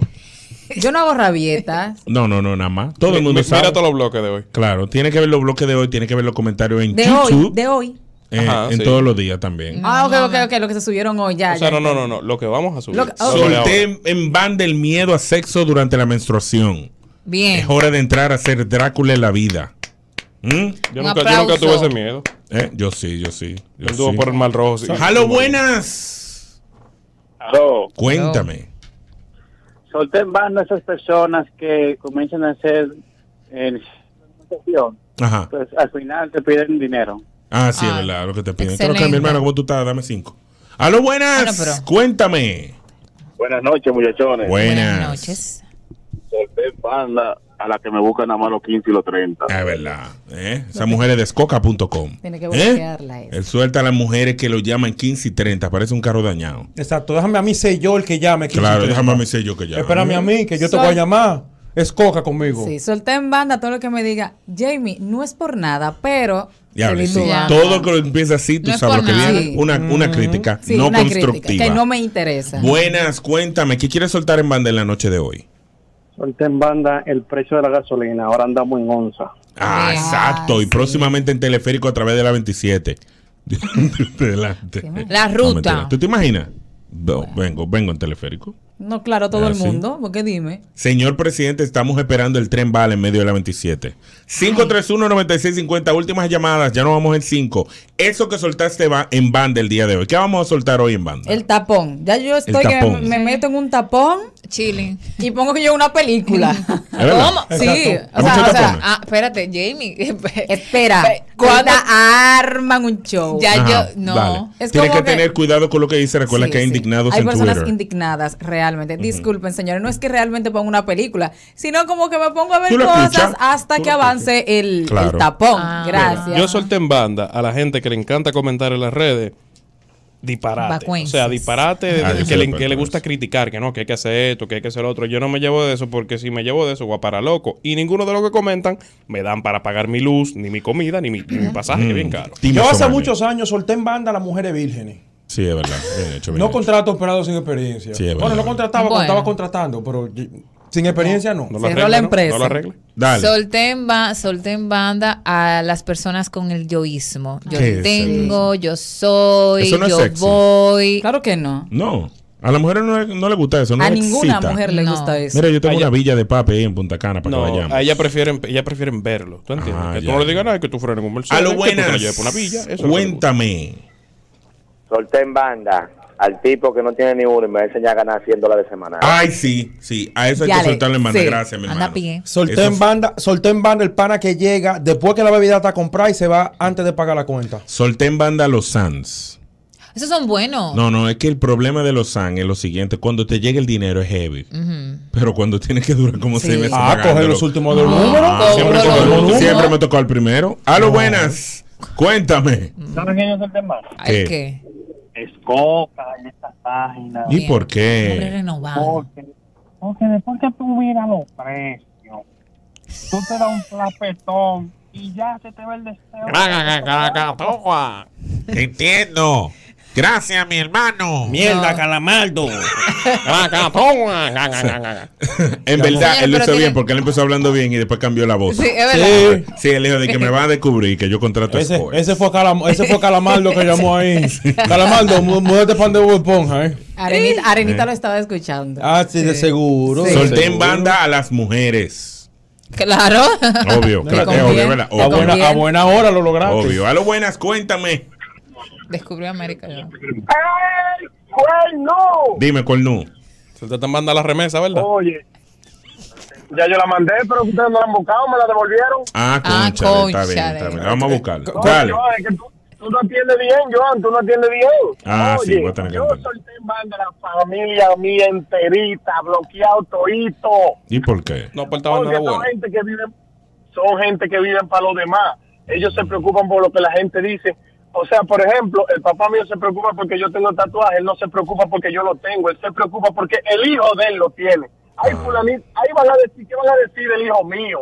Yo no hago rabietas.
No, no, no, nada más. Todo el
Mi-
mundo
mi-
sabe.
Mira todos los bloques de hoy.
Claro, tiene que ver los bloques de hoy, tiene que ver los comentarios en
De hoy,
YouTube,
de hoy.
eh,
Ajá,
en
sí.
todos los días también.
Ah, ok, ok, ok, lo que se subieron hoy, ya.
O sea,
Ah, ya.
no, no, no, no. Lo que vamos a subir.
Lo que- oh.
Lo de ahora.
Solté en, en banda el miedo a sexo durante la menstruación.
Bien.
Es hora de entrar a ser Drácula en la vida. ¿Mm?
Yo nunca, yo nunca tuve ese miedo.
Eh, Yo sí, yo sí. Yo
Anduvo
sí.
por el mal rojo. sí.
Halo, buenas. Cuéntame.
Solté en banda a esas personas que comienzan a hacer eh,
Ajá.
pues al final te piden dinero.
Ah, sí, es verdad, lo que te piden. Creo que mi
excelente.
hermano, ¿cómo tú estás? Dame cinco. Halo, buenas.
Bueno, pero-
Cuéntame.
Buenas noches, muchachones.
Buenas.
noches.
Solté en banda a la que me buscan nada más los 15 y los 30.
Es verdad. ¿Eh? Esa mujer es de escoca.com.
Tiene que
¿Eh?
bloquearla.
Él suelta a las mujeres que lo llaman 15 y 30. Parece un carro dañado.
Exacto, déjame a mí ser yo el que llame. que
Claro,
yo-
déjame a mí ser yo que llame.
Espérame a mí, que yo te
Sol-
voy a llamar. Es coca conmigo.
Sí, solté en banda todo lo que me diga, Jamie, no es por nada, pero.
Diablo,
Feliz
sí.
Navidad.
Todo lo que empieza así, tú
No es
sabes lo
por
que
nada.
viene. Una, una crítica
Sí,
no
una crítica,
constructiva.
que no me interesa.
Buenas, cuéntame. ¿Qué quieres soltar en banda en la noche de hoy?
Solté en banda el precio de la gasolina, ahora andamos en onza.
Ah, exacto. Y próximamente en Teleférico a través de la 27. Adelante.
La
No,
ruta.
mentira. ¿Tú te imaginas? No, Vengo, vengo en Teleférico.
No, claro, todo
Ah,
el
sí.
mundo, porque dime.
Señor presidente, estamos esperando el tren bala en medio de la 27. 531-9650, últimas llamadas, ya no vamos en 5. Eso que soltaste va en banda el día de hoy. ¿Qué vamos a soltar hoy en banda?
El tapón. Ya yo estoy que me,
Ah. tapón.
me meto en un tapón.
Chilling.
Y pongo que yo una película.
verdad?
Sí.
Exacto.
O
¿Hay
sea,
muchos
o sea,
tapones?
Ah, espérate, Jamie.
espera. Cuando arman un show.
Ya
Ajá,
yo. No.
dale.
Es
Tienes
como
que,
que-
tener cuidado con lo que dice. Recuerda
Sí,
que hay
sí.
indignados
Hay
en
personas
Twitter.
indignadas, realmente. Disculpen, señores. No es que realmente ponga una película, sino como que me pongo a ver
Tú la
cosas
escuchas,
hasta que avance el,
Claro.
el tapón. Gracias.
Yo solté en banda a la gente que le encanta comentar en las redes. Disparate. O
Vacuenses.
sea, disparate
Ah, yo soy
que,
de
le,
acuerdo
que le gusta criticar, que no, que hay que hacer esto, que hay que hacer lo otro. Yo no me llevo de eso porque si me llevo de eso voy a parar loco. Y ninguno de los que comentan me dan para pagar mi luz, ni mi comida, ni mi, ni mi pasaje, que bien
Mm.
caro.
Yo hace muchos años solté en banda a las mujeres vírgenes.
Sí, es verdad. Bien hecho, bien
No
hecho.
contrato operados sin experiencia.
Sí, es
bueno,
verdad.
no contrataba
Bueno.
cuando estaba contratando, pero yo- sin experiencia no.
No lo Cerró la arregla, ¿no? empresa. No lo arregla.
Dale.
Solté en, ba- solté en banda a las personas con el yoísmo. Yo
¿Qué es
tengo, yo soy,
Eso no es
yo
sexy.
voy.
Claro que no.
No, a las mujeres no, le- no le gusta eso. No
A
le
ninguna
excita.
mujer le No. gusta eso.
Mira, yo tengo
A
una
ella-
villa de pape ahí en Punta Cana para
No,
que vayamos.
a ella prefieren, ella prefieren verlo. ¿Tú entiendes?
Ah,
que tú
ya,
no le digas nada, que tú frenes un Mercedes,
A lo
que tú te lo
buenas.
lleves por una villa. Eso es lo que le gusta.
Cuéntame.
Solté en banda al tipo que no tiene ni uno y me va a enseñar a ganar 100 dólares semanales.
Ay, sí, sí. A eso hay
Ya
que
le-
soltarle en banda.
sí.
Gracias, mi hermano.
Solté
Eso
en banda, solté en banda el pana que llega después que la bebida está comprada y se va antes de pagar la cuenta.
Solté en banda a los Sans.
Esos son buenos.
No, no, es que el problema de los Sans es lo siguiente: cuando te llega el dinero es heavy.
Ujú.
Pero cuando tienes que durar como
Sí.
seis meses.
Ah,
pagándolo.
coge los últimos del número.
siempre,
Coge
me
los
tocó-
últimos.
siempre me tocó el primero. A lo buenas. Cuéntame.
¿Saben que yo solté en banda?
¿Qué?
¿Qué?
escoca en estas páginas.
¿Y por qué?
renovado.
Porque, porque después que tú miras los precios, tú te das un flapetón y ya se te va el deseo.
Ah,
Entiendo. Gracias, mi hermano.
Mierda, Ah,
calamardo.
En
Señor,
verdad, él
pero
lo hizo
tiene-
bien porque él empezó hablando bien y después cambió la voz.
Sí, es verdad.
Sí, él dijo de que me va a descubrir que yo contrato a
Ese,
Sport.
ese fue Calam- ese fue Calamardo que llamó ahí. Calamardo, mu- múdate pan de Bob Esponja, ¿eh?
Arenita, Arenita
Eh.
lo estaba escuchando.
Ah, sí, de seguro.
Solté en
Seguro.
banda a las mujeres.
Claro.
Obvio, claro, eh, obvio, ¿verdad?
A
Obvio.
buena- a buena hora lo lograste.
Obvio. A lo buenas, cuéntame.
Descubrió América. ya.
no!
Dime, Cornu.
Se te están mandando la remesa, ¿verdad?
Oye, ya yo la mandé, pero ustedes no la han buscado, me la devolvieron.
Ah,
Ah,
concha, está bien, está
cónchale.
bien. Vamos a buscar.
No,
Dale.
Joan, es que tú, tú no atiendes bien, Joan, tú no atiendes bien.
Ah, sí,
Oye,
voy a tener que
yo
entender.
solté en banda la familia mía enterita, bloqueado todito.
¿Y por qué?
No
Porque son gente que vive, son gente que viven para los demás. Ellos se preocupan por lo que la gente dice. O sea, por ejemplo, el papá mío se preocupa porque yo tengo tatuaje, él no se preocupa porque yo lo tengo, él se preocupa porque el hijo de él lo tiene.
Ah.
Ahí fulanito, ahí van a decir, ¿qué van a decir el hijo mío?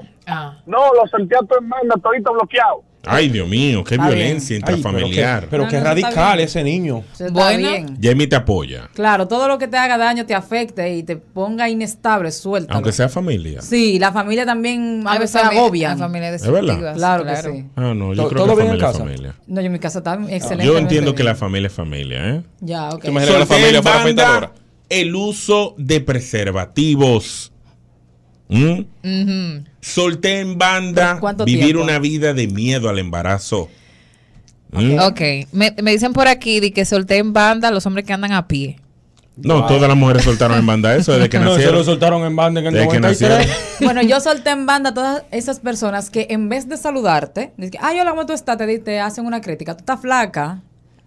No, lo solté a tu hermana, todito bloqueado.
Ay, Dios mío, qué
Está
violencia
bien.
intrafamiliar.
Ay, pero qué- pero No, qué no, está radical bien. ese niño.
Eso está
Bueno.
bien.
Jamie te apoya,
Claro, todo lo que te haga daño te afecte y te ponga inestable, suelta.
aunque sea familia.
Sí, la familia también a
Hay
veces
familia-
agobia.
hay familias
¿Es verdad? destructivas,
Claro,
claro. Ah.
que sí.
Ah, no, yo creo
¿Todo-
que
todo bien
familia
en
es
casa?
familia.
No, yo en mi casa está excelente.
Yo entiendo que la familia es familia, ¿eh?
Ya, ok.
¿Te imaginas que la
Solté
familia
en
fuera
banda
afeitadora?
El uso de preservativos. ¿Mm?
Ujú.
Solté en banda
¿Cuánto
vivir
tiempo?
una vida de miedo al embarazo. ¿Mm?
Ok, me, me dicen por aquí de que solté en banda los hombres que andan a pie.
No, todas las mujeres soltaron en banda eso desde que
No, se
nacieron.
lo soltaron en banda en el
Desde que
93.
Bueno, yo solté en banda a todas esas personas que en vez de saludarte, dicen, ay, hola, ¿cómo tú estás? Te, di- te hacen una crítica. Tú estás flaca,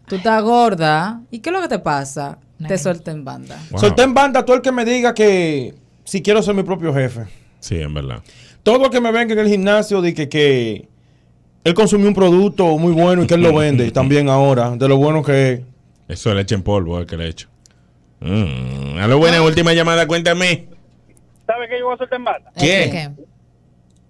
tú estás gorda. ¿Y qué es lo que te pasa? Te solté en banda.
Solté en banda a todo el que me diga que si quiero ser mi propio jefe.
Sí, en verdad.
Todo el que me venga en el gimnasio de que, que él consumió un producto muy bueno y que él lo vende también ahora, de lo bueno que es.
Eso es leche en polvo, es que le he hecho. Mm, A lo buena,
Ah.
última llamada, cuéntame.
¿Sabes qué yo voy a soltar en banda?
¿Qué?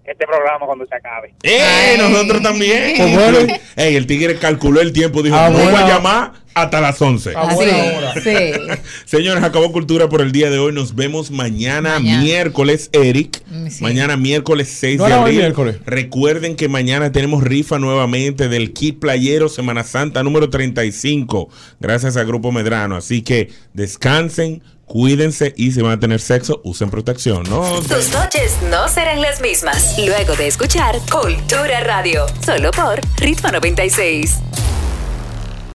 Este programa cuando se acabe.
¡Eh! Nosotros también.
Pues bueno.
Ey, el tigre calculó el tiempo. Dijo:
Ah,
No voy
bueno.
a llamar hasta las 11.
Ah,
Sí, sí.
Señores, acabó Cultura por el día de hoy. Nos vemos mañana, miércoles, Eric. Mañana, miércoles 6
No
de
era hoy
abril.
miércoles.
Recuerden que mañana tenemos rifa nuevamente del kit playero Semana Santa número 35. Gracias a Grupo Medrano. Así que descansen, cuídense y si van a tener sexo, usen protección. No
Tus noches no serán las mismas luego de escuchar Cultura Radio, solo por Ritmo 96.